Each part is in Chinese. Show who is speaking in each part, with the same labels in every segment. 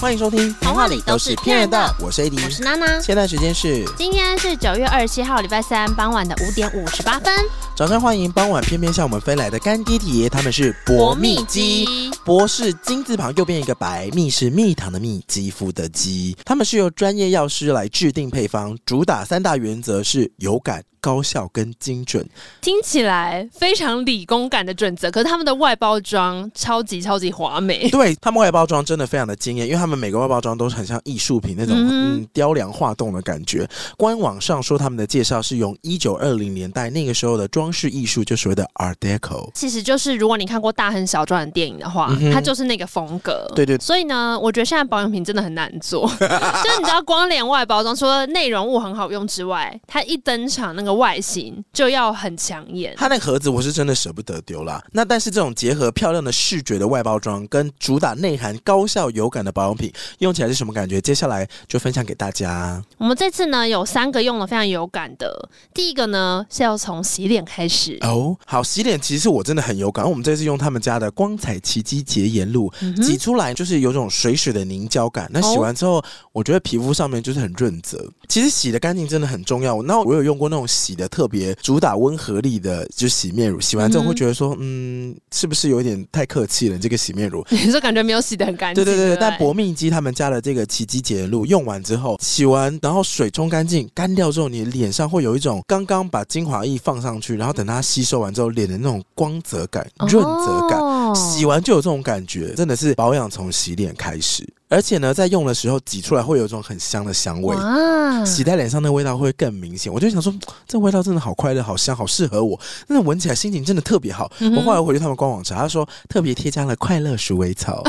Speaker 1: 欢迎收听《
Speaker 2: 童话里啊都是骗人的》，
Speaker 1: 我是 AD，
Speaker 2: 我是娜娜。
Speaker 1: 现在时间是
Speaker 2: 今天是九月二十七号，礼拜三傍晚的五点五十八分。
Speaker 1: 掌声欢迎傍晚偏偏向我们飞来的干爹爹，他们是博蜜鸡，博是金字旁右边一个白，蜜是蜜糖的蜜，肌肤的肌。他们是由专业药师来制定配方，主打三大原则是有感。高效跟精准，
Speaker 2: 听起来非常理工感的准则，可是他们的外包装超级超级华美。
Speaker 1: 对他们外包装真的非常的惊艳，因为他们每个外包装都是很像艺术品那种嗯雕梁画栋的感觉。官网上说他们的介绍是用一九二零年代那个时候的装饰艺术，就所谓的 Art Deco。
Speaker 2: 其实就是如果你看过《大亨小传》的电影的话，
Speaker 1: 嗯哼
Speaker 2: 它就是那个风格。
Speaker 1: 对对
Speaker 2: 所以呢，我觉得现在保养品真的很难 做，就是你知道，光连外包装，除了内容物很好用之外，它一登场那个外形就要很抢眼。
Speaker 1: 它那个盒子我是真的舍不得丢啦。那但是这种结合漂亮的视觉的外包装，跟主打内涵高效有感的保养品，用起来是什么感觉？接下来就分享给大家。
Speaker 2: 我们这次呢有三个用的非常有感的，第一个呢是要从洗脸开始。
Speaker 1: 哦，好，洗脸其实我真的很有感。我们这次用他们家的光彩奇迹洁颜露，
Speaker 2: 嗯哦哼
Speaker 1: 挤出来就是有种水水的凝胶感。那洗完之后，我觉得皮肤上面就是很润泽。其实洗的干净真的很重要。那我有用过那种洗的特别主打温和力的，就是洗面乳，洗完之后
Speaker 2: 嗯哼
Speaker 1: 会觉得说，嗯，是不是有点太客气了？你这个洗面乳。
Speaker 2: 你说感觉没有洗的很干
Speaker 1: 对
Speaker 2: 净，
Speaker 1: 对
Speaker 2: 对
Speaker 1: 对，
Speaker 2: 不
Speaker 1: 但博命机他们家的这个奇迹洁颜露用完之后，洗完然后水冲干净，干掉之后，你脸上会有一种刚刚把精华液放上去，然后等它吸收完之后，脸的那种光泽感、润泽感。
Speaker 2: 哦
Speaker 1: 洗完就有这种感觉，真的是保养从洗脸开始，而且呢，在用的时候挤出来会有一种很香的香味，
Speaker 2: 哇
Speaker 1: 洗在脸上的味道会更明显。我就想说，嗯这味道真的好快乐，好香，好适合我，真的闻起来心情真的特别好。
Speaker 2: 嗯哼
Speaker 1: 我后来回去他们官网查，他说特别添加了快乐鼠尾 草，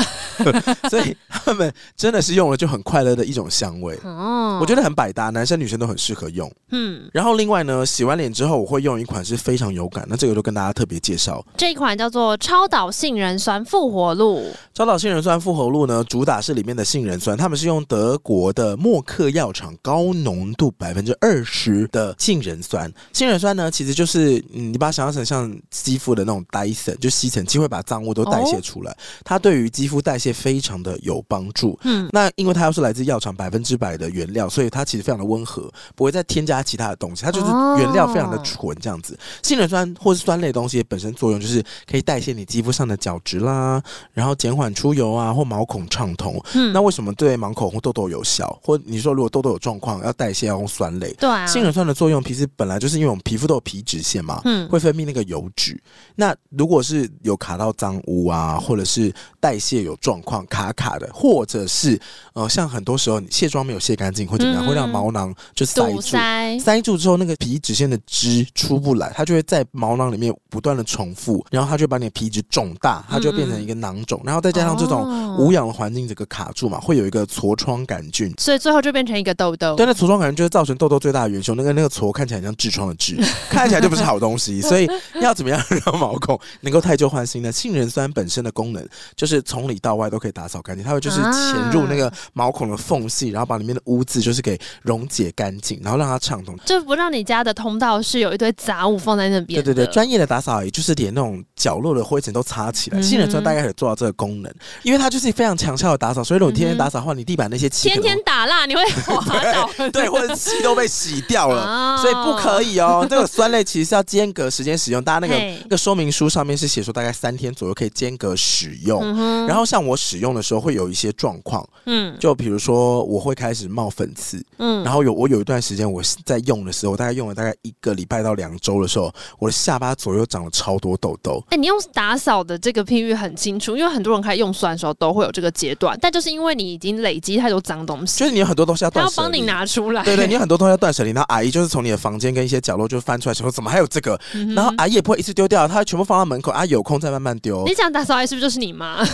Speaker 1: 所以他们真的是用了就很快乐的一种香味。
Speaker 2: 哦
Speaker 1: 我觉得很百搭，男生女生都很适合用。
Speaker 2: 嗯，
Speaker 1: 然后另外呢，洗完脸之后，我会用一款是非常有感，那这个就跟大家特别介绍
Speaker 2: 这一款叫做超导杏仁酸复活露，
Speaker 1: 超导杏仁酸复合露呢，主打是里面的杏仁酸，他们是用德国的默克药厂高浓度百分之二十的杏仁酸。杏仁酸呢，其实就是、嗯、你把它想象成像肌肤的那种 Dyson，就吸尘器会把脏污都代谢出来，它对于肌肤代谢非常的有帮助。
Speaker 2: 嗯，
Speaker 1: 那因为它又是来自药厂百分之百的原料，所以它其实非常的温和，不会再添加其他的东西，它就是
Speaker 2: 哦
Speaker 1: 原料非常的纯这样子。杏仁酸或是酸类的东西本身作用就是可以代谢你肌肤上的角质啦，然后减缓出油啊或毛孔畅通。
Speaker 2: 嗯
Speaker 1: 那为什么对毛孔或痘痘有效？或你说如果痘痘有状况要代谢要用酸类，
Speaker 2: 对啊，
Speaker 1: 杏仁酸的作用其实本来就是因为我们皮肤都有皮脂腺嘛，
Speaker 2: 嗯
Speaker 1: 会分泌那个油脂。那如果是有卡到脏污啊，或者是代谢有状况卡卡的，或者是呃，像很多时候你卸妆没有卸干净，会怎么样？
Speaker 2: 嗯
Speaker 1: 会让毛囊就塞
Speaker 2: 堵
Speaker 1: 住。
Speaker 2: 塞，
Speaker 1: 塞住之后，那个皮脂腺的汁出不来，它就会在毛囊里面不断的重复，然后它就把你的皮脂肿大，它就变成一个囊肿，然后再加上这种
Speaker 2: 嗯哦
Speaker 1: 无氧的环境整个卡住嘛，会有一个痤疮杆菌，
Speaker 2: 所以最后就变成一个痘痘。
Speaker 1: 对，那痤疮感觉就是造成痘痘最大的元凶。那个那个痤看起来很像痔疮的 痔，看起来就不是好东西。所以要怎么样让毛孔能够汰旧换新呢？杏仁酸本身的功能就是从里到外都可以打扫干净，它会就是潜入那
Speaker 2: 啊
Speaker 1: 个毛孔的缝隙，然后把里面的污渍就是给溶解干净，然后让它畅通。
Speaker 2: 就不让你家的通道是有一堆杂物放在那边
Speaker 1: 对
Speaker 2: 的。
Speaker 1: 对对，专业的打扫也就是连那种角落的灰尘都擦起来，杏仁酸
Speaker 2: 嗯哼
Speaker 1: 大概有做到这个功能，因为它就是非常强效的打扫，所以如果你天天
Speaker 2: 嗯哼
Speaker 1: 打扫的话，你地板那些漆可
Speaker 2: 天
Speaker 1: 能
Speaker 2: 天打蜡你会滑倒。
Speaker 1: 对，或者漆都被洗掉了，
Speaker 2: 哦
Speaker 1: 所以不可以哦。这个酸类其实是要间隔时间使用，大家那个
Speaker 2: 嘿
Speaker 1: 那个说明书上面是写说大概三天左右可以间隔使用。
Speaker 2: 嗯哼，
Speaker 1: 然后像我使用的时候会有一些状况，
Speaker 2: 嗯
Speaker 1: 就比如说我会开始冒粉刺，
Speaker 2: 嗯，
Speaker 1: 然后有我有一段时间我是在用的时候，大概用了大概一个礼拜到两周的时候，我的下巴左右长了超多痘痘。
Speaker 2: 哎、你用打扫的这个譬喻很清楚，因为很多人开始用酸的时候都会有这个阶段，但就是因为你已经累积太多脏东西，
Speaker 1: 就是你有很多东西要
Speaker 2: 他
Speaker 1: 断
Speaker 2: 要
Speaker 1: 舍
Speaker 2: 帮
Speaker 1: 离
Speaker 2: 你拿出来。
Speaker 1: 对对，你有很多东西要断舍离，然后阿姨就是从你的房间跟一些角落就翻出来，想说怎么还有这个，
Speaker 2: 嗯
Speaker 1: 然后阿姨也不会一次丢掉，她会全部放到门口，啊有空再慢慢丢
Speaker 2: 你。讲打扫爱是不是就是你妈？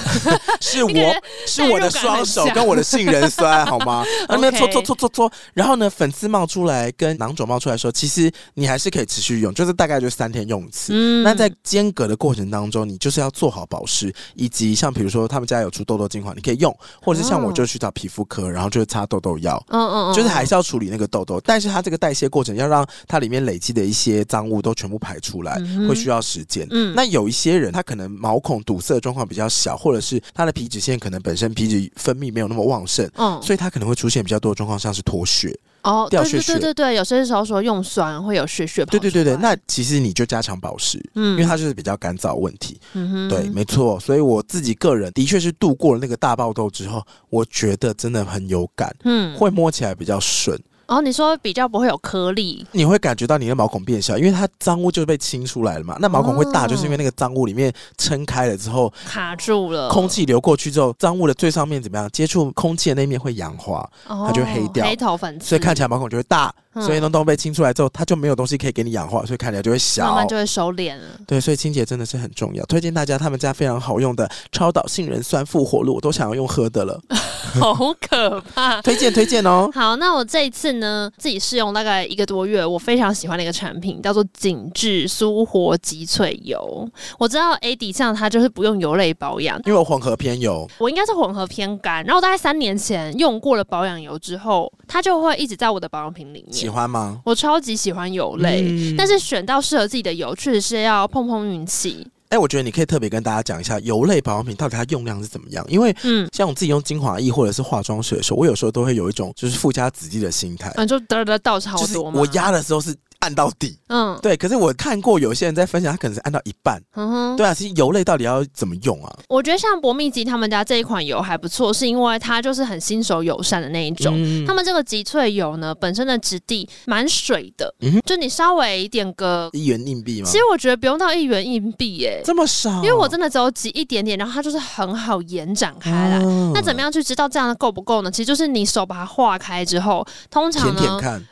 Speaker 1: 是我
Speaker 2: 那个人
Speaker 1: 是我的双手跟我的杏仁酸，好 吗？然后那边搓搓搓搓搓，然后呢粉刺冒出来跟囊肿冒出来的时候，其实你还是可以持续用，就是大概就三天用一次。
Speaker 2: 嗯
Speaker 1: 那在间隔的过程当中，你就是要做好保湿，以及像比如说他们家有出痘痘精华，你可以用，或者是像我
Speaker 2: 哦
Speaker 1: 就去找皮肤科，然后就是擦痘痘药。
Speaker 2: 嗯嗯嗯，
Speaker 1: 就是还是要处理那个痘痘，但是它这个代谢过程要让它里面累积的一些脏物都全部排出来，
Speaker 2: 嗯哼
Speaker 1: 会需要时间。
Speaker 2: 嗯
Speaker 1: 那有一些人，他可能毛孔堵塞的状况比较小，或者是他的皮脂腺可能本身皮脂分泌没有那么旺盛，
Speaker 2: 嗯
Speaker 1: 所以他可能会出现比较多的状况，像是脱屑。
Speaker 2: 哦，对
Speaker 1: 掉
Speaker 2: 对
Speaker 1: 屑
Speaker 2: 对
Speaker 1: 屑
Speaker 2: 对对，有些时候说用酸会有血血跑出
Speaker 1: 对
Speaker 2: 来，
Speaker 1: 对对对，那其实你就加强保湿，
Speaker 2: 嗯
Speaker 1: 因为它就是比较干燥问题。
Speaker 2: 嗯哼
Speaker 1: 对，没错。所以我自己个人的确是度过了那个大爆痘之后，我觉得真的很有感，
Speaker 2: 嗯，
Speaker 1: 会摸起来比较顺。
Speaker 2: 哦，你说比较不会有颗粒，
Speaker 1: 你会感觉到你的毛孔变小，因为它脏污就是被清出来了嘛。那毛孔会大，
Speaker 2: 哦嗯
Speaker 1: 就是因为那个脏污里面撑开了之后，
Speaker 2: 卡住了，
Speaker 1: 空气流过去之后，脏污的最上面怎么样？接触空气的那面会氧化，
Speaker 2: 它
Speaker 1: 它就黑掉
Speaker 2: 哦黑头粉刺，
Speaker 1: 所以看起来毛孔就会大。
Speaker 2: 嗯
Speaker 1: 所以呢，东被清出来之后，它就没有东西可以给你氧化，所以看起来就会小。
Speaker 2: 慢慢就会收敛 了。
Speaker 1: 对，所以清洁真的是很重要，推荐大家他们家非常好用的超导杏仁酸复活露，我都想要用喝的 了，
Speaker 2: 好可怕。
Speaker 1: 推荐推荐 哦。
Speaker 2: 好，那我这一次呢，自己试用大概一个多月，我非常喜欢的一个产品叫做紧致舒活极萃油。我知道 A 底上它就是不用油类保养，
Speaker 1: 因为我混合偏油，
Speaker 2: 我应该是混合偏干。然后我大概三年前用过了保养油之后，它就会一直在我的保养品里
Speaker 1: 喜
Speaker 2: 面。
Speaker 1: 欢吗？
Speaker 2: 我超级喜欢油类，
Speaker 1: 嗯
Speaker 2: 但是选到适合自己的油，确实是要碰碰运气。
Speaker 1: 哎、我觉得你可以特别跟大家讲一下油类保养品到底它用量是怎么样，因为
Speaker 2: 嗯，
Speaker 1: 像我自己用精华液或者是化妆水的时候，我有时候都会有一种就是附加子弟的心态，
Speaker 2: 啊，就得得倒超
Speaker 1: 就是
Speaker 2: 多嘛。
Speaker 1: 我压的时候是按到底。
Speaker 2: 嗯
Speaker 1: 对，可是我看过有些人在分享，他可能是按到一半。
Speaker 2: 嗯哼，
Speaker 1: 对啊，其实油类到底要怎么用啊？
Speaker 2: 我觉得像博蜜吉他们家这一款油还不错，是因为它就是很新手友善的那一种。
Speaker 1: 嗯
Speaker 2: 他们这个极萃油呢，本身的质地蛮水的，
Speaker 1: 嗯哼嗯
Speaker 2: 就你稍微点个，
Speaker 1: 一元硬币吗
Speaker 2: 其？实我觉得不用到一元硬币耶、
Speaker 1: 这么少？
Speaker 2: 因为我真的只有挤一点点，然后它就是很好延展开来。
Speaker 1: 哦
Speaker 2: 那怎么样去知道这样的够不够呢？其实就是你手把它化开之后，通常
Speaker 1: 舔
Speaker 2: 呢，
Speaker 1: 舔看？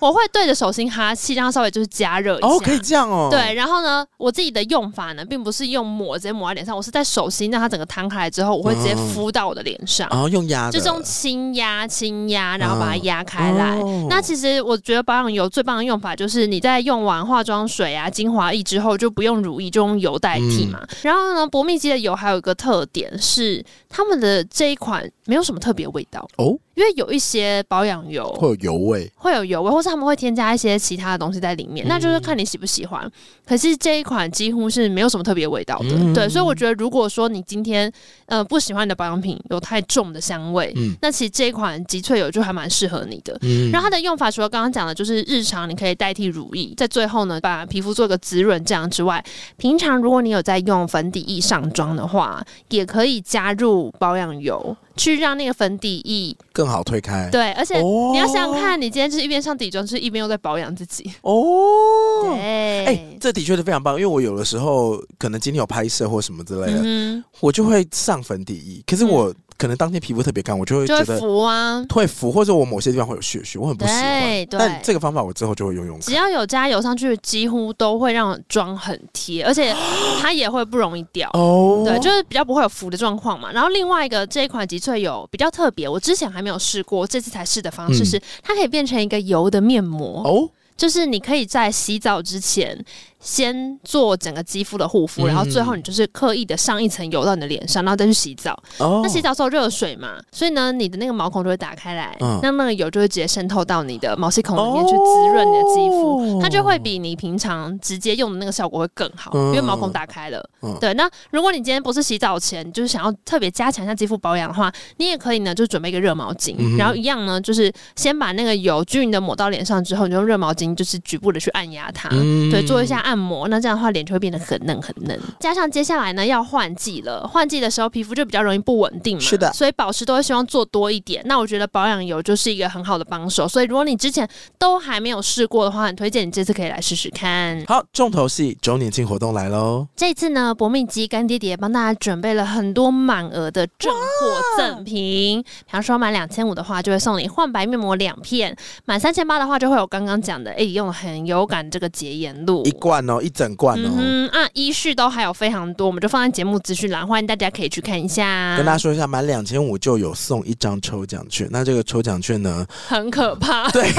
Speaker 2: 我会对着手心哈气，让它稍微就是加热一下。
Speaker 1: 哦，可以这样哦。
Speaker 2: 对，，然后呢，我自己的用法呢，并不是用抹直接抹在脸上，我是在手心让它整个摊开来之后，我会直接
Speaker 1: 嗯
Speaker 2: 敷到我的脸上，
Speaker 1: 然后用压的，
Speaker 2: 就是用轻压、轻压，然后把它
Speaker 1: 嗯
Speaker 2: 压开来。
Speaker 1: 哦
Speaker 2: 那其实我觉得保养油最棒的用法就是你在用完化妆水啊、精华液之后，就不用乳液，就用油代替
Speaker 1: 嗯
Speaker 2: 嘛。然后呢，博蜜肌的油还有一个特点是，他们的这一款没有什么特别味道，
Speaker 1: 哦，
Speaker 2: 因为有一些保养油
Speaker 1: 会有油味。
Speaker 2: 会有油味，或是他们会添加一些其他的东西在里面，那就是
Speaker 1: 嗯
Speaker 2: 看你喜不喜欢。可是这一款几乎是没有什么特别味道的，
Speaker 1: 嗯
Speaker 2: 对，所以我觉得如果说你今天呃不喜欢你的保养品有太重的香味，
Speaker 1: 嗯
Speaker 2: 那其实这一款极萃油就还蛮适合你的。
Speaker 1: 嗯
Speaker 2: 然后它的用法除了刚刚讲的，就是日常你可以代替乳液，在最后呢把皮肤做个滋润这样之外，平常如果你有在用粉底液上妆的话，也可以加入保养油去让那个粉底液
Speaker 1: 嗯更好推开。
Speaker 2: 对，而且
Speaker 1: 哦
Speaker 2: 你要想想看，你今天就是一边上底妆，就是一边又在保养自 己。
Speaker 1: 哦，
Speaker 2: 对，
Speaker 1: 哎、这的确是非常棒，因为我有的时候可能今天有拍摄或什么之类的，
Speaker 2: 嗯
Speaker 1: 我就会上粉底液。可是我可能当天皮肤特别干，我就
Speaker 2: 哼，
Speaker 1: 会
Speaker 2: 就
Speaker 1: 觉
Speaker 2: 会
Speaker 1: 得
Speaker 2: 浮啊。
Speaker 1: 会浮，或者我某些地方会有血血，我很不喜欢。
Speaker 2: 对
Speaker 1: 但
Speaker 2: 对，
Speaker 1: 这个方法我之后就会用用
Speaker 2: 只
Speaker 1: 看。
Speaker 2: 要有加油上去，几乎都会让妆很贴，而且它也会不容易掉。
Speaker 1: 哦，
Speaker 2: 对，就是比较不会有浮的状况嘛。然后另外一个这一款极萃油比较特别，我之前还没有试过，这次才试的方式
Speaker 1: 嗯
Speaker 2: 是、它可以变成一个油的面膜。
Speaker 1: 哦，
Speaker 2: 就是你可以在洗澡之前先做整个肌肤的护肤，
Speaker 1: 嗯
Speaker 2: 然后最后你就是刻意的上一层油到你的脸上，然后再去洗澡。
Speaker 1: 哦
Speaker 2: 那洗澡的时候热水嘛，所以呢，你的那个毛孔就会打开来，
Speaker 1: 嗯
Speaker 2: 那那个油就会直接渗透到你的毛细孔里面去滋润你的肌肤。
Speaker 1: 哦
Speaker 2: 它就会比你平常直接用的那个效果会更好，
Speaker 1: 嗯
Speaker 2: 因为毛孔打开了。
Speaker 1: 嗯
Speaker 2: 对，那如果你今天不是洗澡前，你就是想要特别加强一下肌肤保养的话，你也可以呢，就准备一个热毛巾，
Speaker 1: 嗯哼
Speaker 2: 然后一样呢，就是先把那个油均匀的抹到脸上之后，你用热毛巾就是局部的去按压它。
Speaker 1: 嗯
Speaker 2: 对，做一下按摩，那这样的话脸就会变得很嫩很嫩。加上接下来呢要换季了，换季的时候皮肤就比较容易不稳定嘛，
Speaker 1: 是的
Speaker 2: 所以保湿都会希望做多一点。那我觉得保养油就是一个很好的帮手，所以如果你之前都还没有试过的话，很推荐你这次可以来试试看。
Speaker 1: 好，重头戏周年庆活动来喽！
Speaker 2: 这次呢，博蜜吉干爹爹帮大家准备了很多满额的正货赠品，比方说满两千五的话，就会送你焕白面膜两片；满三千八的话，就会有刚刚讲的，哎、用用得很有感这个洁颜露
Speaker 1: 一罐罐哦，一整罐哦。
Speaker 2: 嗯哼，啊，依序都还有非常多，我们就放在节目资讯栏，欢迎大家可以去看一下。
Speaker 1: 跟大家说一下，满两千五就有送一张抽奖券。那这个抽奖券呢，
Speaker 2: 很可怕，
Speaker 1: 对，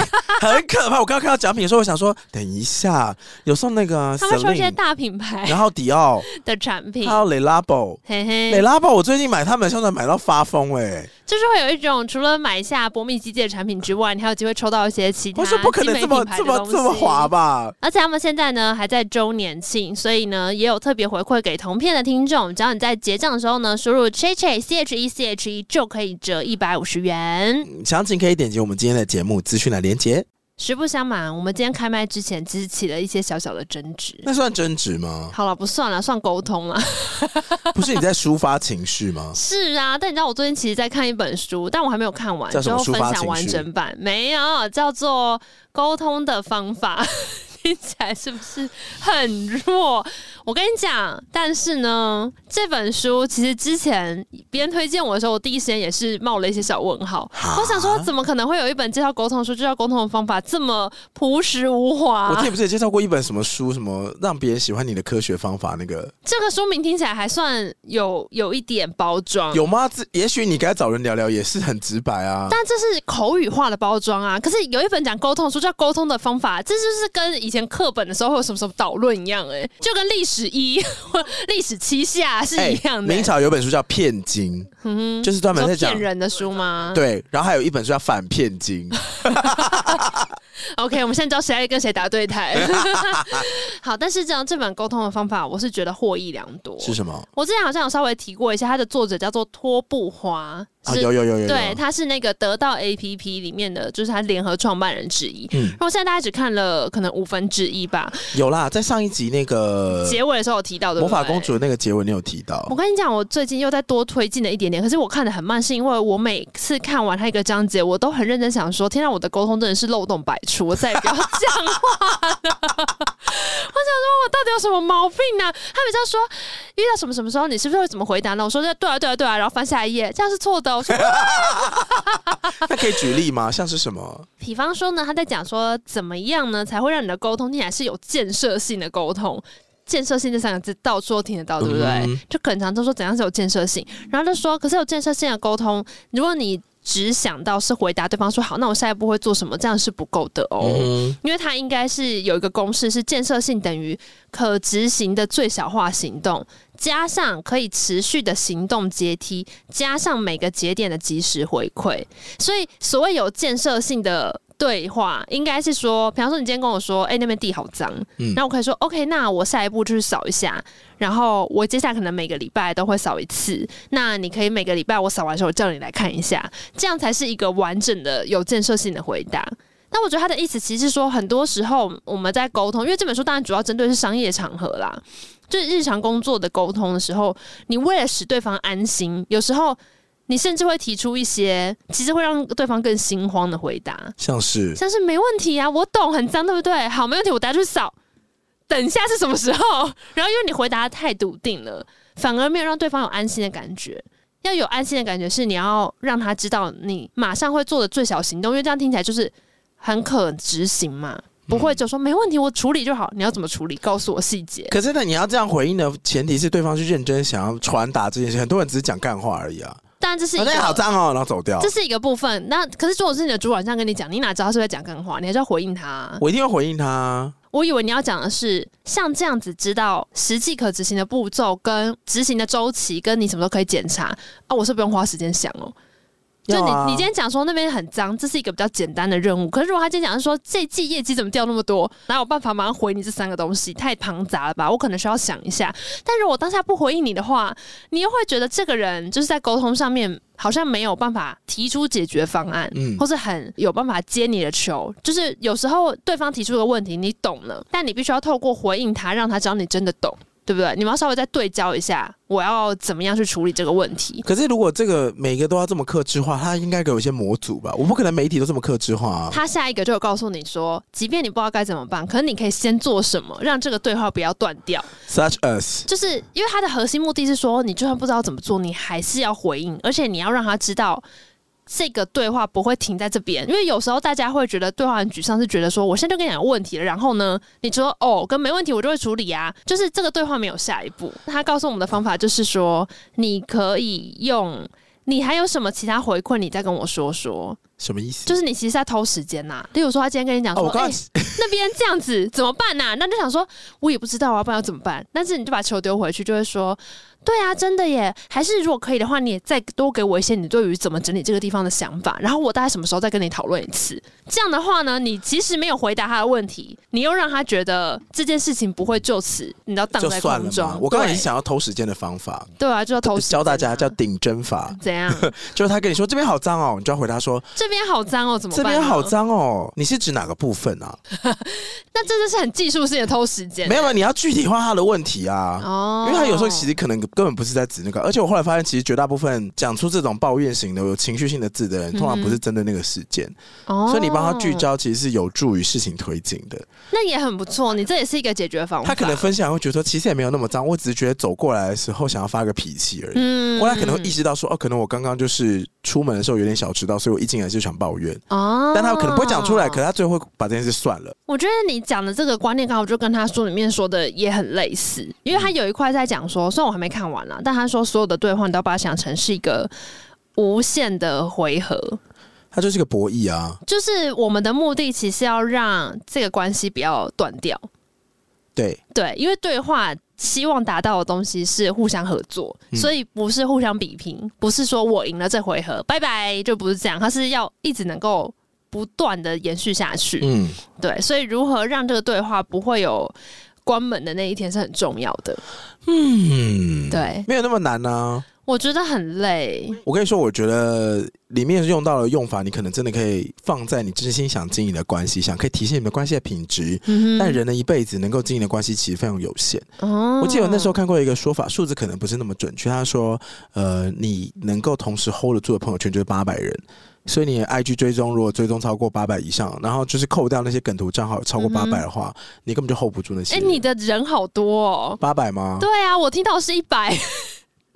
Speaker 1: 很可怕。我刚刚看到奖品的时候，我想说，等一下有送那个
Speaker 2: 他们说一些
Speaker 1: Celine，
Speaker 2: 大品牌
Speaker 1: 然后迪 奥，
Speaker 2: 的产 品
Speaker 1: 还，有 Le Labo。
Speaker 2: 嘿
Speaker 1: Le
Speaker 2: 嘿，
Speaker 1: Labo，我最近买他们的香水买到发疯哎、欸，
Speaker 2: 就是会有一种除了买下博密机界的产品之外，你还有机会抽到一些其他
Speaker 1: 我说不可能
Speaker 2: 啊精美
Speaker 1: 这么
Speaker 2: 品牌
Speaker 1: 这
Speaker 2: 的
Speaker 1: 么
Speaker 2: 东西
Speaker 1: 这么滑吧？
Speaker 2: 而且他们现在呢还在周年庆，所以呢也有特别回馈给同片的听众，只要你在结账的时候呢输入 c h c h e c h e c h e 就可以折一百五十元。
Speaker 1: 详情可以点击我们今天的节目资讯来连接。
Speaker 2: 实不相瞒，我们今天开麦之前只是起了一些小小的争执。
Speaker 1: 那算争执 吗？
Speaker 2: 好了，不算了，算沟通 了。？
Speaker 1: 不是你在抒发情绪吗
Speaker 2: 是啊，但你知道我最近其实在看一本书，但我还没有看完，
Speaker 1: 叫
Speaker 2: 之
Speaker 1: 什么
Speaker 2: 后
Speaker 1: 抒
Speaker 2: 分
Speaker 1: 发
Speaker 2: 享
Speaker 1: 情
Speaker 2: 完
Speaker 1: 绪
Speaker 2: 整版。没有，叫做《沟通的方法》， 听起来是不是很弱？我跟你讲，但是呢，这本书其实之前别人推荐我的时候，我第一时间也是冒了一些小问号。我想说，怎么可能会有一本介绍沟通的书，就叫《沟通的方法》这么朴实无华？
Speaker 1: 我之前不是也介绍过一本什么书，什么让别人喜欢你的科学方法那个
Speaker 2: 这个书名听起来还算有有一点包装，
Speaker 1: 有吗？这也许你该找人聊聊，也是很直白啊。
Speaker 2: 但这是口语化的包装啊。可是有一本讲沟通的书叫《沟通的方法》，这就是跟以前课本的时候会有什么什么导论一样、欸，就跟历史一 或历史七下是一样的、
Speaker 1: 哎明朝有本书叫《骗经》，
Speaker 2: 嗯
Speaker 1: 就是专
Speaker 2: 哼，
Speaker 1: 门在
Speaker 2: 说
Speaker 1: 讲
Speaker 2: 骗人的书吗？
Speaker 1: 对，然后还有一本书叫《反骗 经》，
Speaker 2: OK，我们现在知道谁来跟谁打 对台。 好，但是这样这本沟通的方法，我是觉得获益良多。
Speaker 1: 是什么？
Speaker 2: 我之前好像有稍微提过一下，它的作者叫做托布华，
Speaker 1: 啊，
Speaker 2: 是
Speaker 1: 有有有有有，
Speaker 2: 对，他是那个得到 APP 里面的，就是他联合创办人之一。
Speaker 1: 嗯
Speaker 2: 然后现在大家只看了可能五分之一吧，
Speaker 1: 有啦，在上一集那个
Speaker 2: 结尾的时候有提到的
Speaker 1: 魔法公。主的那个结尾，你有提到
Speaker 2: 我，跟你讲，我最近又再多推进了一点点，可是我看的很慢，是因为我每次看完他一个章节，我都很认真想说，天啊，我的沟通真的是漏洞百出，我再也不要讲话了。我 想说，我到底有什么毛病呢、他们这样说，遇到什么什么时候，你是不是会怎么回答呢？我说对啊，对啊，对啊，然后翻下一页，这样是错的哦。我说
Speaker 1: 那可以举例吗？像是什么？
Speaker 2: 比方说呢，他在讲说怎么样呢，才会让你的沟通听起来是有建设性的沟通。建设性这三个字到处都听得到，对不对？
Speaker 1: 嗯
Speaker 2: 就很常都说怎样是有建设性，啊然后就说，可是有建设性的沟通，如果你只想到是回答对方说好，那我下一步会做什么，这样是不够的哦。
Speaker 1: 嗯
Speaker 2: 因为它应该是有一个公式，是建设性等于可执行的最小化行动，加上可以持续的行动阶梯，加上每个节点的及时回馈。所以，所谓有建设性的。对话应该是说，比方说你今天跟我说，哎、那边地好脏，
Speaker 1: 嗯
Speaker 2: 那我可以说，OK，那我下一步就是扫一下，然后我接下来可能每个礼拜都会扫一次，那你可以每个礼拜我扫完之后叫你来看一下，这样才是一个完整的有建设性的回答。那我觉得他的意思其实是说，很多时候我们在沟通，因为这本书当然主要针对是商业场合啦，就是日常工作的沟通的时候，你为了使对方安心，有时候你甚至会提出一些其实会让对方更心慌的回答，
Speaker 1: 像是
Speaker 2: 像是没问题啊，我懂，很脏，对不对？好，没问题，我等下去扫。等一下是什么时候？然后因为你回答的太笃定了，反而没有让对方有安心的感觉。要有安心的感觉是你要让他知道你马上会做的最小行动，因为这样听起来就是很可执行嘛，不会就说没问题，我处理就好。你要怎么处理？告诉我细节。
Speaker 1: 可是呢，你要这样回应的前提是对方是认真想要传达这件事，很多人只是讲干话而已啊。
Speaker 2: 当然这是一
Speaker 1: 反
Speaker 2: 个
Speaker 1: 正好脏哦，然后走掉
Speaker 2: 这。是一个部分。那可是如果是你的主管这样跟你讲，你哪知道他是不是在讲干话？你还是要回应他啊、
Speaker 1: 我一定会回应他啊。
Speaker 2: 我以为你要讲的是像这样子，知道实际可执行的步骤、跟执行的周期，跟你什么时候可以检查啊，我是不用花时间想哦。就
Speaker 1: 要
Speaker 2: 你，
Speaker 1: 啊
Speaker 2: 你今天讲说那边很脏，这是一个比较简单的任务。可是如果他今天讲说这季业绩怎么掉那么多，哪有办法马上回你这三个东西？太庞杂了吧？我可能需要想一下。但如果我当下不回应你的话，你又会觉得这个人就是在沟通上面好像没有办法提出解决方案，
Speaker 1: 嗯
Speaker 2: 或是很有办法接你的球。就是有时候对方提出的问题你懂了，但你必须要透过回应他，让他知道你真的懂。对不对？你们要稍微再对焦一下，我要怎么样去处理这个问题？
Speaker 1: 可是如果这个每个都要这么克制化，他应该给我一些模组吧？我不可能媒体都这么克制化啊。
Speaker 2: 他下一个就有告诉你说，即便你不知道该怎么办，可是你可以先做什么，让这个对话不要断掉。
Speaker 1: Such as，
Speaker 2: 就是因为它的核心目的是说，你就算不知道怎么做，你还是要回应，而且你要让他知道这个对话不会停在这边，因为有时候大家会觉得对话很沮丧，是觉得说我现在就跟你讲问题了，然后呢，你说哦跟没问题，我就会处理啊，就是这个对话没有下一步。他告诉我们的方法就是说，你可以用。你还有什么其他回馈？你再跟我说说，
Speaker 1: 什么意思？
Speaker 2: 就是你其实在偷时间呐、例如说，他今天跟你讲
Speaker 1: 哦，
Speaker 2: 说，
Speaker 1: 我刚
Speaker 2: 哎、
Speaker 1: 刚、
Speaker 2: 那边这样子怎么办呐、啊那就想说，我也不知道啊，不然要怎么办？但是你就把球丢回去，就会说，对啊，真的耶。还是如果可以的话，你也再多给我一些你对于怎么整理这个地方的想法，然后我大概什么时候再跟你讨论一次。这样的话呢，你即使没有回答他的问题，你又让他觉得这件事情不会就此你知道荡
Speaker 1: 就
Speaker 2: 在
Speaker 1: 算了
Speaker 2: 空
Speaker 1: 嘛
Speaker 2: 中。。
Speaker 1: 我刚刚已
Speaker 2: 对啊
Speaker 1: 经想要偷时间的方法，
Speaker 2: 对啊，就要投
Speaker 1: 教大家叫顶针法，
Speaker 2: 怎样？
Speaker 1: 就是他跟你说这边好脏哦，你就要回答说
Speaker 2: 这边好脏嗯哦，怎么
Speaker 1: 这
Speaker 2: 办？
Speaker 1: 边好。脏哦，你是指哪个部分啊？
Speaker 2: 那这就是很技术性的偷时间。
Speaker 1: 没有啊，你要具体化他的问题啊。
Speaker 2: 哦
Speaker 1: 因为他有时候其实可能根本不是在指那个，而且我后来发现，其实绝大部分讲出这种抱怨型的、有情绪性的字的人，通常不是针对那个事件，
Speaker 2: 哦
Speaker 1: 所以你帮他聚焦，其实是有助于事情推进的。
Speaker 2: 那也很不错，你这也是一个解决方法。
Speaker 1: 他可能分享会觉得说，其实也没有那么脏，我只是觉得走过来的时候想要发个脾气而已。
Speaker 2: 嗯
Speaker 1: 后来可能会意识到说，哦，可能我刚刚就是出门的时候有点小迟到，所以我一进来就想抱怨，
Speaker 2: 哦，
Speaker 1: 但他可能不会讲出来，可是他最后会把这件事算了。
Speaker 2: 我觉得你讲的这个观念，刚好就跟他书里面说的也很类似，因为他有一块在讲说，虽然我还没看完啦，啊但他说所有的对话你都要把它想成是一个。无限的回合，
Speaker 1: 他就是个博弈啊，
Speaker 2: 就是我们的目的，其实要让这个关系不要断掉。
Speaker 1: 对，
Speaker 2: 对，因为对话希望达到的东西是互相合作，
Speaker 1: 嗯
Speaker 2: 所以不是互相比拼，不是说我赢了这回合，拜拜，就不是这样，它是要一直能够不断的延续下去。
Speaker 1: 嗯。
Speaker 2: 对，所以如何让这个对话不会有关门的那一天是很重要的。
Speaker 1: 嗯，
Speaker 2: 对，
Speaker 1: 没有那么难啊。
Speaker 2: 我觉得很累。
Speaker 1: 我跟你说，我觉得里面用到的用法，你可能真的可以放在你真心想经营的关系上，可以提升你们关系的品质。
Speaker 2: 嗯
Speaker 1: 但人的一辈子能够经营的关系其实非常有限。
Speaker 2: 哼，哦
Speaker 1: 我记得我那时候看过一个说法，数字可能不是那么准确。他说，呃，你能够同时 hold 得住的朋友圈就是八百人，所以你的 IG 追踪如果追踪超过八百以上，然后就是扣掉那些梗图账号超过
Speaker 2: 嗯
Speaker 1: 八
Speaker 2: 哼
Speaker 1: 百的话，你根本就 hold 不住那些
Speaker 2: 哎、
Speaker 1: 人。
Speaker 2: 你的人好多哦。
Speaker 1: 八百吗？
Speaker 2: 对啊，我听到是一百。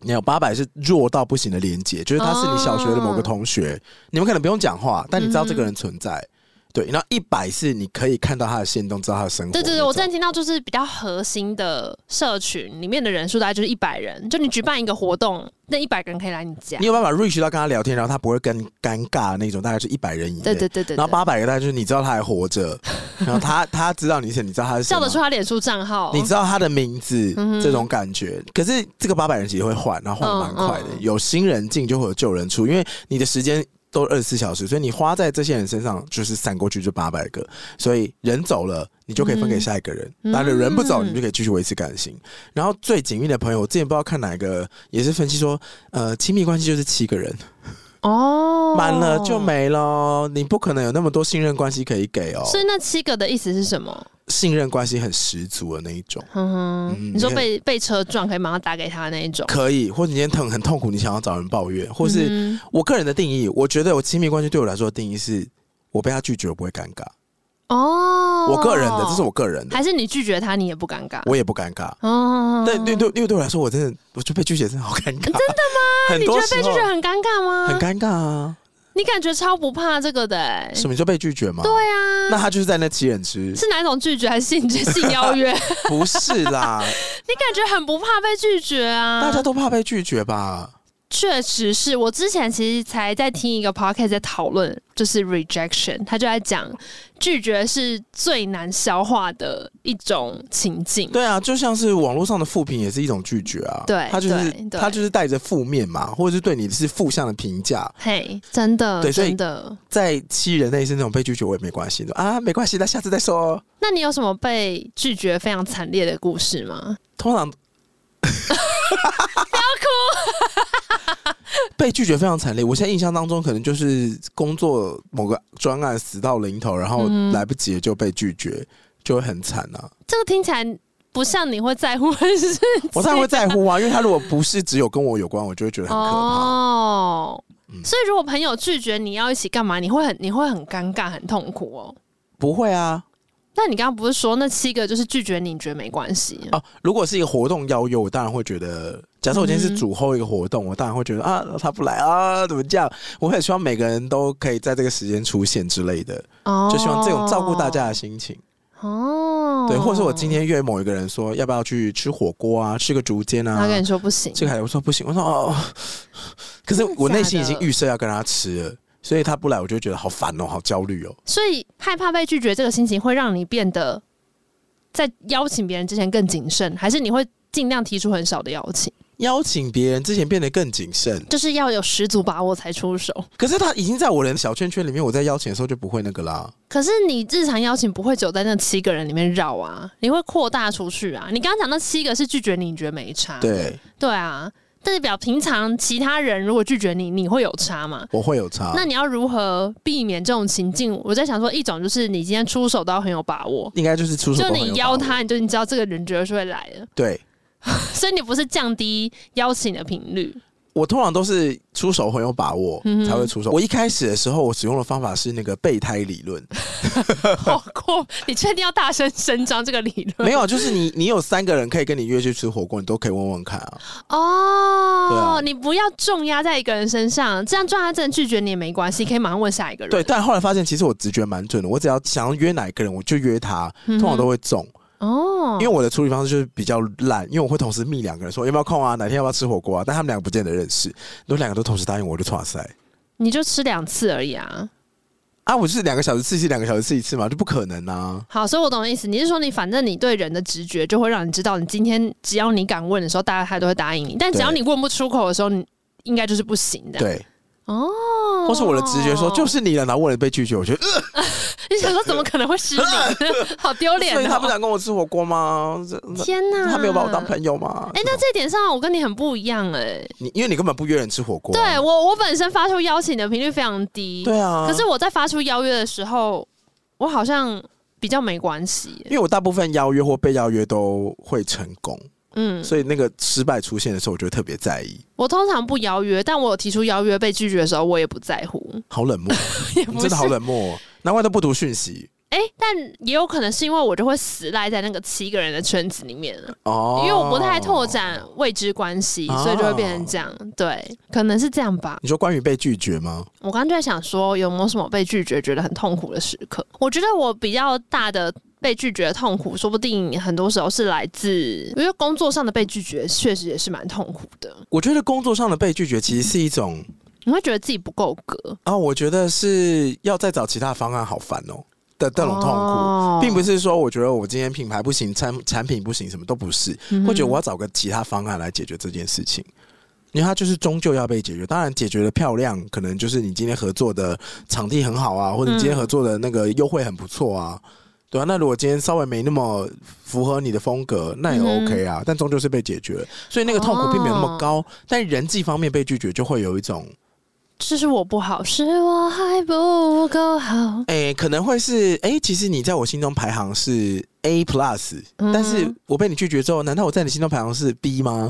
Speaker 1: 没有八百是弱到不行的连接，就是他是你小学的某个同学，
Speaker 2: 哦
Speaker 1: 你们可能不用讲话，但你知道这个人存在。
Speaker 2: 嗯
Speaker 1: 对，然后一百是你可以看到他的行动，知道他的生活那
Speaker 2: 对
Speaker 1: 种。
Speaker 2: 对对，我之前听到就是比较核心的社群里面的人数大概就是一百人，就你举办一个活动，那一百个人可以来你家
Speaker 1: 你。有办法 reach 到跟他聊天，然后他不会更尴尬那种，大概是一百人以内。
Speaker 2: 对对对对，
Speaker 1: 然后
Speaker 2: 对
Speaker 1: 八百个大概就是你知道他还活 着，然后他他知道你是，你知道他是谁
Speaker 2: 叫
Speaker 1: 吗
Speaker 2: 得出他脸书账号，
Speaker 1: 你知道他的名字、
Speaker 2: 嗯哼
Speaker 1: 这种感觉。可是这个八百人其实会换，然后换得蛮快的。
Speaker 2: 嗯嗯
Speaker 1: 有新人进就会有旧人出，因为你的时间都二十四小时，所以你花在这些人身上就是散过去就八百个，所以人走了。你就可以分给下一个人，
Speaker 2: 嗯
Speaker 1: 那、人不走，
Speaker 2: 嗯
Speaker 1: 你就可以继续维持感情。然后最紧密的朋友，我之前不知道看哪一个，也是分析说，呃，亲密关系就是七个人，
Speaker 2: 哦，
Speaker 1: 满了就。没了，你不可能有那么多信任关系可以给哦。
Speaker 2: 所以那七个的意思是什么？
Speaker 1: 信任关系很十足的那一种。
Speaker 2: 哼哼，
Speaker 1: 嗯
Speaker 2: 你说
Speaker 1: 你看
Speaker 2: 被被车撞可以马上打给他那 一种，
Speaker 1: 可以，或者你今天疼很痛苦，你想要找人抱怨，或是、
Speaker 2: 嗯
Speaker 1: 我个人的定义，我觉得我亲密关系对我来说的定义是，我被他拒绝我不会尴尬，
Speaker 2: 哼哦，
Speaker 1: 我个人的，这是我个人的，
Speaker 2: 还是你拒绝他，你也不尴尬
Speaker 1: 我也不尴尬。
Speaker 2: 哦。
Speaker 1: 但对对，因为对我来说，我真的，我就被拒绝真的好尴尬，真的吗？ 很
Speaker 2: 你觉
Speaker 1: 多
Speaker 2: 得
Speaker 1: 时
Speaker 2: 被拒
Speaker 1: 候
Speaker 2: 绝很嗯尴尬吗？
Speaker 1: 很尴尬啊，
Speaker 2: 你感觉超不怕这个的、欸，
Speaker 1: 什么你就被拒绝吗？
Speaker 2: 对啊，
Speaker 1: 那他就是在那七人 之，
Speaker 2: 是哪一种拒绝还是性 性邀约？你
Speaker 1: 不是啦，
Speaker 2: 感觉很不怕被拒绝啊？
Speaker 1: 大家都怕被拒绝吧？
Speaker 2: 确实是我之前其实才在听一个 podcast 在讨论，就是 rejection，他就在讲拒绝是最难消化的一种情境。
Speaker 1: 对啊，就像是网络上的负评也是一种拒绝啊，
Speaker 2: 对
Speaker 1: 他就是
Speaker 2: 对对
Speaker 1: 他就是带着负面嘛，或者是对你是负向的评价，
Speaker 2: 嘿真的，
Speaker 1: 对所以
Speaker 2: 真的。
Speaker 1: 在七人内是那种被拒绝我也没关系的啊，没关系，那下次再说哦。
Speaker 2: 那你有什么被拒绝非常惨烈的故事吗？
Speaker 1: 通 常不要哭， 被拒绝非常惨烈。我现在印象当中，可能就是工作某个专案死到临头，然后
Speaker 2: 嗯
Speaker 1: 来不及了就被拒绝，就会很惨 啊。
Speaker 2: 这个听起来不像你会在乎的事情。
Speaker 1: 我当然会在乎啊，因为他如果不是只有跟我有关，我就会觉得很可怕。
Speaker 2: 哦
Speaker 1: 嗯，
Speaker 2: 所以如果朋友拒绝你要一起干嘛，你会很你会很尴尬很痛苦哦。
Speaker 1: 不会啊，
Speaker 2: 但你刚刚不是说那七个就是拒绝你，你觉得没关系？
Speaker 1: 哦，如果是一个活动邀约，我当然会觉得，假设我今天
Speaker 2: 嗯
Speaker 1: 是主后一个活动，我当然会觉得啊，他不来啊，怎么这样？我很希望每个人都可以在这个时间出现之类的，
Speaker 2: 哦
Speaker 1: 就希望这种照顾大家的心情。
Speaker 2: 哦，
Speaker 1: 对，或者是我今天约某一个人说要不要去吃火锅啊，吃个竹间
Speaker 2: 他跟
Speaker 1: 啊，
Speaker 2: 你说不行，
Speaker 1: 这个还我说不行，我说哦，可是我内心已经预设要跟他吃了，所以他不来，我就觉得好烦哦，好焦虑哦。
Speaker 2: 所以害怕被拒绝这个心情会让你变得在邀请别人之前更谨慎，还是你会尽量提出很少的邀请，
Speaker 1: 邀请别人之前变得更谨慎，
Speaker 2: 就是要有十足把握才出手。
Speaker 1: 可是他已经在我的小圈圈里面，我在邀请的时候就不会那个啦。
Speaker 2: 可是你日常邀请不会只有在那七个人里面绕啊，你会扩大出去啊。你刚刚讲那七个是拒绝你，你觉得没差？
Speaker 1: 对，
Speaker 2: 对啊，代表平常其他人如果拒绝你，你会有差吗？
Speaker 1: 我会有差。
Speaker 2: 那你要如何避免这种情境？我在想说，一种就是你今天出手都要很有把握，
Speaker 1: 应该就是出手
Speaker 2: 就
Speaker 1: 都很有把握
Speaker 2: 你邀，他，你就你知道这个人绝对是会来 的，
Speaker 1: 对
Speaker 2: 所以你不是降低邀请的频 率，
Speaker 1: 我通常都是出手很有把握、
Speaker 2: 嗯哼
Speaker 1: 才会出手。我一开始的时候，我使用的方法是那个备胎理 论，
Speaker 2: 好过你确定要大声声张这个理 论？
Speaker 1: 没有，就是你你有三个人可以跟你约去吃火锅，你都可以问问看 啊。对
Speaker 2: 哦，
Speaker 1: 啊
Speaker 2: 你不要重压在一个人身上，这样就算他真的拒绝你也没关系，可以马上问下一个人。
Speaker 1: 对，但后来发现其实我直觉蛮准的，我只要想要约哪一个人，我就约他，
Speaker 2: 嗯哼
Speaker 1: 通常都会中。
Speaker 2: 哦，
Speaker 1: 因为我的处理方式就是比较烂，因为我会同时密两个人说有没有空啊，哪天要不要吃火锅啊，但他们两个不见得认识，如果两个都同时答应我，我就哇塞。
Speaker 2: 你就吃两次而已啊。
Speaker 1: 啊，我就是两个小时吃一次，两个小时吃一次嘛，就不可能啊。
Speaker 2: 好，所以我懂你的意思。你是说，你反正你对人的直觉就会让你知道，你今天只要你敢问的时候，大家他都会答应你；但只要
Speaker 1: 对
Speaker 2: 你问不出口的时候，你应该就是不行的。
Speaker 1: 对，
Speaker 2: 哦，
Speaker 1: 或是我的直觉说就是是你了，然后我也被拒绝，我觉得，呃
Speaker 2: 你想说怎么可能会失 礼，好丢脸、
Speaker 1: 所以他不
Speaker 2: 哦！
Speaker 1: 想跟我吃火锅吗？这
Speaker 2: 天哪，
Speaker 1: 他没有把我当朋友吗？
Speaker 2: 哎、那这点上我跟你很不一样哎、
Speaker 1: 你因为你根本不约人吃火锅
Speaker 2: 对
Speaker 1: 啊，
Speaker 2: 我，我本身发出邀请的频率非常低，、
Speaker 1: 对啊。
Speaker 2: 可是我在发出邀约的时候，我好像比较没关系、
Speaker 1: 因为我大部分邀约或被邀约都会成功，
Speaker 2: 嗯，
Speaker 1: 所以那个失败出现的时候，我就会特别在意，
Speaker 2: 我通常不邀约，但我有提出邀约被拒绝的时候，我也不在乎。
Speaker 1: 好 冷漠，
Speaker 2: 也
Speaker 1: 你
Speaker 2: 不
Speaker 1: 真
Speaker 2: 是
Speaker 1: 的好冷漠，哦难怪都不读讯息
Speaker 2: 哎、但也有可能是因为我就会死赖在那个七个人的圈子里面了，
Speaker 1: 哦。
Speaker 2: 因为我不太拓，展未知关系，
Speaker 1: 哦
Speaker 2: 所以就会变成这样。对，可能是这样吧。
Speaker 1: 你说关于被拒绝吗？
Speaker 2: 我刚刚就在想说，有没有什么被拒绝觉得很痛苦的时刻？我觉得我比较大的。被拒绝的痛苦，说不定很多时候是来自，因为工作上的被拒绝确实也是蛮痛苦的。
Speaker 1: 我觉得工作上的被拒绝其实是一种
Speaker 2: 你会觉得自己不够格，
Speaker 1: 啊，我觉得是要再找其他方案，好烦哦的这种痛苦。
Speaker 2: 哦
Speaker 1: 并不是说我觉得我今天品牌不行，产产品不行，什么都不是，
Speaker 2: 嗯
Speaker 1: 或者我要找个其他方案来解决这件事情。因为它就是终究要被解决，当然解决的漂亮，可能就是你今天合作的场地很好啊，或者你今天合作的那个优惠很不错啊，对啊。那如果今天稍微没那么符合你的风格，那也
Speaker 2: 嗯哼
Speaker 1: OK 啊，但终究是被解决了，所以那个痛苦并没有那么高。
Speaker 2: 哦
Speaker 1: 但人际方面被拒绝，就会有一种
Speaker 2: 这是我不好，是我还不够好。
Speaker 1: 诶、可能会是诶、其实你在我心中排行是 A plus，、
Speaker 2: 嗯
Speaker 1: 但是我被你拒绝之后，难道我在你心中排行是 B 吗？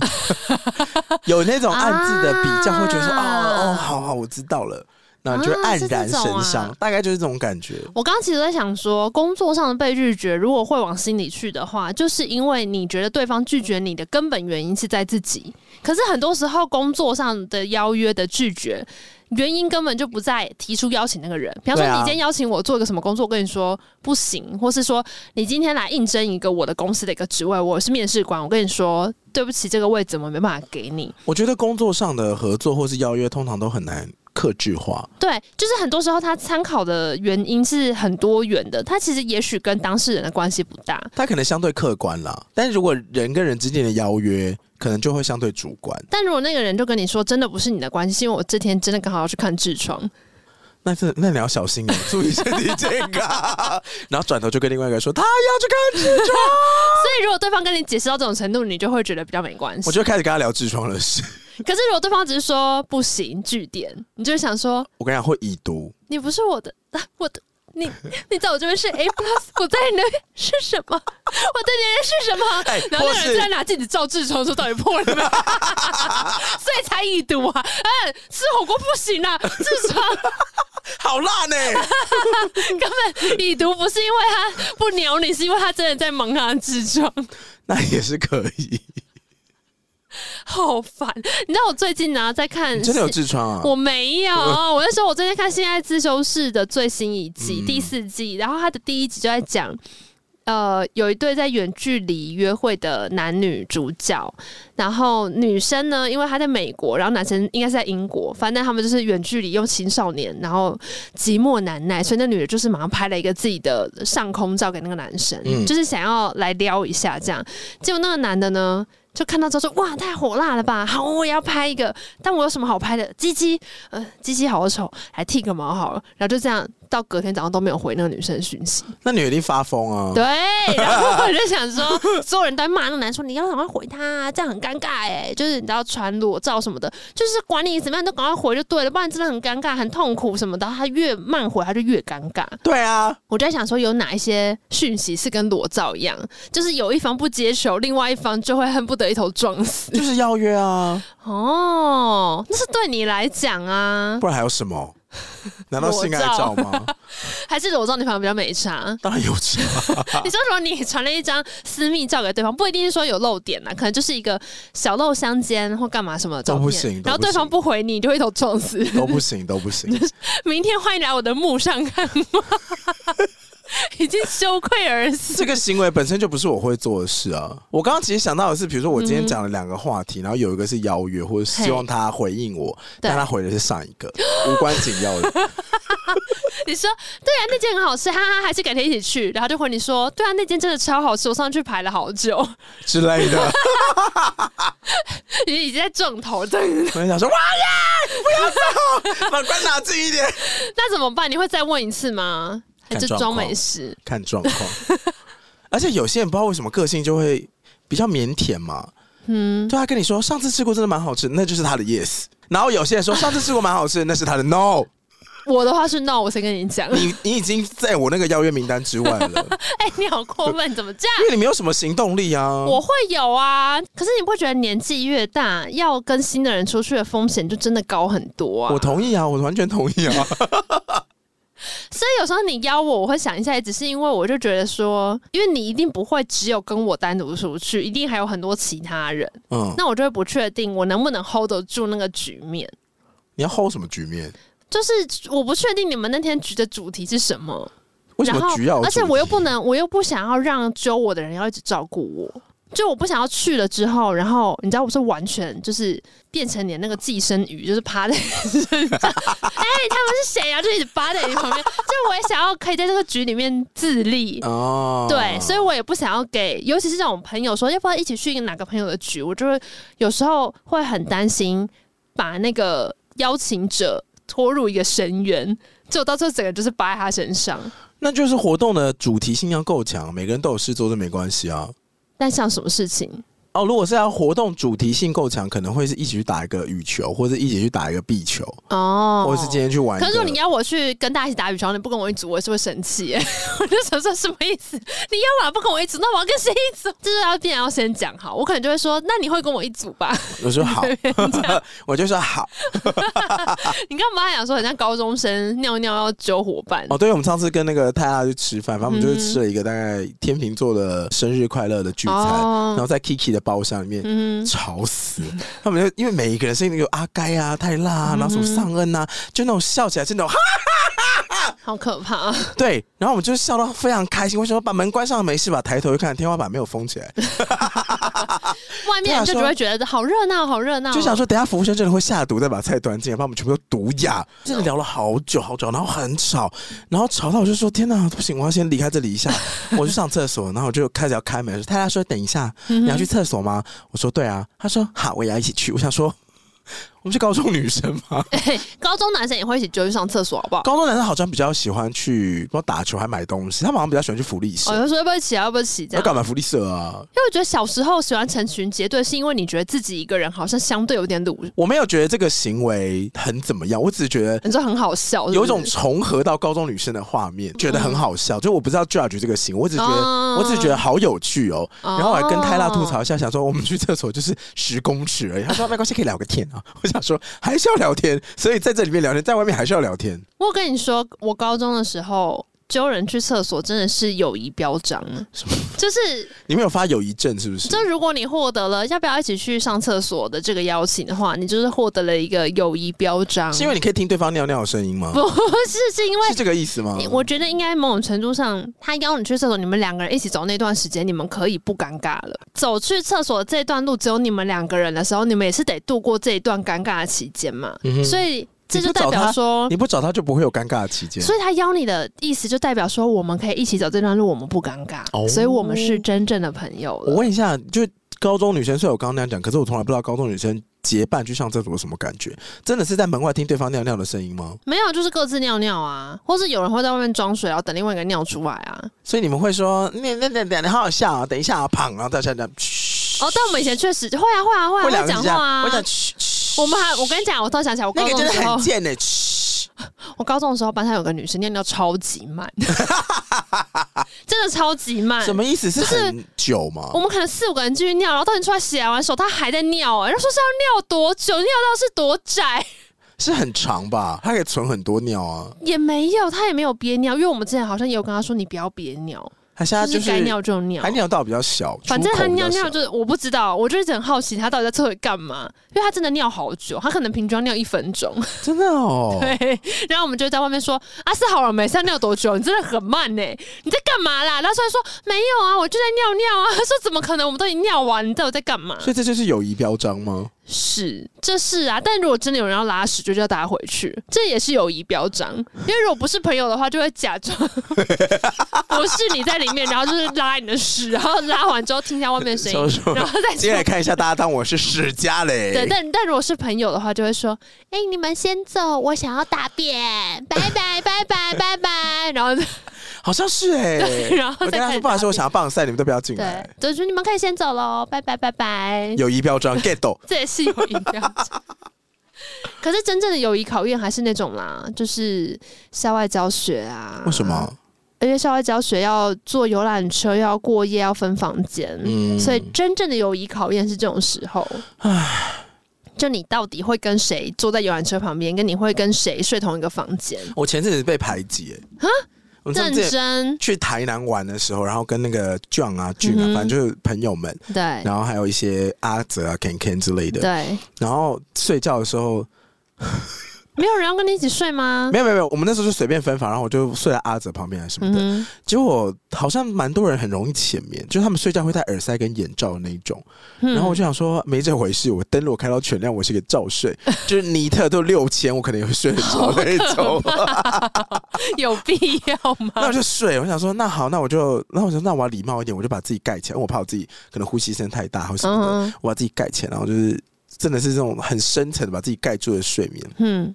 Speaker 1: 有那种暗自的比较，
Speaker 2: 啊
Speaker 1: 会觉得说，哦哦，好好，我知道了，那你就会黯
Speaker 2: 啊
Speaker 1: 然
Speaker 2: 是这种啊
Speaker 1: 神伤，大概就是这种感觉。
Speaker 2: 我刚刚其实在想说，工作上的被拒绝，如果会往心里去的话，就是因为你觉得对方拒绝你的根本原因是在自己。可是很多时候，工作上的邀约的拒绝，原因根本就不在提出邀请那个人。比方说，
Speaker 1: 对啊
Speaker 2: 你今天邀请我做一个什么工作，我跟你说不行，或是说你今天来应征一个我的公司的一个职位，我是面试官，我跟你说对不起，这个位置我没办法给你。
Speaker 1: 我觉得工作上的合作或是邀约，通常都很难克制化。
Speaker 2: 对，就是很多时候他参考的原因是很多元的，他其实也许跟当事人的关系不大。
Speaker 1: 它可能相对客观啦，但如果人跟人之间的邀约，可能就会相对主观。
Speaker 2: 但如果那个人就跟你说，真的不是你的关系，是因为我这天真的刚好要去看痔疮，
Speaker 1: 那是那你要小心哦，注意身体健康。 然后转头就跟另外一个人说，他要去看痔疮。
Speaker 2: 所以如果对方跟你解释到这种程度，你就会觉得比较没关系
Speaker 1: 我。就开始跟他聊痔疮的事。
Speaker 2: 可是如果对方只是说不行据点，你就会想说
Speaker 1: 我跟你讲，会已读，
Speaker 2: 你不是我的， 啊我的你你在我这边是 A plus，我 在你那边是什么？我 在你那边
Speaker 1: 哎
Speaker 2: 是什么？然后
Speaker 1: 或
Speaker 2: 那个
Speaker 1: 是
Speaker 2: 人就在拿镜子照痔疮，说到底破了没？ 所以才已读啊！哎，吃火锅不行啊，痔疮。
Speaker 1: 好欸辣呢、
Speaker 2: 已读不是因为他不鸟你，是因为他真的在忙他的痔疮，
Speaker 1: 那也是可以。
Speaker 2: 好烦。你知道我最近呢、在看
Speaker 1: 你真的有痔疮啊？
Speaker 2: 我没有，我那时候我最近看《性爱自修室》的最新一季、
Speaker 1: 嗯
Speaker 2: 第四季，然后它的第一集就在讲，呃，有一对在远距离约会的男女主角，然后女生呢，因为她在美国，然后男生应该是在英国，反正他们就是远距离用青少年，然后寂寞难耐，所以那女的就是马上拍了一个自己的上空照给那个男生，
Speaker 1: 嗯
Speaker 2: 就是想要来撩一下这样，结果那个男的呢。就看到之后说：“哇，太火辣了吧！好，我也要拍一个。但我有什么好拍的？鸡鸡，呃，鸡鸡好丑，来剃个毛好了。”然后就这样，到隔天早上都没有回那个女生的讯息。
Speaker 1: 那你一定发疯啊！
Speaker 2: 对，然后我就想说，所有人都在骂那个男生，你要赶快回他、这样很尴尬哎、就是你知道传裸照什么的，就是管你怎么样都赶快回就对了，不然真的很尴尬、很痛苦什么的。然后他越慢回，他就越尴尬。
Speaker 1: 对啊，
Speaker 2: 我就在想说，有哪一些讯息是跟裸照一样，就是有一方不接球，另外一方就会恨不得一头撞死。
Speaker 1: 就是邀约啊，
Speaker 2: 哦，那是对你来讲啊，
Speaker 1: 不然还有什么？难道性爱照吗？
Speaker 2: 还是裸照你反而比较没差？
Speaker 1: 当然有吃啊，
Speaker 2: 你说如果你传了一张私密照给对方，不一定是说有露点啦，啊可能就是一个小露相间或干嘛什么的照
Speaker 1: 都不
Speaker 2: 片
Speaker 1: 行，
Speaker 2: 然
Speaker 1: 都
Speaker 2: 后
Speaker 1: 不
Speaker 2: 对方
Speaker 1: 行
Speaker 2: 不回你，你就会一头撞死。
Speaker 1: 都不行，都不行。
Speaker 2: 明天欢迎来我的墓上看 我，已经羞愧而死。
Speaker 1: 这个行为本身就不是我会做的事啊。我刚刚其实想到的是，比如说我今天讲了两个话题，然后有一个是邀约，或者希望他回应我，
Speaker 2: 对
Speaker 1: 但他回的是上一个，无关紧要的。
Speaker 2: 你说对啊，那间很好吃，哈哈，还是改天一起去。然后就回你说，对啊，那间真的超好吃，我上去排了好久，
Speaker 1: 之类的。
Speaker 2: 你已经在撞头的，
Speaker 1: 我就想说，哇耶，不要走，把关拿近一点，
Speaker 2: 那怎么办？你会再问一次吗？还
Speaker 1: 看
Speaker 2: 是
Speaker 1: 状
Speaker 2: 装没
Speaker 1: 况
Speaker 2: 事？
Speaker 1: 看状况。 而且有些人不知道为什么个性就会比较腼腆嘛，
Speaker 2: 嗯，
Speaker 1: 对他跟你说上次吃过真的蛮好吃，那就是他的 yes。然后有些人说上次吃过蛮好吃，那是他的 no。
Speaker 2: 我的话是 no，我先跟你讲。
Speaker 1: 你你已经在我那个邀约名单之外了。
Speaker 2: 哎、你好过分，怎么这样？
Speaker 1: 因为你没有什么行动力啊。
Speaker 2: 我会有啊，可是你不觉得年纪越大，要跟新的人出去的风险就真的高很多啊？
Speaker 1: 我同意啊，我完全同意 啊。
Speaker 2: 所以有时候你邀我，我会想一下，也只是因为我就觉得说，因为你一定不会只有跟我单独出去，一定还有很多其他人，
Speaker 1: 嗯，
Speaker 2: 那我就会不确定我能不能 hold 得住那个局面。
Speaker 1: 你要 hold 什么局面？
Speaker 2: 就是我不确定你们那天局的主题是什么，
Speaker 1: 为什
Speaker 2: 然
Speaker 1: 么
Speaker 2: 后
Speaker 1: 局要有主
Speaker 2: 而
Speaker 1: 题？
Speaker 2: 且我又不能，我又不想要让揪我的人要一直照顾我，就我不想要去了之后，然后你知道我是完全就是变成你那个寄生鱼，就是趴在身上，哎、 他们是谁啊？就一直趴在你旁边，就我也想要可以在这个局里面自立。
Speaker 1: 哦，
Speaker 2: 对，所以我也不想要给，尤其是这种朋友说要不要一起去哪个朋友的局，我就会有时候会很担心把那个邀请者拖入一个深渊，就到最后整个就是扒在他身上。
Speaker 1: 那就是活动的主题性要够强，每个人都有事做这没关系啊。
Speaker 2: 但像什么事情？
Speaker 1: 哦，如果是要活动主题性够强，可能会是一起去打一个羽球，或者一起去打一个壁球，
Speaker 2: 哦，
Speaker 1: 或者是今天去玩一
Speaker 2: 可
Speaker 1: 个。
Speaker 2: 是如果你要我去跟大家一起打羽球，你不跟我一组，我也是会生气 耶。我就想说什么意思？你要嘛不跟我一组，那我要跟谁一组？这就要必然要先讲好，我可能就会说，那你会跟我一组吧？
Speaker 1: 我说好， 我就说好。
Speaker 2: 你干嘛想说，很像高中生尿尿要揪伙伴？
Speaker 1: 哦，对，我们上次跟那个泰拉去吃
Speaker 2: 嗯
Speaker 1: 饭，反正我们就是吃了一个大概天秤座的生日快乐的聚餐，
Speaker 2: 哦
Speaker 1: 然后在 Kiki 的包厢里面，
Speaker 2: 嗯，
Speaker 1: 吵死！他们就因为每一个人声音有阿该啊、泰辣
Speaker 2: 嗯
Speaker 1: 啊，然后什么尚恩啊，就那种笑起来是那种哈
Speaker 2: 好 可怕！
Speaker 1: 对，然后我们就笑到非常开心。我想说把门关上没事吧，抬头一看天花板没有封起来，
Speaker 2: 外面
Speaker 1: 对啊
Speaker 2: 人就
Speaker 1: 说
Speaker 2: 只会觉得好热闹，好热闹。
Speaker 1: 就 想说等一下服务生真的会下毒再把菜端进来，把我们全部都毒
Speaker 2: 嗯
Speaker 1: 哑。真的聊了好久好久，然后很吵，然后吵到我就说天哪，不行，我要先离开这里一 下，我去上厕所。然后我就开始要开门，泰拉说等一下，
Speaker 2: 嗯
Speaker 1: 你要去厕所吗？我说对啊，他说好，我也要一起去。我想说。 我们是高中女生 吗？
Speaker 2: 嘿哎高中男生也会一起揪去上厕所，好不好？
Speaker 1: 高中男生好像比较喜欢去，不知道打球还买东西，他们好像比较喜欢去福利社。
Speaker 2: 我就说要不要一起啊？要不要一起这
Speaker 1: 要
Speaker 2: 样？
Speaker 1: 干嘛福利社啊？
Speaker 2: 因为我觉得小时候喜欢成群结队，是因为你觉得自己一个人好像相对有点鲁，
Speaker 1: 我没有觉得这个行为很怎么样，我只是觉得
Speaker 2: 你说很好笑，是不是
Speaker 1: 有一种重合到高中女生的画面，觉得很好笑。就我不知道 judge 这个行为，我只觉得、
Speaker 2: 嗯哦
Speaker 1: 我只觉得好有趣哦。
Speaker 2: 哦
Speaker 1: 然后我还跟泰拉吐槽一下，想说我们去厕所就是十公尺而已。他说没关系，可以聊个天啊。我想 想说还是要聊天，所以在这里面聊天，在外面还是要聊天。
Speaker 2: 我跟你说，我高中的时候揪人去厕所真的是友谊标章啊
Speaker 1: 什么，
Speaker 2: 就是
Speaker 1: 你没有发友谊证是不是？
Speaker 2: 就如果你获得了要不要一起去上厕所的这个邀请的话，你就是获得了一个友谊标章。
Speaker 1: 是因为你可以听对方尿尿的声音吗？
Speaker 2: 不是是因为
Speaker 1: 是这个意思吗？
Speaker 2: 我觉得应该某种程度上，他邀你去厕所，你们两个人一起走那段时间，你们可以不尴尬了。走去厕所这段路只有你们两个人的时候，你们也是得度过这一段尴尬的期间嘛。
Speaker 1: 嗯哼
Speaker 2: 所以这
Speaker 1: 你
Speaker 2: 就
Speaker 1: 不找
Speaker 2: 代表
Speaker 1: 他
Speaker 2: 说，
Speaker 1: 你不找他就不会有尴尬的期间。
Speaker 2: 所以他邀你的意思就代表说，我们可以一起走这段路，我们不尴尬，
Speaker 1: 哦
Speaker 2: 所以我们是真正的朋友
Speaker 1: 我
Speaker 2: 了。
Speaker 1: 问一下，就高中女生，虽然我刚刚那样讲，可是我从来不知道高中女生结伴去上厕所有什么感觉。真的是在门外听对方尿尿的声音吗？
Speaker 2: 没有，就是各自尿尿啊，或是有人会在外面装水，然后等另外一个尿出来啊。
Speaker 1: 所以你们会说，那那那那，你好好笑啊！等一下啊，胖，然后大家讲，嘘
Speaker 2: 哦，但我们以前确实会啊，会啊，会
Speaker 1: 会
Speaker 2: 啊，
Speaker 1: 两
Speaker 2: 会
Speaker 1: 个
Speaker 2: 讲
Speaker 1: 是这
Speaker 2: 话
Speaker 1: 样
Speaker 2: 啊
Speaker 1: 我。讲，嘘嘘
Speaker 2: 我们还，我跟你讲，我突然想起来，我哦
Speaker 1: 那
Speaker 2: 高
Speaker 1: 个
Speaker 2: 中
Speaker 1: 真
Speaker 2: 的
Speaker 1: 的
Speaker 2: 时候
Speaker 1: 很，贱呢、嘘
Speaker 2: 我高中的时候班上有个女生尿尿超级 慢，真的超级慢。
Speaker 1: 什么意思？是
Speaker 2: 就是
Speaker 1: 很久吗？
Speaker 2: 我们可能四五个人进去尿，然后到你出来洗完手，她还在尿、欸，然后说是要尿多久，尿到是多窄，
Speaker 1: 是很长吧？它可以存很多尿啊。
Speaker 2: 也没有，她也没有憋尿，因为我们之前好像也有跟她说你不要憋尿，
Speaker 1: 它现在
Speaker 2: 就是该尿就尿
Speaker 1: 啊还。尿道比较小，
Speaker 2: 反正
Speaker 1: 出
Speaker 2: 她
Speaker 1: 口比
Speaker 2: 尿
Speaker 1: 较
Speaker 2: 尿
Speaker 1: 小
Speaker 2: 就是我不知道，我就一直很好奇她到底在厕所干嘛，因为她真的尿好久，她可能平均要尿一分钟。
Speaker 1: 真的哦。
Speaker 2: 对， 然后我们就在外面说啊，是好了没？是要尿多久？你真的很慢呢、你在干嘛啦？然后突然说没有啊，我就在尿尿啊。他说怎么可能？我们都已经尿完，你到底在干嘛？
Speaker 1: 所以这就是友谊标章吗？
Speaker 2: 是，这是啊。但如果真的有人要拉屎，就叫大家回去，这也是友谊标章。因为如果不是朋友的话，就会假装不是你在里面，然后就是拉你的屎，然后拉完之后听一下外面的声
Speaker 1: 说
Speaker 2: 音，
Speaker 1: 说
Speaker 2: 然 后再
Speaker 1: 接下
Speaker 2: 说
Speaker 1: 来。看一下，大家当我是史嘉蕾。
Speaker 2: 对，但但如果是朋友的话，就会说：“哎、你们先走，我想要大便，拜拜，拜拜，拜拜。”然后
Speaker 1: 好像是哎、
Speaker 2: 对然
Speaker 1: 我
Speaker 2: 后
Speaker 1: 跟
Speaker 2: 再
Speaker 1: 他
Speaker 2: 开
Speaker 1: 说，
Speaker 2: 始
Speaker 1: 不好意思，
Speaker 2: 打
Speaker 1: 我想要棒赛，你们都不要进
Speaker 2: 对
Speaker 1: 来。，
Speaker 2: 就是你们可以先走喽，拜拜拜拜。
Speaker 1: 友谊标章 get 到
Speaker 2: 这也是友谊标准。可是真正的友谊考验还是那种啦，就是校外教学啊。
Speaker 1: 为什？么？
Speaker 2: 因为校外教学要坐游览车，要过夜，要分房间，
Speaker 1: 嗯
Speaker 2: 所以真正的友谊考验是这种时候。就你到底会跟谁坐在游览车旁边，跟你会跟谁睡同一个房间？
Speaker 1: 我前阵子被排挤、欸，我上
Speaker 2: 认
Speaker 1: 次
Speaker 2: 真
Speaker 1: 去台南玩的时候，然后跟那个 John 啊、俊啊，
Speaker 2: 嗯哼
Speaker 1: 反正就是朋友们，
Speaker 2: 对
Speaker 1: 然后还有一些阿泽啊、Ken Ken 之类的，
Speaker 2: 对，
Speaker 1: 然后睡觉的时候，
Speaker 2: 没有人要跟你一起睡吗？
Speaker 1: 没有没有没有，我们那时候就随便分房，然后我就睡在阿泽旁边还是啊什么
Speaker 2: 嗯
Speaker 1: 的，
Speaker 2: 哼，
Speaker 1: 结果好像蛮多人很容易浅眠，就是他们睡觉会戴耳塞跟眼罩的那一种。
Speaker 2: 嗯
Speaker 1: 然 后我就想说，没这回事，我灯如果开到全亮，我是个照 睡，就是尼特都六千，我可能也会睡得着那一种。
Speaker 2: 嗯有必要
Speaker 1: 那
Speaker 2: 吗
Speaker 1: 我？就睡，我想说，那好，那我就，那我想，那我要礼貌一点，我就把自己盖起来，因为我怕我自己可能呼吸声太大或什么的，
Speaker 2: 嗯
Speaker 1: 我把自己盖起来，然后就是真的是这种很深层的把自己盖住的睡眠。
Speaker 2: 嗯，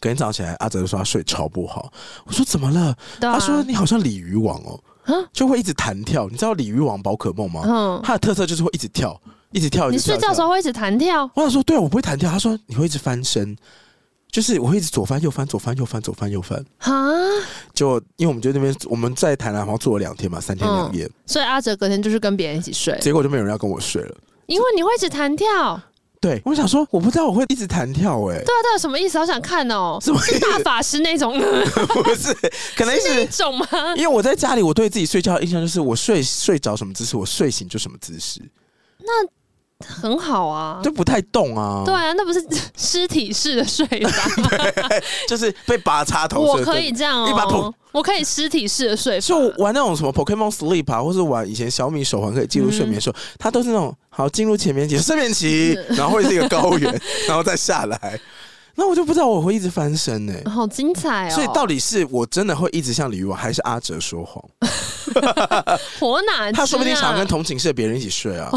Speaker 1: 隔天早上起来，阿哲就说他睡超不好，我说怎么了？
Speaker 2: 对
Speaker 1: 他
Speaker 2: 啊。
Speaker 1: 说你好像鲤鱼王哦
Speaker 2: 啊，
Speaker 1: 就会一直弹跳。你知道鲤鱼王宝可梦吗？
Speaker 2: 嗯，
Speaker 1: 它的特色就是会一直跳，一直跳。一
Speaker 2: 你
Speaker 1: 直跳
Speaker 2: 睡觉的时，
Speaker 1: 哦一直跳
Speaker 2: 候会一直弹跳，
Speaker 1: 我想说，对啊，我不会弹跳。他说你会一直翻身，就是我会一直左翻右翻，左翻右翻，左翻右翻。
Speaker 2: 哈，
Speaker 1: 就因为我们就那边我们在台南好像住了两天嘛，三天两夜，
Speaker 2: 所以阿哲隔天就是跟别人一起睡，
Speaker 1: 结果就没有人要跟我睡了。
Speaker 2: 因为你会一直弹跳。
Speaker 1: 对，我想说，我不知道我会一直弹跳、欸，哎，
Speaker 2: 对啊，这有什么意思？好想 看哦，
Speaker 1: 什么意
Speaker 2: 是大法师那种
Speaker 1: 不是，可能
Speaker 2: 那
Speaker 1: 是
Speaker 2: 种吗？
Speaker 1: 因为我在家里，我对自己睡觉的印象就是我睡睡着什么姿势，我睡醒就什么姿势，
Speaker 2: 很好啊。
Speaker 1: 就不太动啊。
Speaker 2: 对，啊，那不是尸体式的睡法吗？
Speaker 1: 就是被拔插头。
Speaker 2: 我可以。这样
Speaker 1: 一把捧
Speaker 2: 哦，我可以尸体式的睡法。
Speaker 1: 就玩那种什么 Pokemon Sleep
Speaker 2: 嗯
Speaker 1: 啊，或是玩以前小米手环可以记录睡眠的时候，它都是那种好进入前面
Speaker 2: 嗯
Speaker 1: 期、睡眠期，然后会是一个高 原，然后再下来。那我就不知道我会一直翻身呢、
Speaker 2: 好精彩嗯哦！
Speaker 1: 所以到底是我真的会一直像李玉王，还是阿哲说谎？
Speaker 2: 我哪知啊？
Speaker 1: 他说不定想 要跟同寝室的别人一起睡啊，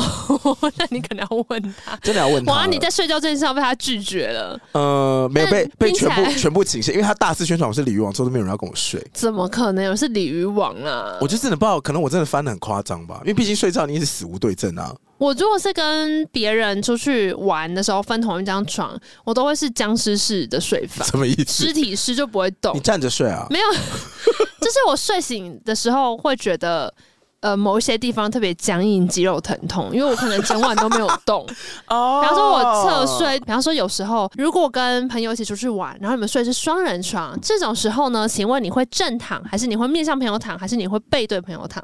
Speaker 2: 那你可能要问 他。
Speaker 1: 真的要问他了。
Speaker 2: 哦哇，你在睡觉这件事上被他拒绝了，
Speaker 1: 呃没有被
Speaker 2: 那
Speaker 1: 被
Speaker 2: 听起
Speaker 1: 全
Speaker 2: 来
Speaker 1: 部全部寝室，因为他大肆宣传我是李玉王，之后都没有人要跟我睡。
Speaker 2: 怎么可能？我是鲤鱼王啊！
Speaker 1: 我就真的不知道，可能我真的翻的很夸张吧，因为毕竟睡觉你也是死无对证啊。
Speaker 2: 我如果是跟别人出去玩的时候分同一张床，我都会是僵尸式的睡法，
Speaker 1: 什么意思
Speaker 2: 尸？体式就不会动
Speaker 1: 你。站着睡啊？
Speaker 2: 没有，就是我睡醒的时候会觉得，呃某一些地方特别僵硬，肌肉疼痛，因为我可能整晚都没有动。
Speaker 1: 哦
Speaker 2: 比方说我侧睡，比方说有时候如果跟朋友一起出去玩，然后你们睡的是双人床，这种时候呢，请问你会正躺，还是你会面向朋友躺，还是你会背对朋友躺？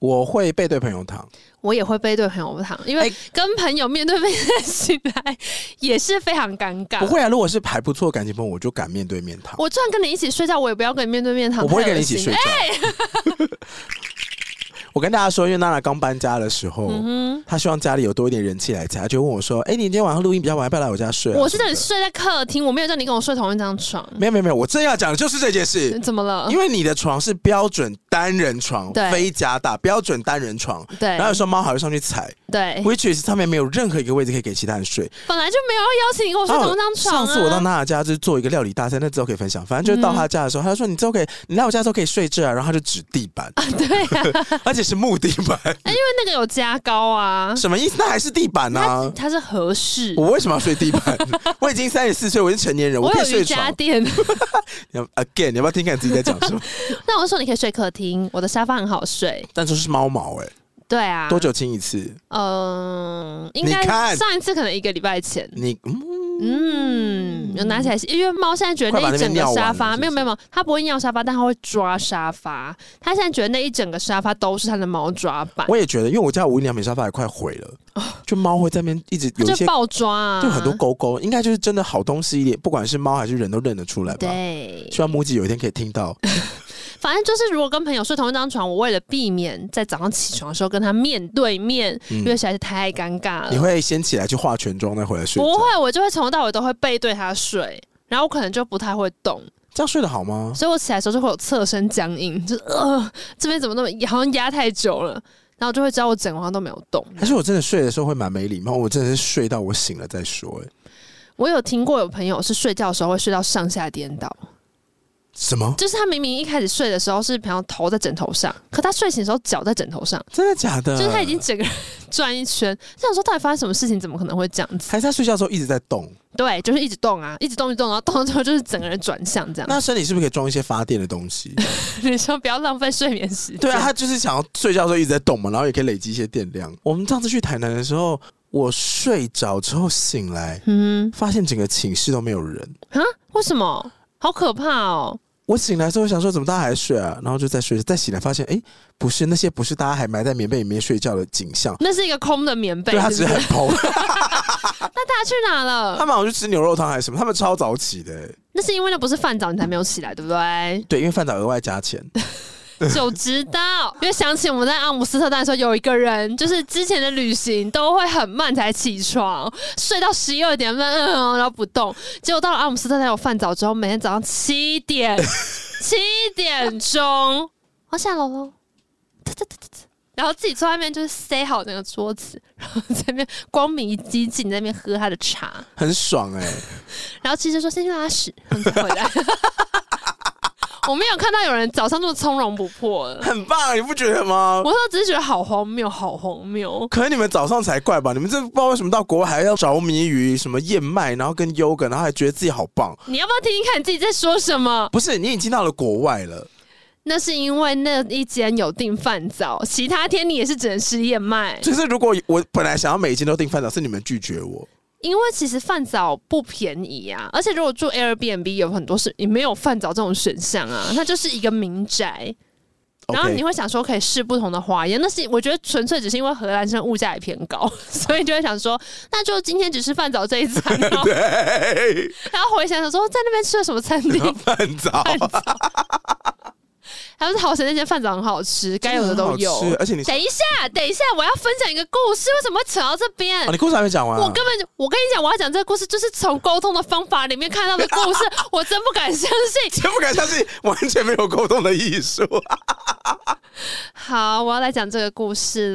Speaker 1: 我会背对朋友躺，
Speaker 2: 我也会背对朋友躺，因为
Speaker 1: 哎
Speaker 2: 跟朋友面对面起来也是非常尴尬。
Speaker 1: 不，会啊。如果是还不错的感情朋友，我就敢面对面躺，
Speaker 2: 我就算跟你一起睡觉，我也不要跟你面对面躺。
Speaker 1: 我不会
Speaker 2: 太恶
Speaker 1: 跟你一起
Speaker 2: 心哎
Speaker 1: 睡
Speaker 2: 了
Speaker 1: 觉。 我跟大家说，因为娜娜刚搬家的时候，
Speaker 2: 嗯
Speaker 1: 她希望家里有多一点人气来家，她就问我说：“哎、你今天晚上录音比较晚，要不要来我家睡、啊？”
Speaker 2: 哼，我是
Speaker 1: 什
Speaker 2: 叫
Speaker 1: 么
Speaker 2: 你
Speaker 1: 的
Speaker 2: 睡在客厅，我没有叫你跟我睡同一张床。
Speaker 1: 没有没有没有，我正要讲的就是这件事。
Speaker 2: 怎么了
Speaker 1: 因？为你的床是标准单人床，
Speaker 2: 嗯对
Speaker 1: 非加大标准单人床，
Speaker 2: 对哎
Speaker 1: 然后有时候猫还会上去踩
Speaker 2: 对，
Speaker 1: ，which is 上面没有任何一个位置可以给其他人睡。
Speaker 2: 本来就没有要邀请你跟我睡同一张床、啊
Speaker 1: 哦上次我到娜娜家就是做一个料理大赛，那之后可以分享。反正就是到她家的时候，她就说：“你之后可以，你来我家的时候可以睡这啊。”然后她就指地板，
Speaker 2: 对啊，因为
Speaker 1: 而且是木地板，
Speaker 2: 那个有加高啊，
Speaker 1: 什么意思？那还是地板呢、啊
Speaker 2: 它它是合适。
Speaker 1: 我为什么要睡地板？我已经三十四岁，我是成年人，我可以
Speaker 2: 有瑜
Speaker 1: 睡
Speaker 2: 伽
Speaker 1: 床。
Speaker 2: 垫，
Speaker 1: 你要 again，你要不要听看自己在讲什么？
Speaker 2: 那我说你可以睡客厅，我的沙发很好睡。
Speaker 1: 但就是猫毛哎、
Speaker 2: 对啊，
Speaker 1: 多？久清一次？
Speaker 2: 嗯、应
Speaker 1: 你
Speaker 2: 该
Speaker 1: 看
Speaker 2: 上一次可能一个礼拜前。
Speaker 1: 你嗯，
Speaker 2: 嗯，有拿起来吸，因为猫现在觉得那一整个沙
Speaker 1: 快把那边尿完
Speaker 2: 发
Speaker 1: 了
Speaker 2: 没有没有没有，它不会尿沙发，但它会抓沙发。它现在觉得那一整个沙发都是它的猫抓板，
Speaker 1: 我也觉得，因为我家无印良品沙发也快毁了，就猫会在那边一直
Speaker 2: 它
Speaker 1: 有一
Speaker 2: 就
Speaker 1: 些，
Speaker 2: 爆抓、啊，
Speaker 1: 就很多勾勾，应该就是真的好东西一点，不管是猫还是人都认得出来吧。
Speaker 2: 对，
Speaker 1: 希望木吉有一天可以听到，
Speaker 2: 反正就是，如果跟朋友睡同一张床，我为了避免在早上起床的时候跟他面对面，因为
Speaker 1: 嗯，
Speaker 2: 实在是太尴尬
Speaker 1: 你
Speaker 2: 了。
Speaker 1: 会先起来去化全妆，再回来睡觉。
Speaker 2: 呃不会，我就会从头到尾都会背对他睡，然后我可能就不太会动，
Speaker 1: 这样睡得好吗？
Speaker 2: 所以我起来的时候就会有侧身僵硬，就是呃这边怎么那么好像压太久了，然后就会知道我整晚上都没有动。
Speaker 1: 还是我真的睡的时候会蛮没礼貌，我真的是睡到我醒了再说、欸。
Speaker 2: 我有听过有朋友是睡觉的时候会睡到上下颠倒，
Speaker 1: 什么？
Speaker 2: 就是他明明一开始睡的时候是平常头在枕头上，可他睡醒的时候脚在枕头上，
Speaker 1: 真的假的？
Speaker 2: 就是他已经整个人 转一圈，想说到底发生什么事情，怎么可能会这样子？
Speaker 1: 还是他睡觉的时候一直在动？
Speaker 2: 对，就是一直动啊，一直动，一直动，然后动了之后就是整个人转向这样。
Speaker 1: 那身体是不是可以装一些发电的东西？
Speaker 2: 你说不要浪费睡眠时间。
Speaker 1: 对啊，他就是想要睡觉的时候一直在动嘛，然后也可以累积一些电量。我们上次去台南的时候，我睡着之后醒来，
Speaker 2: 嗯，
Speaker 1: 发现整个寝室都没有人。
Speaker 2: 啊，为什么？好可怕哦！
Speaker 1: 我醒来之后想说，怎么大家还睡啊？然后就再睡，再醒来发现，哎、不是那些，不是大家还埋在棉被里面睡觉的景象，
Speaker 2: 那是一个空的棉被，
Speaker 1: 对他啊只
Speaker 2: 是
Speaker 1: 是
Speaker 2: 不是
Speaker 1: 很蓬。
Speaker 2: 那大家去哪
Speaker 1: 他
Speaker 2: 了？
Speaker 1: 们好像去吃牛肉汤还是什么，他们超早起的、欸
Speaker 2: 那是因为那不是饭早，你才没有起来，对不对？
Speaker 1: 对，因为饭早额外加 钱。
Speaker 2: 就知道，因为想起我们在阿姆斯特丹的时候，有一个人就是之前的旅行都会很慢才起床，睡到十一二点，嗯嗯，嗯然后不动。结果到了阿姆斯特丹有饭早之后，每天早上七点七点钟，我下楼喽，哒哒哒哒哒然后自己坐外面就是塞好那个桌子，然后在那边光明激进在那边喝他的茶，
Speaker 1: 很爽哎、
Speaker 2: 然后其实说先去拉屎，然后再回 来。我没有看到有人早上这么从容不迫的。
Speaker 1: 很棒，你不觉得吗？
Speaker 2: 我说只是觉得好荒谬，好荒谬。
Speaker 1: 可能你们早上才怪吧？你们这不知道为什么到国外还要着迷于什么燕麦，然后跟 yoga，然后还觉得自己好棒。
Speaker 2: 你要不要听听看你自己在说什么？
Speaker 1: 不是，你已经到了国外了，
Speaker 2: 那是因为那一间有订饭早，其他天你也是只能吃燕麦，
Speaker 1: 就是如果我本来想要每一间都订饭早，是你们拒绝我。
Speaker 2: 因为其实饭早不便宜啊，而且如果住 Airbnb 有很多是你没有饭早这种选项啊，那就是一个民宅。然后
Speaker 1: OK，。
Speaker 2: 你会想说可以试不同的花样，那是我觉得纯粹只是因为荷兰生物价也偏高， 所以就会想说，那就今天只吃饭早这一餐、 哦
Speaker 1: 对，
Speaker 2: 然后回想想说，在那边吃了什么 餐厅？
Speaker 1: 饭早
Speaker 2: 饭早。还是好神那间饭早很好吃，该有的都有
Speaker 1: 真的。很好吃哎而且你
Speaker 2: 等一下，等一下，我要分享一个故事，为什么会扯到这边？
Speaker 1: 哦，你故事还没讲完、啊。
Speaker 2: 我根本就，我跟你讲，我要讲这个故事，就是从沟通的方法里面看到的故事，我真不敢相 信。
Speaker 1: 真不敢相信，完全没有沟通的艺术。
Speaker 2: 好，我要来讲这个故事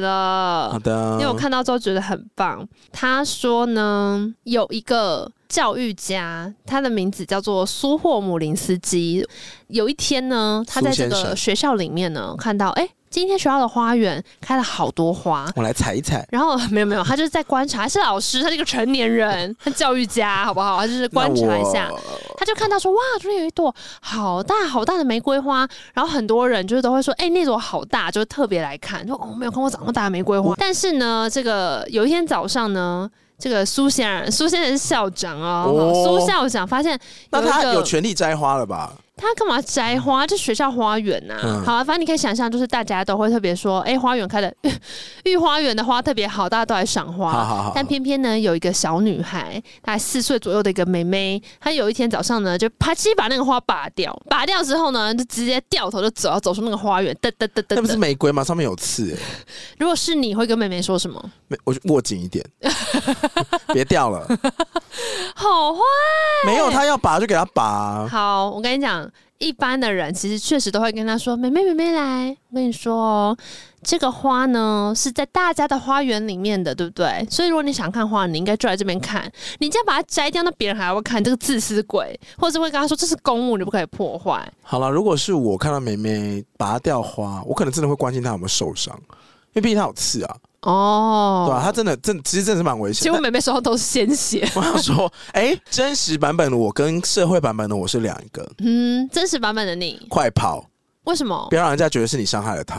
Speaker 2: 了。
Speaker 1: 好的，
Speaker 2: 因为我看到之后觉得很棒。他说呢，有一个教育家，他的名字叫做苏霍姆林斯基。有一天呢，他在这
Speaker 1: 苏先
Speaker 2: 个
Speaker 1: 生
Speaker 2: 学校里面呢，看到哎、诶今天学校的花园开了好多花。
Speaker 1: 我来踩一踩。
Speaker 2: 然后 没有没有，他就是在观察，他是老师，他是一个成年人，他教育家，好不好？他就是观察一下
Speaker 1: 那。我
Speaker 2: 他就看到说哇，这边有一朵好大好大的玫瑰花，然后很多人就是都会说，哎、那朵好大，就特别来看，说哦，没有看过长那么大的玫瑰花。哦但是呢，这个有一天早上呢。这个苏先生，苏先生是校长哦，
Speaker 1: 哦
Speaker 2: 苏校长发现
Speaker 1: 那
Speaker 2: 有一
Speaker 1: 他
Speaker 2: 个
Speaker 1: 有权利摘花了吧？
Speaker 2: 他干嘛摘花？这学校花园呐、
Speaker 1: 嗯
Speaker 2: 好啊，反正你可以想象，就是大家都会特别说，哎、花园开的 御花园的花特别好，大家都来赏花。
Speaker 1: 好好好
Speaker 2: 但偏偏呢，有一个小女孩，大概四岁左右的一个妹妹，她有一天早上呢，就啪叽把那个花拔掉，拔掉之后呢，就直接掉头就走，要走出那个花园，噔噔噔噔
Speaker 1: 那不是
Speaker 2: 噔。
Speaker 1: 玫瑰吗？上面有刺、欸，
Speaker 2: 如果是你会跟妹妹说什么？
Speaker 1: 没我就握紧一 点，别掉了。
Speaker 2: 好花
Speaker 1: 没有，他要拔就啊给他拔。
Speaker 2: 好，我跟你讲，一般的人其实确实都会跟他说：“妹妹，妹妹来，我跟你说哦，这个花呢是在大家的花园里面的，对不对？所以如果你想看花，你应该就来这边看。你这样把它摘掉，那别人还会看，这个自私鬼，或者会跟他说这是公物，你不可以破坏。
Speaker 1: 好了，如果是我看到梅梅拔掉花，我可能真的会关心她有没有受伤，因为毕竟她有刺啊，”
Speaker 2: 哦，
Speaker 1: 对吧、啊？她真的真其实真的是蛮危
Speaker 2: 结
Speaker 1: 险
Speaker 2: 果
Speaker 1: 的。
Speaker 2: 妹妹手上都是鲜血。
Speaker 1: 我 想说，哎、真实版本的我跟社会版本的我是两个，
Speaker 2: 嗯，真实版本的你，
Speaker 1: 快跑！
Speaker 2: 为什么
Speaker 1: 不要让人家觉得是你伤害了他。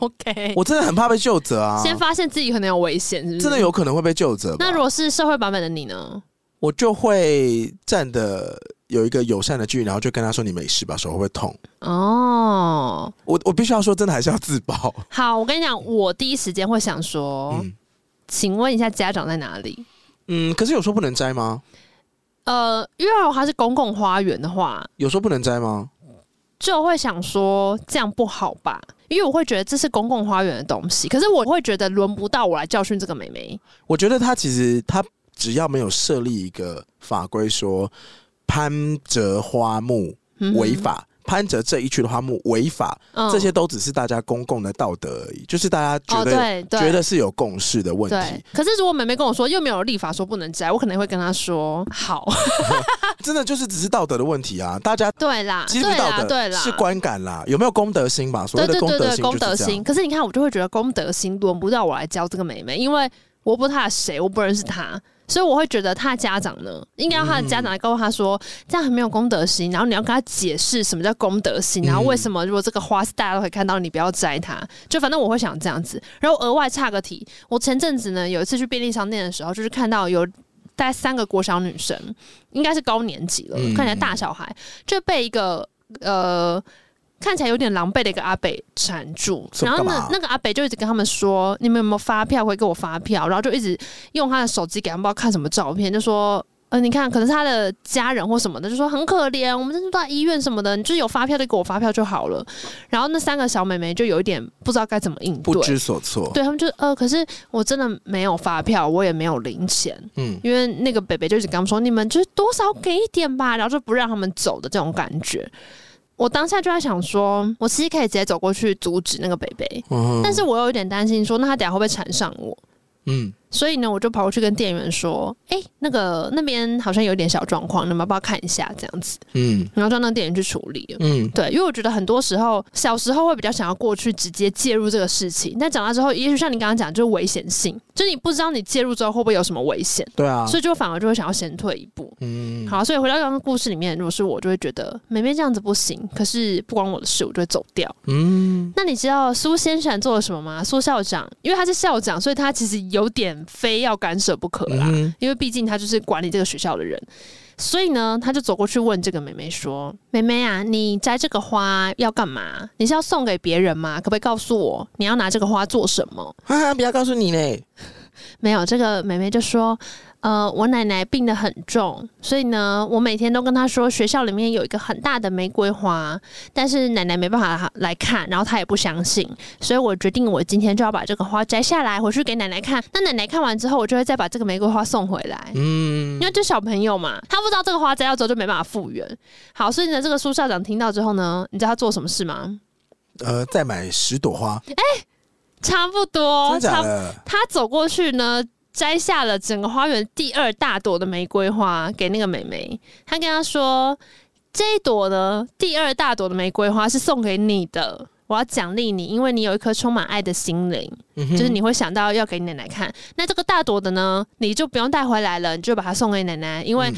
Speaker 2: ？OK，
Speaker 1: 我真的很怕被救责啊，
Speaker 2: 先发现自己可能有危险，是不是？
Speaker 1: 真的。有啊可能会被救责吧。
Speaker 2: 那如果是社会版本的你呢？
Speaker 1: 我就会站的有一个友善的距离，然后就跟他说：“你没事吧？手会不会痛
Speaker 2: 哦，？”
Speaker 1: 我我必须要说，真的还是要自保。
Speaker 2: 好，我跟你讲，我第一时间会想说，
Speaker 1: 嗯
Speaker 2: 请问一下家长在哪里？
Speaker 1: 嗯，可是有时候不能摘吗？
Speaker 2: 呃，因为它是公共花园的话，
Speaker 1: 有时候不能摘吗？
Speaker 2: 就会想说这样不好吧，因为我会觉得这是公共花园的东西，可是我会觉得轮不到我来教训这个妹妹。
Speaker 1: 我觉得他其实他只要没有设立一个法规说攀折花木
Speaker 2: 嗯哼
Speaker 1: 违，法。攀折这一区的花木违法，
Speaker 2: 嗯
Speaker 1: 这些都只是大家公共的道德而已，就是大家觉
Speaker 2: 哦，
Speaker 1: 得、
Speaker 2: 对对，
Speaker 1: 觉得是有共识的问
Speaker 2: 对
Speaker 1: 题。。
Speaker 2: 可是如果妹妹跟我说又没有立法说不能摘，我可能会跟她说好，
Speaker 1: 真的就是只是道德的问题啊！大家
Speaker 2: 对啦，
Speaker 1: 其
Speaker 2: 对
Speaker 1: 实不是道
Speaker 2: 啦，
Speaker 1: 德，
Speaker 2: 对啦，
Speaker 1: 是观感啦，有没有公德心吧？所
Speaker 2: 对
Speaker 1: 谓的
Speaker 2: 对
Speaker 1: 公
Speaker 2: 对
Speaker 1: 德
Speaker 2: 对，
Speaker 1: 心
Speaker 2: 公
Speaker 1: 就
Speaker 2: 德
Speaker 1: 是这
Speaker 2: 心。
Speaker 1: 样。
Speaker 2: 可是你看，我就会觉得公德心轮不到我来教这个妹妹，因为我不知道她是谁，我不认识她，所以我会觉得她的家长呢，应该要她的家长来告诉她说，这样很没有公德心。然后你要跟她解释什么叫公德心，
Speaker 1: 嗯
Speaker 2: 然后为什么如果这个花是大家都可以看到，你不要摘它。就反正我会想这样子。然后额外插个题，我前阵子呢有一次去便利商店的时候，就是看到有。大概三个国小女生，应该是高年级了，
Speaker 1: 嗯
Speaker 2: 看起来大小孩，就被一个呃看起来有点狼狈的一个阿北缠住，
Speaker 1: 说
Speaker 2: 然后
Speaker 1: 干
Speaker 2: 呢
Speaker 1: 嘛，
Speaker 2: 那个阿北就一直跟他们说：“你们有没有发票？可以给我发票。”然后就一直用他的手机给他们不知道看什么照片，就说：“呃，你看，可能是他的家人或什么的，就说很可怜，我们这是到医院什么的，你就是有发票就给我发票就好了。”然后那三个小妹妹就有一点不知道该怎么应
Speaker 1: 不
Speaker 2: 对，
Speaker 1: 知所措。
Speaker 2: 对他们就呃，可是我真的没有发票，我也没有零钱，
Speaker 1: 嗯，
Speaker 2: 因为那个北北就一直跟他们说，你们就是多少给一点吧，然后就不让他们走的这种感觉。我当下就在想说，我其实可以直接走过去阻止那个北北，
Speaker 1: 嗯
Speaker 2: 但是我有一点担心说，那他等下会不会缠上我？
Speaker 1: 嗯，
Speaker 2: 所以呢，我就跑过去跟店员说：“哎、那个那边好像有点小状况，你们要不要看一下？”这样子，
Speaker 1: 嗯
Speaker 2: 然后就让店员去处理了。
Speaker 1: 嗯
Speaker 2: 对，因为我觉得很多时候小时候会比较想要过去直接介入这个事情，但长大之后，也许像你刚刚讲，就是危险性，就是你不知道你介入之后会不会有什么危险。
Speaker 1: 对啊，
Speaker 2: 所以就反而就会想要先退一步。
Speaker 1: 嗯，
Speaker 2: 好，所以回到刚刚故事里面，如果是我，就会觉得妹妹这样子不行，可是不关我的事，我就会走掉。
Speaker 1: 嗯，
Speaker 2: 那你知道苏先生做了什么吗？苏校长，因为他是校长，所以他其实有点非要干涉不可
Speaker 1: 嗯
Speaker 2: 啦，
Speaker 1: 哼
Speaker 2: 因为毕竟他就是管理这个学校的人。所以呢，他就走过去问这个妹妹说：“妹妹啊，你摘这个花要干嘛？你是要送给别人吗？可不可以告诉我你要拿这个花做什么？”
Speaker 1: 哈哈，不要告诉你嘞。
Speaker 2: 没有，这个妹妹就说，呃，我奶奶病得很重，所以呢，我每天都跟她说，学校里面有一个很大的玫瑰花，但是奶奶没办法来看，然后她也不相信，所以我决定我今天就要把这个花摘下来，回去给奶奶看。那奶奶看完之后，我就会再把这个玫瑰花送回来。
Speaker 1: 嗯
Speaker 2: 因，为就小朋友嘛，他不知道这个花摘掉之后就没办法复原。好，所以呢，这个苏校长听到之后呢，你知道他做什么事吗？
Speaker 1: 呃，再买十朵花，
Speaker 2: 差不多，
Speaker 1: 真假
Speaker 2: 哦差
Speaker 1: 的？
Speaker 2: 他走过去呢，摘下了整个花园第二大朵的玫瑰花给那个妹妹。他跟她说：“这一朵呢，第二大朵的玫瑰花是送给你的，我要奖励你，因为你有一颗充满爱的心灵，
Speaker 1: 嗯
Speaker 2: 就是
Speaker 1: 哼，
Speaker 2: 你会想到要给你奶奶看。那这个大朵的呢，你就不用带回来了，你就把它送给奶奶，因为
Speaker 1: 嗯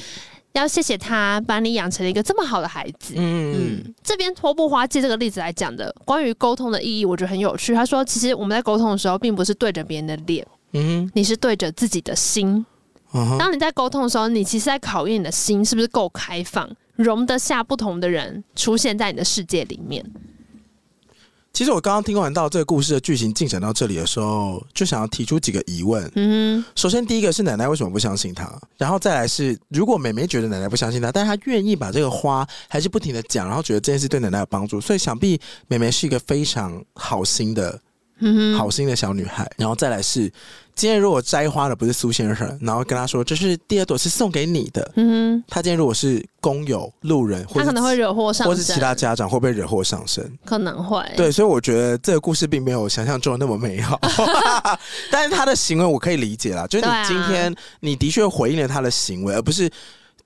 Speaker 2: 要谢谢他把你养成了一个这么好的孩子。
Speaker 1: 嗯
Speaker 2: 嗯，这边拖布花季这个例子来讲的，关于沟通的意义，我觉得很有趣。他说，其实我们在沟通的时候，并不是对着别人的脸，
Speaker 1: 嗯
Speaker 2: 你是对着自己的心。
Speaker 1: 嗯哼，
Speaker 2: 当你在沟通的时候，你其实在考验你的心是不是够开放，容得下不同的人出现在你的世界里面。
Speaker 1: 其实我刚刚听完到这个故事的剧情进展到这里的时候，就想要提出几个疑问。
Speaker 2: 嗯哼，
Speaker 1: 首先，第一个是奶奶为什么不相信他，然后再来是，如果妹妹觉得奶奶不相信他，但是她愿意把这个花还是不停的讲，然后觉得这件事对奶奶有帮助，所以想必妹妹是一个非常好心的、
Speaker 2: 嗯哼，
Speaker 1: 好心的小女孩。然后再来是，今天如果摘花的不是苏先生，然后跟他说这是第二朵是送给你的，
Speaker 2: 嗯
Speaker 1: 他今天如果是工友、路人，
Speaker 2: 哼，
Speaker 1: 或
Speaker 2: 他可能会
Speaker 1: 是
Speaker 2: 惹祸上
Speaker 1: 或是
Speaker 2: 身
Speaker 1: 其，他家长，会不会惹祸上身？
Speaker 2: 可能会。
Speaker 1: 对，所以我觉得这个故事并没有想象中的那么美 好，但是他的行为我可以理解啦，就是
Speaker 2: 对
Speaker 1: 你
Speaker 2: 啊
Speaker 1: 今天你的确回应了他的行为，而不是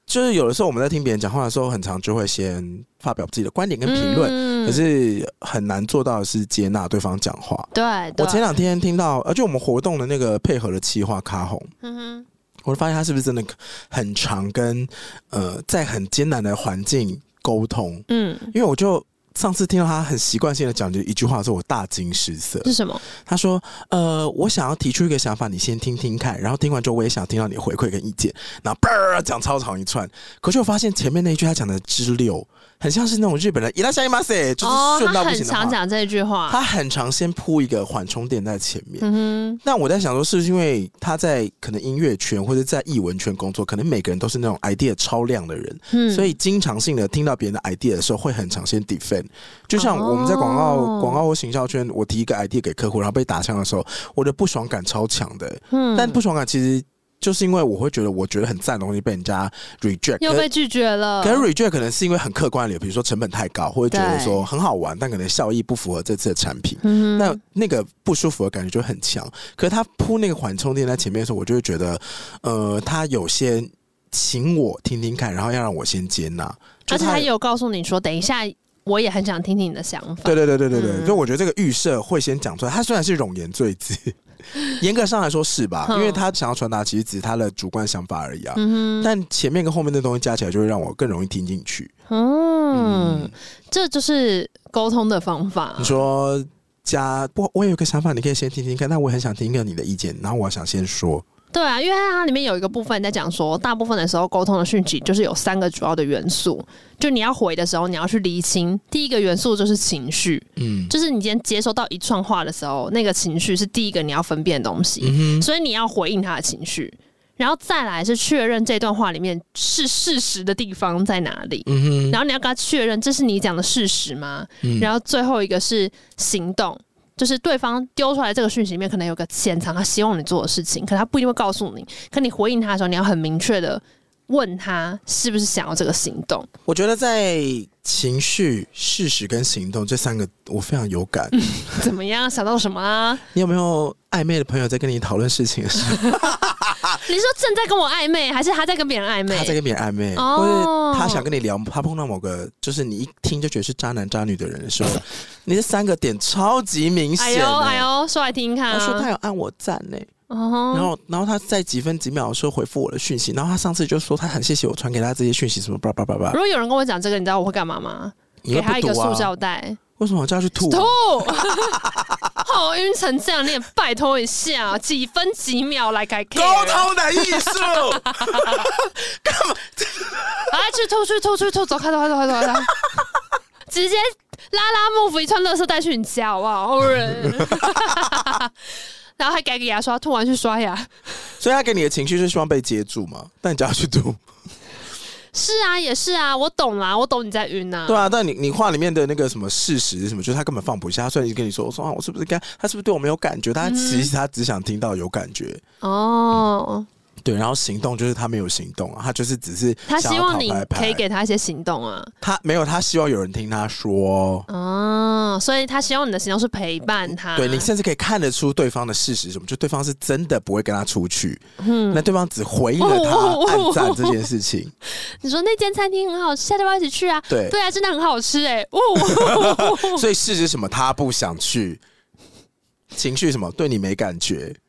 Speaker 1: 就是有的时候我们在听别人讲话的时候，很常就会先发表自己的观点跟评论，
Speaker 2: 嗯
Speaker 1: 可是很难做到的是接纳对方讲话。
Speaker 2: 对，对啊
Speaker 1: 我前两天听到，呃而且我们活动的那个配合的企划卡红，
Speaker 2: 嗯
Speaker 1: 我就发现他是不是真的很常跟呃在很艰难的环境沟通，
Speaker 2: 哼，嗯，
Speaker 1: 因为我就上次听到他很习惯性的讲这一句话的时候，我大惊失色。
Speaker 2: 是什么？
Speaker 1: 他说：“呃，我想要提出一个想法，你先听听看，然后听完之后我也想听到你的回馈跟意见。”然后叭儿讲超长一串，可是我发现前面那一句他讲的之溜，很像是那种日本人伊拉夏伊马塞，就是
Speaker 2: 哦，
Speaker 1: 顺
Speaker 2: 他
Speaker 1: 到不
Speaker 2: 很
Speaker 1: 行的
Speaker 2: 常
Speaker 1: 话。
Speaker 2: 讲这句话。
Speaker 1: 他很常先铺一个缓冲点在前面，
Speaker 2: 嗯
Speaker 1: 那我在想说，是不是因为他在可能音乐圈或者在艺文圈工作，可能每个人都是那种 idea 超量的人，
Speaker 2: 哼，嗯
Speaker 1: 所以经常性的听到别人的 idea 的时候，会很常先 defend。就像
Speaker 2: 哦
Speaker 1: 我们在广告、广告或行销圈，我提一个 idea 给客户，然后被打枪的时候，我的不爽感超强的、
Speaker 2: 嗯
Speaker 1: 但不爽感其实就是因为我会觉得我觉得很赞的东西被人家 reject，
Speaker 2: 又
Speaker 1: 可
Speaker 2: 被拒绝了。
Speaker 1: 可能 reject 可能是因为很客观的理由，比如说成本太高，或者觉得
Speaker 2: 对
Speaker 1: 说很好玩，但可能效益不符合这次的产品。
Speaker 2: 嗯哼
Speaker 1: 那那个不舒服的感觉就很强。可是他铺那个缓冲垫在前面的时候，我就会觉得，呃，他有些请我听听看，然后要让我先接纳。就
Speaker 2: 而且他
Speaker 1: 有，
Speaker 2: 有告诉你说，等一下我也很想听听你的想法。
Speaker 1: 对对对对对对，
Speaker 2: 嗯
Speaker 1: 就我觉得这个预设会先讲出来。他虽然是冗言赘字，严格上来说是吧？
Speaker 2: 嗯
Speaker 1: 因为他想要传达其实只是他的主观想法而已啊。
Speaker 2: 嗯哼，
Speaker 1: 但前面跟后面的东西加起来，就会让我更容易听进去。
Speaker 2: 嗯，这就是沟通的方法
Speaker 1: 你。说加不？我有个想法，你可以先听听看。但我很想听一个你的意见，然后我想先说。
Speaker 2: 对啊，因为它里面有一个部分在讲说，大部分的时候沟通的讯息就是有三个主要的元素，就你要回的时候，你要去厘清。第一个元素就是情绪，
Speaker 1: 嗯
Speaker 2: 就是你今天接收到一串话的时候，那个情绪是第一个你要分辨的东西。
Speaker 1: 嗯哼
Speaker 2: 所以你要回应他的情绪，然后再来是确认这段话里面是事实的地方在哪里，
Speaker 1: 嗯哼，
Speaker 2: 然后你要跟他确认这是你讲的事实吗？
Speaker 1: 嗯
Speaker 2: 然后最后一个是行动。就是对方丢出来这个讯息里面，可能有个潜藏他希望你做的事情，可他不一定会告诉你。可你回应他的时候，你要很明确的问他是不是想要这个行动。
Speaker 1: 我觉得在情绪、事实跟行动这三个，我非常有感。
Speaker 2: 嗯怎么样？想到什么啊？
Speaker 1: 你有没有暧昧的朋友在跟你讨论事情的时 候，
Speaker 2: 你说正在跟我暧昧，还是他在跟别人暧昧？
Speaker 1: 他在跟别人暧昧，
Speaker 2: 哦
Speaker 1: 或者他想跟你聊，他碰到某个就是你一听就觉得是渣男渣女的人的时候，你这三个点超级明
Speaker 2: 嗯哎
Speaker 1: 显、
Speaker 2: 呦
Speaker 1: 欸。
Speaker 2: 哎呦，说来听听看啊！
Speaker 1: 他哦说他有按我赞呢、
Speaker 2: 哦
Speaker 1: 然后然后他在几分几秒的时候回复我的讯息，然后他上次就说他很谢谢我传给他这些讯息，什么叭叭叭叭
Speaker 2: 如，果有人跟我讲这个，你知道我会干嘛吗？
Speaker 1: 你
Speaker 2: 嗯给
Speaker 1: 会
Speaker 2: 他一
Speaker 1: 不
Speaker 2: 个
Speaker 1: 读
Speaker 2: 塑
Speaker 1: 啊？
Speaker 2: 胶袋，
Speaker 1: 为什么我叫他去吐啊？
Speaker 2: 吐！ 好晕成这样，你也拜托一下，几分几秒来改 care
Speaker 1: 沟通的艺术，
Speaker 2: 啊！去吐去吐去吐，走开走开走开走开走开，直接拉拉幕府一串垃圾带去你家好不好？好人， 然后还改个牙刷，吐完去刷牙。
Speaker 1: 所以他给你的情绪是希望被接住嘛？但你叫他去读，
Speaker 2: 是啊，也是啊，我懂啦，我懂你在晕呐、
Speaker 1: 对啊，但你你话里面的那个什么事实是什么，就是他根本放不下，所以你跟你说，我说啊，我是不是该他是不是对我没有感觉？但他其实他只想听到有感觉，
Speaker 2: 哦，
Speaker 1: 对，然后行动就是他没有行动啊，他就是只是
Speaker 2: 他
Speaker 1: 想
Speaker 2: 希
Speaker 1: 要
Speaker 2: 望
Speaker 1: 讨
Speaker 2: 你
Speaker 1: 拍拍
Speaker 2: 可以给他一些行动啊。
Speaker 1: 他没有，他希望有人听他说，
Speaker 2: 哦，所以他希望你的行动是陪伴他。
Speaker 1: 对你甚至可以看得出对方的事实是什么，就对方是真的不会跟他出去，那对方只回应了
Speaker 2: 哦
Speaker 1: 他暗赞这件事情，
Speaker 2: 你说那间餐厅很好吃，下次要不要一起去啊？
Speaker 1: 对
Speaker 2: 对啊，真的很好吃哎、哦，
Speaker 1: 所以事实是什么？他不想去，情绪什么对你没感觉。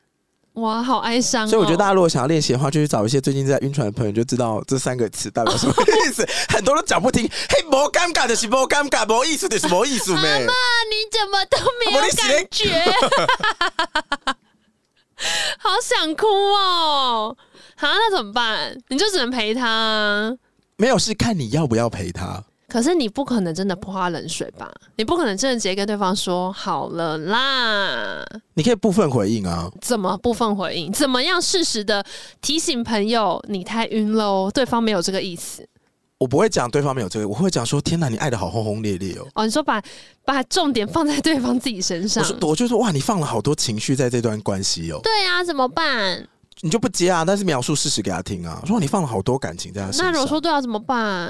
Speaker 2: 哇，好哀伤、哦。
Speaker 1: 所以我觉得大家如果想要练习的话，就去找一些最近在晕船的朋友，就知道这三个词代表什么意 思。很多人讲不听，嘿，没尴尬的是没尴尬，没意思的是没意思咩？
Speaker 2: 你怎么都没有
Speaker 1: 我的鞋
Speaker 2: 感觉？ 好想哭哦！啊，那怎么办？你就只能陪他啊。
Speaker 1: 没有，是看你要不要陪他。
Speaker 2: 可是你不可能真的泼他冷水吧？你不可能真的直接跟对方说好了啦，
Speaker 1: 你可以部分回应啊，
Speaker 2: 怎么部分回应？怎么样适时的提醒朋友你太晕喽，对方没有这个意思
Speaker 1: 我不会讲对方没有这个，我会讲说：天哪，你爱的好轰轰烈烈哦。
Speaker 2: 哦。你说把把重点放在对方自己身
Speaker 1: 我
Speaker 2: 上，
Speaker 1: 说，我就说哇，你放了好多情绪在这段关系哦，
Speaker 2: 对啊，怎么办？
Speaker 1: 你就不接啊，但是描述事实给他听啊，说你放了好多感情在他身
Speaker 2: 那
Speaker 1: 上。
Speaker 2: 如果说对啊，怎么办？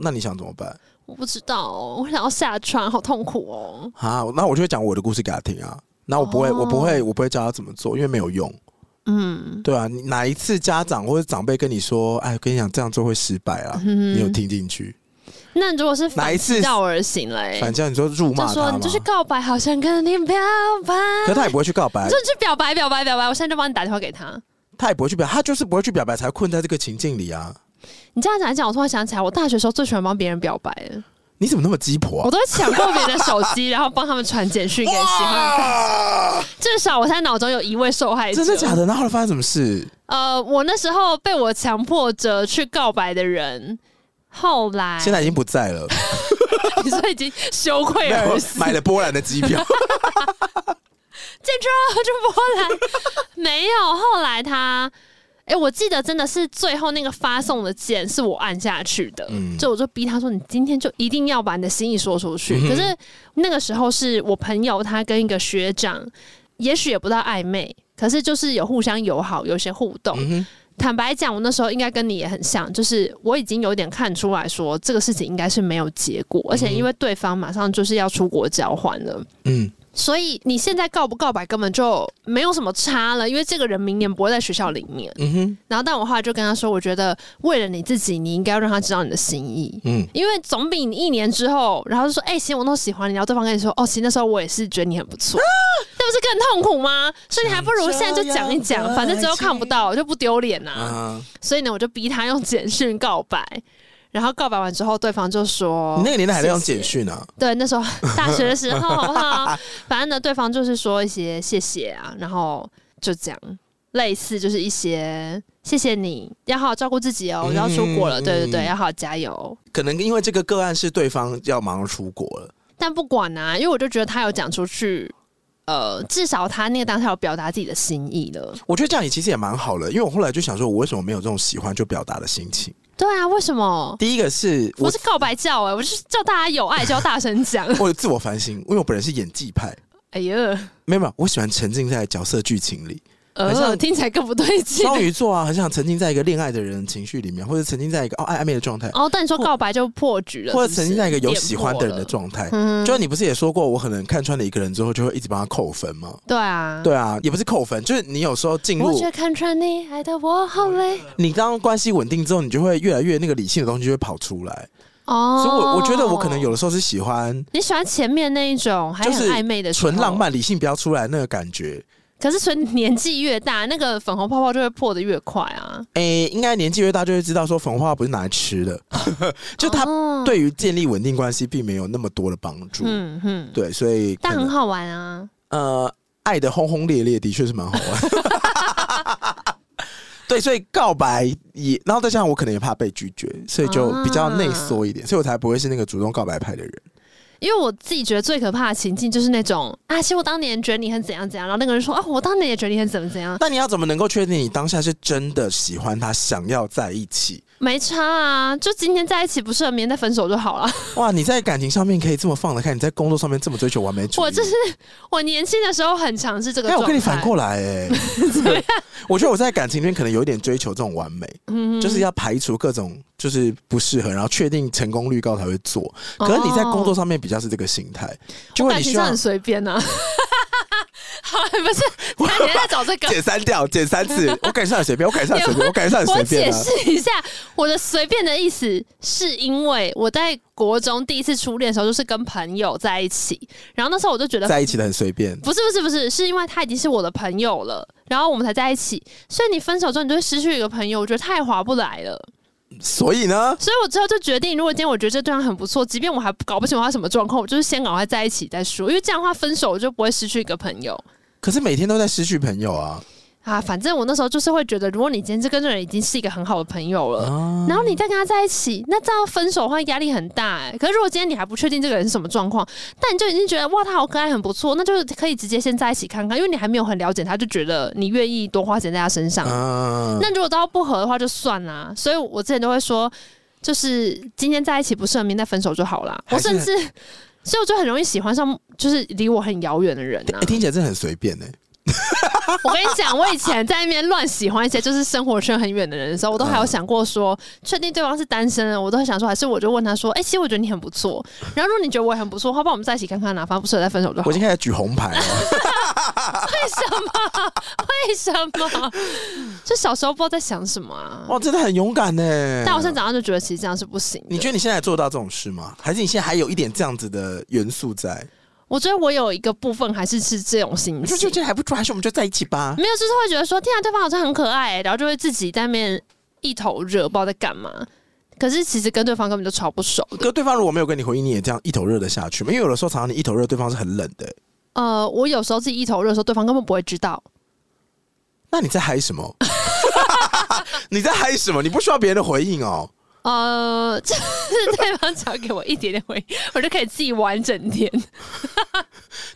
Speaker 1: 那你想怎么办
Speaker 2: 我不知道哦，我想要下船，好痛苦哦。
Speaker 1: 啊？那我就会讲我的故事给他听啊。那我不会，
Speaker 2: 哦
Speaker 1: 我不会，我不会教他怎么做，因为没有用。
Speaker 2: 嗯，
Speaker 1: 对啊，你哪一次家长或者长辈跟你说，哎，我跟你讲这样做会失败
Speaker 2: 嗯
Speaker 1: 啊，你有听进去？
Speaker 2: 那如果是
Speaker 1: 哪
Speaker 2: 反
Speaker 1: 一次
Speaker 2: 其道而行嘞，
Speaker 1: 反正你说辱
Speaker 2: 哎就
Speaker 1: 骂
Speaker 2: 说
Speaker 1: 他
Speaker 2: 你
Speaker 1: 嘛，
Speaker 2: 就去告白，好想跟你表白，
Speaker 1: 可他也不会去告白
Speaker 2: 就，去表白，表白，表白。我现在就帮你打电话给他。
Speaker 1: 他也不会去表，他就是不会去表白，才困在这个情境里啊。
Speaker 2: 你这样讲一讲，我突然想起来，我大学时候最喜欢帮别人表白了，
Speaker 1: 你怎么那么鸡婆
Speaker 2: 我
Speaker 1: 啊？
Speaker 2: 都会抢过别人的手机，然后帮他们传简讯给喜欢的。
Speaker 1: 哇
Speaker 2: 至少我现在脑中有一位受害者。
Speaker 1: 真的假？的？那后来发生什么事？
Speaker 2: 呃，我那时候被我强迫着去告白的人，后来
Speaker 1: 现在已经不在了，
Speaker 2: 你说已经羞愧
Speaker 1: 没有
Speaker 2: 而死，
Speaker 1: 买了波兰的机票，
Speaker 2: 这周就波兰没有。后来他，哎、我记得真的是最后那个发送的键是我按下去的，
Speaker 1: 嗯
Speaker 2: 就我就逼他说：“你今天就一定要把你的心意说出去。
Speaker 1: 嗯哼
Speaker 2: 可是那个时候是我朋友他跟一个学长，也许也不到暧昧，可是就是有互相友好，有些互动。
Speaker 1: 嗯哼
Speaker 2: 坦白讲，我那时候应该跟你也很像，就是我已经有点看出来说这个事情应该是没有结果，而且因为对方马上就是要出国交换了。
Speaker 1: 嗯，
Speaker 2: 所以你现在告不告白根本就没有什么差了，因为这个人明年不会在学校里面。
Speaker 1: 嗯哼，
Speaker 2: 然后，但我后来就跟他说，我觉得为了你自己，你应该要让他知道你的心意，
Speaker 1: 嗯，
Speaker 2: 因为总比你一年之后，然后就说，哎、行，我都喜欢你，然后对方跟你说，哦，行，那时候我也是觉得你很不
Speaker 1: 啊
Speaker 2: 错，那不是更痛苦吗？所以你还不如现在就讲一
Speaker 1: 想这样
Speaker 2: 讲，
Speaker 1: 的
Speaker 2: 反正只有看不到就不丢脸呐、
Speaker 1: 啊，
Speaker 2: 所以呢，我就逼他用简讯告白，然后告白完之后，对方就说，
Speaker 1: 你那个年代还在用
Speaker 2: 哦谢谢
Speaker 1: 简讯啊？
Speaker 2: 对，那时候大学的时 候，好不好？反正呢，对方就是说一些谢谢啊，然后就这样，类似就是一些谢谢你，要好好照顾自己哦，我要出国了，
Speaker 1: 嗯
Speaker 2: 对对对，
Speaker 1: 嗯
Speaker 2: 要好好加油。
Speaker 1: 可能因为这个个案是对方要马上出国了，
Speaker 2: 但不管啊，因为我就觉得他有讲出去，呃，至少他那个当下有表达自己的心意了。
Speaker 1: 我觉得这样也其实也蛮好的，因为我后来就想说，我为什么没有这种喜欢就表达的心情？
Speaker 2: 对啊，为什么？
Speaker 1: 第一个是
Speaker 2: 我
Speaker 1: 我
Speaker 2: 是告白教哎、我就是叫大家有爱就要大声讲。
Speaker 1: 我有自我反省，因为我本人是演技派，
Speaker 2: 哎呀，
Speaker 1: 没有没有，我喜欢沉浸在角色剧情里。好
Speaker 2: 呃，
Speaker 1: 像
Speaker 2: 听起来更不对劲。
Speaker 1: 双鱼座啊，很想沉浸在一个恋爱的人情绪里面，或者沉浸在一个哦暧暧昧的状态，
Speaker 2: 哦，但你说告白就破局了，
Speaker 1: 或者
Speaker 2: 是不是
Speaker 1: 沉浸在一个有
Speaker 2: 点
Speaker 1: 喜欢
Speaker 2: 破
Speaker 1: 的人的
Speaker 2: 了
Speaker 1: 状态。
Speaker 2: 嗯
Speaker 1: 就你不是也说过，我可能看穿了一个人之后，就会一直帮他扣分吗？
Speaker 2: 对啊，
Speaker 1: 对啊，也不是扣分，就是你有时候进
Speaker 2: 我
Speaker 1: 入
Speaker 2: 却看穿你爱的我好累
Speaker 1: 你当关系稳定之后，你就会越来越那个理性的东西就会跑出来。
Speaker 2: 哦。
Speaker 1: 所以我我觉得我可能有的时候是喜欢
Speaker 2: 你喜欢前面那一种还
Speaker 1: 就
Speaker 2: 很
Speaker 1: 是
Speaker 2: 暧昧的时候
Speaker 1: 纯浪，漫，理性不要出来那个感觉。
Speaker 2: 可是随年纪越大，那个粉红泡泡就会破的越快啊。
Speaker 1: 诶、应该年纪越大就会知道，说粉红泡泡不是拿来吃的， 就它
Speaker 2: 哦，
Speaker 1: 对于建立稳定关系并没有那么多的帮助。
Speaker 2: 嗯嗯，
Speaker 1: 对，所以可
Speaker 2: 但
Speaker 1: 能
Speaker 2: 很好玩啊。
Speaker 1: 呃，爱的轰轰烈烈的确是蛮好玩。 对，所以告白也，然后再加上我可能也怕被拒绝，所以就比较内缩一点，
Speaker 2: 啊
Speaker 1: 所以我才不会是那个主动告白派的人。
Speaker 2: 因为我自己觉得最可怕的情境就是那种啊，其实我当年觉得你很怎样怎样，然后那个人说啊，我当年也觉得你很怎么怎样，
Speaker 1: 那你要怎么能够确定你当下是真的喜欢他，想要在一起？
Speaker 2: 没差啊，就今天在一起不适合，明天再分手就好了。
Speaker 1: 哇，你在感情上面可以这么放得开，你在工作上面这么追求完美主义。
Speaker 2: 我这是我年轻的时候很尝试这个
Speaker 1: 哎，
Speaker 2: 状态。
Speaker 1: 我跟你反过来 哎、我觉得我在感情里面可能有一点追求这种完美，
Speaker 2: 嗯，
Speaker 1: 就是要排除各种就是不适合，然后确定成功率高才会做。可是你在工作上面比较是这个心态，就
Speaker 2: 哦
Speaker 1: 会
Speaker 2: 我感
Speaker 1: 你
Speaker 2: 情
Speaker 1: 需
Speaker 2: 上
Speaker 1: 要
Speaker 2: 很随 便呐、啊。好，不是，你看你在找这个，
Speaker 1: 减三掉，减三次，我感觉上很随便，我 感觉上很随便，我感觉上很 随
Speaker 2: 我解
Speaker 1: 便啊。
Speaker 2: 释一下我的随便的意思，是因为我在国中第一次初恋的时候，就是跟朋友在一起，然后那时候我就觉得。
Speaker 1: 在一起的很随便，
Speaker 2: 不是不是不是，是因为他已经是我的朋友了，然后我们才在一起。所以你分手之后，你就会失去一个朋友，我觉得太划不来了。
Speaker 1: 所以呢，
Speaker 2: 所以我之后就决定，如果今天我觉得这对象很不错，即便我还搞不清楚他什么状况，我就是先赶快在一起再说，因为这样的话分手我就不会失去一个朋友
Speaker 1: 可是每天都在失去朋友啊。
Speaker 2: 啊。反正我那时候就是会觉得，如果你今天这跟这个人已经是一个很好的朋友了。
Speaker 1: 啊
Speaker 2: 然后你再跟他在一起，那这样分手的话压力很大哎、可是如果今天你还不确定这个人是什么状况，但你就已经觉得哇他好可爱很不错，那就是可以直接先在一起看看，因为你还没有很了解他，就觉得你愿意多花钱在他身上。
Speaker 1: 嗯，
Speaker 2: 那如果到不合的话就算啦、所以我之前都会说，就是今天在一起不顺明，那分手就好啦。
Speaker 1: 还
Speaker 2: 我
Speaker 1: 是
Speaker 2: 甚至，所以我就很容易喜欢上就是离我很遥远的人啊
Speaker 1: 欸。听起来真的很随便
Speaker 2: 哦
Speaker 1: 呢、
Speaker 2: 我跟你讲，我以前在那边乱喜欢一些就是生活圈很远的人的时候，我都还有想过说，确定对方是单身的，我都会想说，还是我就问他说，哎、其实我觉得你很不错，然后如果你觉得我也很不错，要不然我们在一起看看哪、啊，反正不适合再分手就好。
Speaker 1: 我已
Speaker 2: 为
Speaker 1: 经开始举红牌了。
Speaker 2: 什么？就小时候不知道在想什么啊。
Speaker 1: 哦哇，真的很勇敢呢、
Speaker 2: 但我现在长大就觉得，其实这样是不行的。
Speaker 1: 你觉得你现在做到这种事吗？还是你现在还有一点这样子的元素在？
Speaker 2: 我觉得我有一个部分还是是这种心
Speaker 1: 你就
Speaker 2: 情
Speaker 1: 觉，得还不错，还是我们就在一起吧？
Speaker 2: 没有就是会觉得说，天啊，对方好像很可爱欸、然后就会自己在那边一头热，不知道在干嘛。可是其实跟对方根本就超不熟的。
Speaker 1: 可对方如果没有跟你回应，你也这样一头热的下去吗？因为有的时候常常你一头热，对方是很冷的欸、
Speaker 2: 呃，我有时候自己一头热的时候，对方根本不会知道。
Speaker 1: 那你在嗨什 么？你在嗨什么？你不需要别人的回应哦。
Speaker 2: 呃，就是对方只要给我一点点回应，我就可以自己玩整天，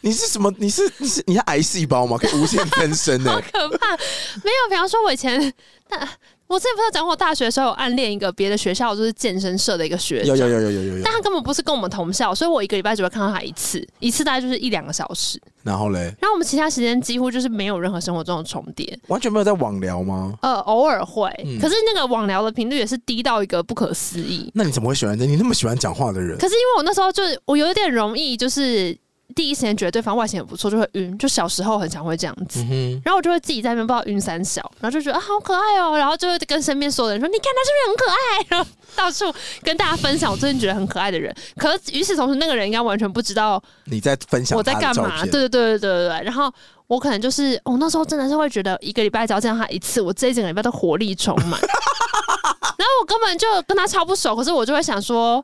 Speaker 1: 你是什么？你是你是你是癌细胞吗？可以无限增生 呢、
Speaker 2: 好可怕。没有，比方说我以前，那我之前不是讲过，我大学的时候有暗恋一个别的学校，就是健身社的一个学
Speaker 1: 有
Speaker 2: 长
Speaker 1: 有有有有有有
Speaker 2: 但。他根本不是跟我们同校，所以我一个礼拜只会看到他一次，一次大概就是一两个小时。
Speaker 1: 然后嘞，
Speaker 2: 然后我们其他时间几乎就是没有任何生活中的重叠，
Speaker 1: 完全没有在网聊吗？
Speaker 2: 呃，偶尔会，
Speaker 1: 嗯
Speaker 2: 可是那个网聊的频率也是低到一个不可思议。
Speaker 1: 那你怎么会喜欢这？你那么喜欢讲话的人，
Speaker 2: 可是因为我那时候就是我有一点容易，就是第一时间觉得对方外形很不错，就会晕，就小时候很常会这样子。
Speaker 1: 嗯哼，
Speaker 2: 然后我就会自己在那边不知道晕三小，然后就觉得啊好可爱哦，然后就会跟身边所有人说你看他是不是很可爱，然 后到处跟大家分享我最近觉得很可爱的人。可是与此同时，那个人应该完全不知道
Speaker 1: 你在分享
Speaker 2: 我在
Speaker 1: 他的
Speaker 2: 干
Speaker 1: 照
Speaker 2: 嘛？
Speaker 1: 片
Speaker 2: 对对对对对对。然后我可能就是，哦我、那时候真的是会觉得一个礼拜只要见到他一次，我这一整个礼拜都活力充 满。然后我根本就跟他超不熟，可是我就会想说，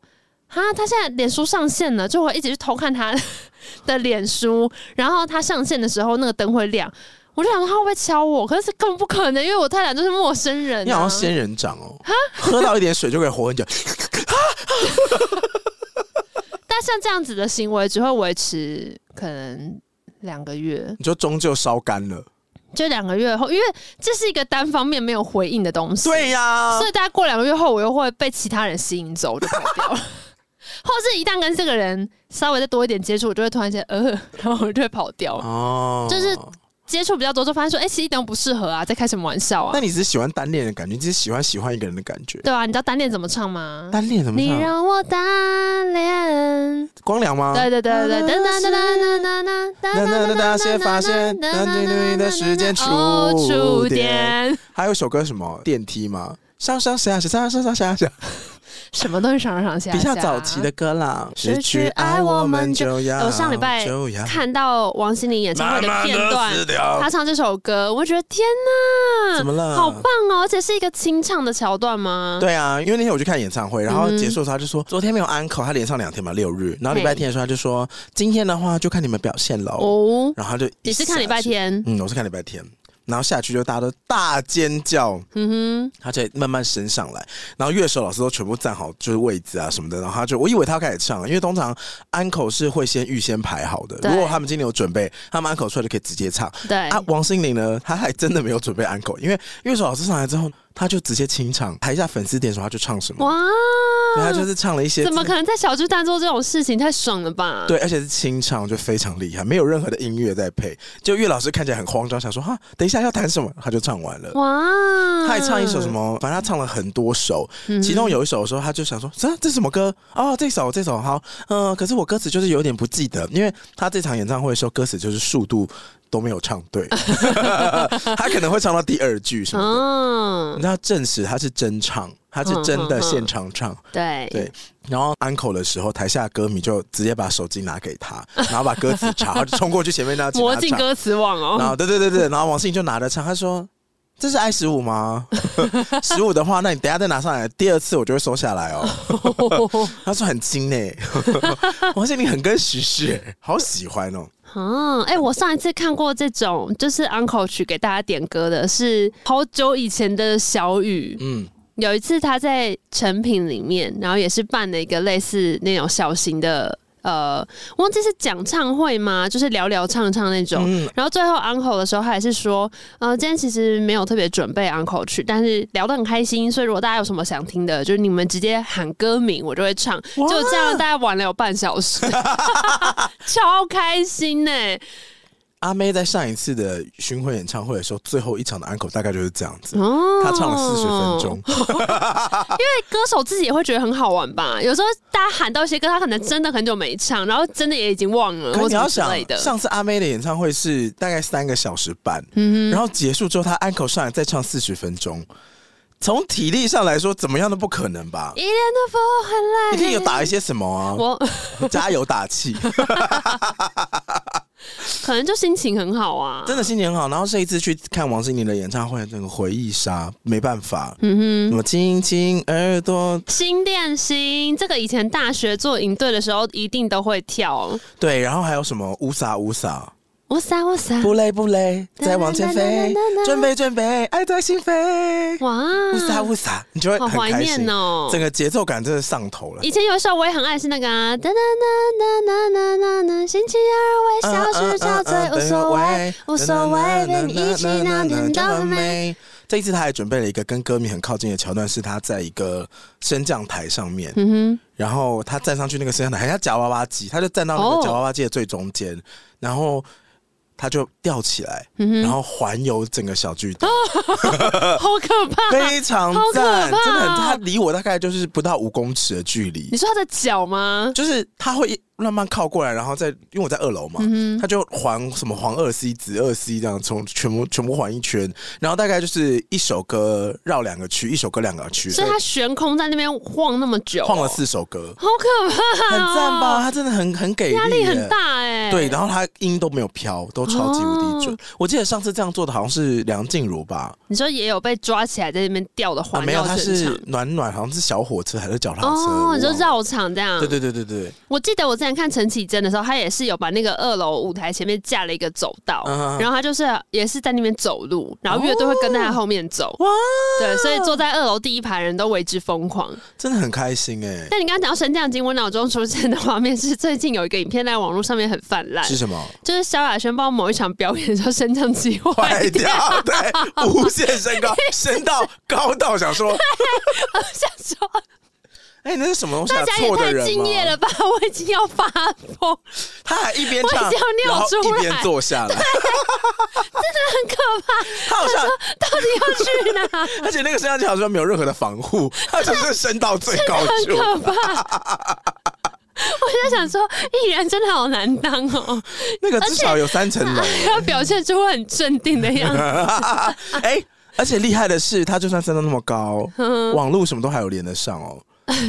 Speaker 2: 哈，他现在脸书上线了，就我一直去偷看他 的脸书，然后他上线的时候那个灯会亮。我就想说他会不会敲我，可是根本不可能，因为我太懒，就是陌生人、啊。
Speaker 1: 你好像仙人掌哦，喝到一点水就可以活很久。
Speaker 2: 但像这样子的行为只会维持可能两个月，
Speaker 1: 你就终究烧干了。
Speaker 2: 就两个月后，因为这是一个单方面没有回应的东西，
Speaker 1: 对呀、
Speaker 2: 所以大概过两个月后，我又会被其他人吸引走，我就跑掉了。或是一旦跟这个人稍微再多一点接触，我就会突然间呃，然后我就会跑掉。
Speaker 1: 哦，
Speaker 2: 就是接触比较多之后，发现说，哎、其实一点都不适合啊，在开什么玩笑啊
Speaker 1: 那？你只是喜欢单恋的感觉，你只是喜欢喜欢一个人的感觉。
Speaker 2: 对啊，你知道单恋怎么唱吗？
Speaker 1: 单恋怎么
Speaker 2: 你
Speaker 1: 唱？
Speaker 2: 让我单恋。
Speaker 1: 光良吗？
Speaker 2: 对对对对对，噔噔噔噔噔噔
Speaker 1: 那那
Speaker 2: 噔噔
Speaker 1: 那
Speaker 2: 噔
Speaker 1: 大家发现，
Speaker 2: 噔
Speaker 1: 单恋对你的时间
Speaker 2: 哦
Speaker 1: 触
Speaker 2: 触
Speaker 1: 电。
Speaker 2: 电，
Speaker 1: 还有一首歌什么电梯吗？上上下下上上下下下，
Speaker 2: 什么都是上上下下。
Speaker 1: 比较早期的歌啦。
Speaker 2: 失去
Speaker 1: 去爱
Speaker 2: 爱我
Speaker 1: 我们
Speaker 2: 们
Speaker 1: 就要，
Speaker 2: 我上礼拜
Speaker 1: 就要
Speaker 2: 看到王心凌演唱会的片段，
Speaker 1: 慢慢地死掉
Speaker 2: 她唱这首歌，我觉得天哪，
Speaker 1: 怎么了
Speaker 2: 好棒哦！而且是一个清唱的桥段吗？，
Speaker 1: 对啊，因为那天我去看演唱会，然后
Speaker 2: 嗯
Speaker 1: 结束的时候他就说，昨天没有安口，他连上两天嘛，六日，然后
Speaker 2: 嘿
Speaker 1: 礼拜天的时候他就说，今天的话就看你们表现喽。
Speaker 2: 哦，
Speaker 1: 然后他就
Speaker 2: 你
Speaker 1: 一
Speaker 2: 是
Speaker 1: 下
Speaker 2: 看礼拜
Speaker 1: 去，
Speaker 2: 天，
Speaker 1: 嗯，我是看礼拜天，然后下去就大家都大尖叫，
Speaker 2: 嗯
Speaker 1: 他才慢慢升上来，然后乐手老师都全部站好就是位置啊什么的，然后他就我以为他要开始唱了，因为通常安口是会先预先排好的，
Speaker 2: 对哎
Speaker 1: 如果他们今天有准备，他们安口出来就可以直接唱。
Speaker 2: 哼，对，
Speaker 1: 啊，王心凌呢，她还真的没有准备安口，因为乐手老师上来之后，她就直接清唱，台下粉丝点什么她就唱什么。
Speaker 2: 哇，
Speaker 1: 对，他就是唱了一些，
Speaker 2: 怎么可能在小巨蛋做这种事情？太爽了吧！，
Speaker 1: 对，而且是清唱，就非常厉害，没有任何的音乐在配。就岳老师看起来很慌张，想说哈，等一下要弹什么，他就唱完了。
Speaker 2: 哇，
Speaker 1: 他还唱一首什么？反正他唱了很多首，
Speaker 2: 嗯？
Speaker 1: 其中有一首的时候，他就想说：“这这是什么歌？哦，这首这呃首好，嗯、可是我歌词就是有点不记得，因为他这场演唱会的时候，歌词就是速度都没有唱 对，他可能会唱到第二句什么的。你
Speaker 2: 嗯，
Speaker 1: 知道证实他是真唱，他是真的现场唱，
Speaker 2: 对
Speaker 1: 对。然后 uncle 的时候，台下歌迷就直接把手机拿给他，然后把歌词查，他就冲过去前面那吉
Speaker 2: 魔
Speaker 1: 他
Speaker 2: 镜
Speaker 1: 唱。
Speaker 2: 歌词网
Speaker 1: 然
Speaker 2: 哦，
Speaker 1: 后对对对对，然后王信就拿着唱，他说：“这是 i 十五吗？ 十五的话，那你等一下再拿上来，第二次我就会收下来哦。” 他说很精呢、王信你很跟时事、欸，好喜欢哦。
Speaker 2: 嗯，哎、我上一次看过这种就是 uncle 曲给大家点歌的是好久以前的小雨，
Speaker 1: 嗯，
Speaker 2: 有一次他在成品里面，然后也是办了一个类似那种小型的。呃，忘记是讲唱会吗？就是聊聊唱唱那种。
Speaker 1: 嗯
Speaker 2: 然后最后 uncle 的时候，他也是说，呃，今天其实没有特别准备 uncle 曲，但是聊得很开心，所以如果大家有什么想听的，就是你们直接喊歌名，我就会唱。
Speaker 1: 哇
Speaker 2: 就这样，大概玩了有半小 时，超开心呢、
Speaker 1: 阿妹在上一次的巡回演唱会的时候，最后一场的 uncle 大概就是这样子。
Speaker 2: 哦，
Speaker 1: 他唱了四十分钟，
Speaker 2: 歌手自己也会觉得很好玩吧？有时候大家喊到一些歌，他可能真的很久没唱，然后真的也已经忘了，
Speaker 1: 可
Speaker 2: 或
Speaker 1: 哎是你要
Speaker 2: 者之
Speaker 1: 想
Speaker 2: 类，的。
Speaker 1: 上次阿妹的演唱会是大概三个小时半，
Speaker 2: 嗯
Speaker 1: 然后结束之后，他 uncle 上来再唱四十分钟，从体力上来说，怎么样都不可能吧
Speaker 2: 哼，？一点都不回来。
Speaker 1: 一定有打一些什么啊，
Speaker 2: 我
Speaker 1: 加油打气，
Speaker 2: 可能就心情很好啊。
Speaker 1: 真的心情很好。然后这一次去看王心凌的演唱会，整个回忆杀，没办法。
Speaker 2: 嗯
Speaker 1: 什么亲亲耳朵，
Speaker 2: 哼，新恋心这个以前大学做营队的时候一定都会跳，
Speaker 1: 对，然后还有什么乌撒乌撒，
Speaker 2: 我撒我撒，
Speaker 1: 不累不累，再往前飞，准备准备，爱在心扉，
Speaker 2: 哇，
Speaker 1: 乌撒乌撒，你就会
Speaker 2: 好
Speaker 1: 很
Speaker 2: 怀
Speaker 1: 开
Speaker 2: 念
Speaker 1: 心，
Speaker 2: 哦。
Speaker 1: 整个节奏感真的上头了。
Speaker 2: 以前有一首我也很爱是那个啊，哒哒哒哒哒哒哒，星期二微笑时憔悴，无所谓，无所谓，陪你一起聊天到很美。
Speaker 1: 美。这一次他还准备了一个跟歌迷很靠近的桥段，是他在一个升降台上面，
Speaker 2: 嗯
Speaker 1: 然后他站上去那个升降台，很像夹娃娃机，他就站到那
Speaker 2: 哦
Speaker 1: 个夹娃娃机的最中间，然后他就吊起来，
Speaker 2: 哼，嗯
Speaker 1: 然后环游整个小巨蛋，
Speaker 2: 哼，好可怕！
Speaker 1: 非常
Speaker 2: 好可
Speaker 1: 赞，
Speaker 2: 怕
Speaker 1: 真的很，他离我大概就是不到五公尺的距离
Speaker 2: 你，说他的脚吗？
Speaker 1: 就是他会慢慢靠过来，然后再因为我在二楼嘛，
Speaker 2: 嗯
Speaker 1: 他就环什么环二 C、子二 C 这样，从全部全部环一圈，然后大概就是一首歌绕两个区，一首歌两个区，
Speaker 2: 哼，所以他悬空在那边晃那么久，哦
Speaker 1: 晃了，四首歌，
Speaker 2: 好可怕，
Speaker 1: 很赞吧？？他真的很很给力耶，
Speaker 2: 哦 压力很大哎。
Speaker 1: 对，然后他音都没有飘，都超级无敌准。
Speaker 2: 哦
Speaker 1: 我记得上次这样做的好像是梁静茹吧？
Speaker 2: 你说也有被抓起来在那边吊的
Speaker 1: 啊，
Speaker 2: 环
Speaker 1: 没有，
Speaker 2: 绕
Speaker 1: 他
Speaker 2: 全
Speaker 1: 是
Speaker 2: 场。
Speaker 1: 暖暖，好像是小火车还是脚踏车？
Speaker 2: 哦，你
Speaker 1: 就
Speaker 2: 说。绕场这样？
Speaker 1: 对对对对对，
Speaker 2: 我记得我之前看陈绮贞的时候，她也是有把那个二楼舞台前面架了一个走道，
Speaker 1: 嗯
Speaker 2: 然后她就是也是在那边走路，然后乐队会跟在她后面走。
Speaker 1: 哦哇，
Speaker 2: 对，所以坐在二楼第一排人都为之疯狂。
Speaker 1: 真的很开心哎。
Speaker 2: 但你刚刚讲到升降机，我脑中出现的画面是最近有一个影片在网络上面很泛滥，
Speaker 1: 是什么？
Speaker 2: 就是萧亚轩帮某一场表演的时候升降机坏
Speaker 1: 坏
Speaker 2: 掉，
Speaker 1: 掉，对，无限升 高，升到高到想说，
Speaker 2: 想说
Speaker 1: 哎、那是什么东西、
Speaker 2: 大
Speaker 1: 啊？
Speaker 2: 家也
Speaker 1: 错的
Speaker 2: 太
Speaker 1: 人
Speaker 2: 敬
Speaker 1: 吗？
Speaker 2: 业了吧，我已经要发疯，
Speaker 1: 他还一边
Speaker 2: 我
Speaker 1: 唱
Speaker 2: 已经要，
Speaker 1: 然
Speaker 2: 尿
Speaker 1: 后
Speaker 2: 出来
Speaker 1: 一边坐下来，
Speaker 2: 很可怕，
Speaker 1: 他好像，
Speaker 2: 到底要去哪？
Speaker 1: 而且那个升降机好像没有任何的防 护，他只是升到最高
Speaker 2: 很
Speaker 1: 处。
Speaker 2: 可怕。我在想说，艺人真的好难当哦，
Speaker 1: 那个至少有三层楼。
Speaker 2: 他表现出很镇定的样 子。
Speaker 1: 哎、而且厉害的是，他就算升到那么高，
Speaker 2: 嗯
Speaker 1: 网络什么都还有连得上哦，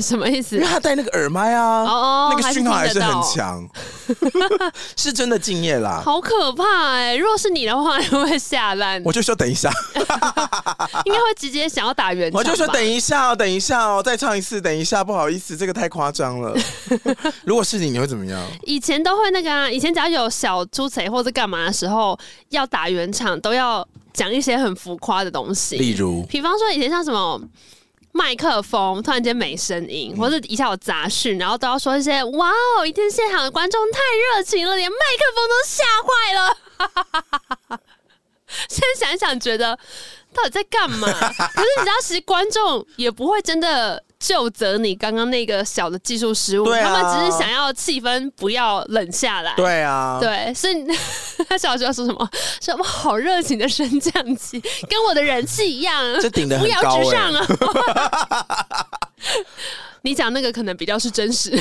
Speaker 2: 什么意思
Speaker 1: 因为？他戴那个耳麦啊，
Speaker 2: 哦
Speaker 1: 那个讯号还是很
Speaker 2: 还是听
Speaker 1: 强， 是真的敬业啦。
Speaker 2: 好可怕哎、如果是你的话，你会不会下烂？
Speaker 1: 我就说等一下。
Speaker 2: 应该会直接想要打圆场吧。
Speaker 1: 我就说等一下哦，等一下哦，再唱一次，等一下，不好意思，这个太夸张 了。如果是你，你会怎么样？
Speaker 2: 以前都会那个啊，以前只要有小出彩或者干嘛的时候，要打圆场都要讲一些很浮夸的东西，
Speaker 1: 如，
Speaker 2: 比方说以前像什么。麦克风突然间没声音，
Speaker 1: 嗯
Speaker 2: 或者一下有杂讯，然后都要说一些“哇哦，一天现场的观众太热情了，连麦克风都吓坏了。” 现在想一想，觉得到底在 干嘛？可是你知道，其实观众也不会真的就责你刚刚那个小的技术失误，
Speaker 1: 对啊
Speaker 2: 他们只是想要气氛不要冷下来。
Speaker 1: 对啊，
Speaker 2: 对，所以 他小时候说什么？说我好热情的升降机， 跟我的人气一样，
Speaker 1: 这顶得欸
Speaker 2: 扶
Speaker 1: 很
Speaker 2: 摇
Speaker 1: 高哎、
Speaker 2: 直 上啊！你讲那个可能比较是真 实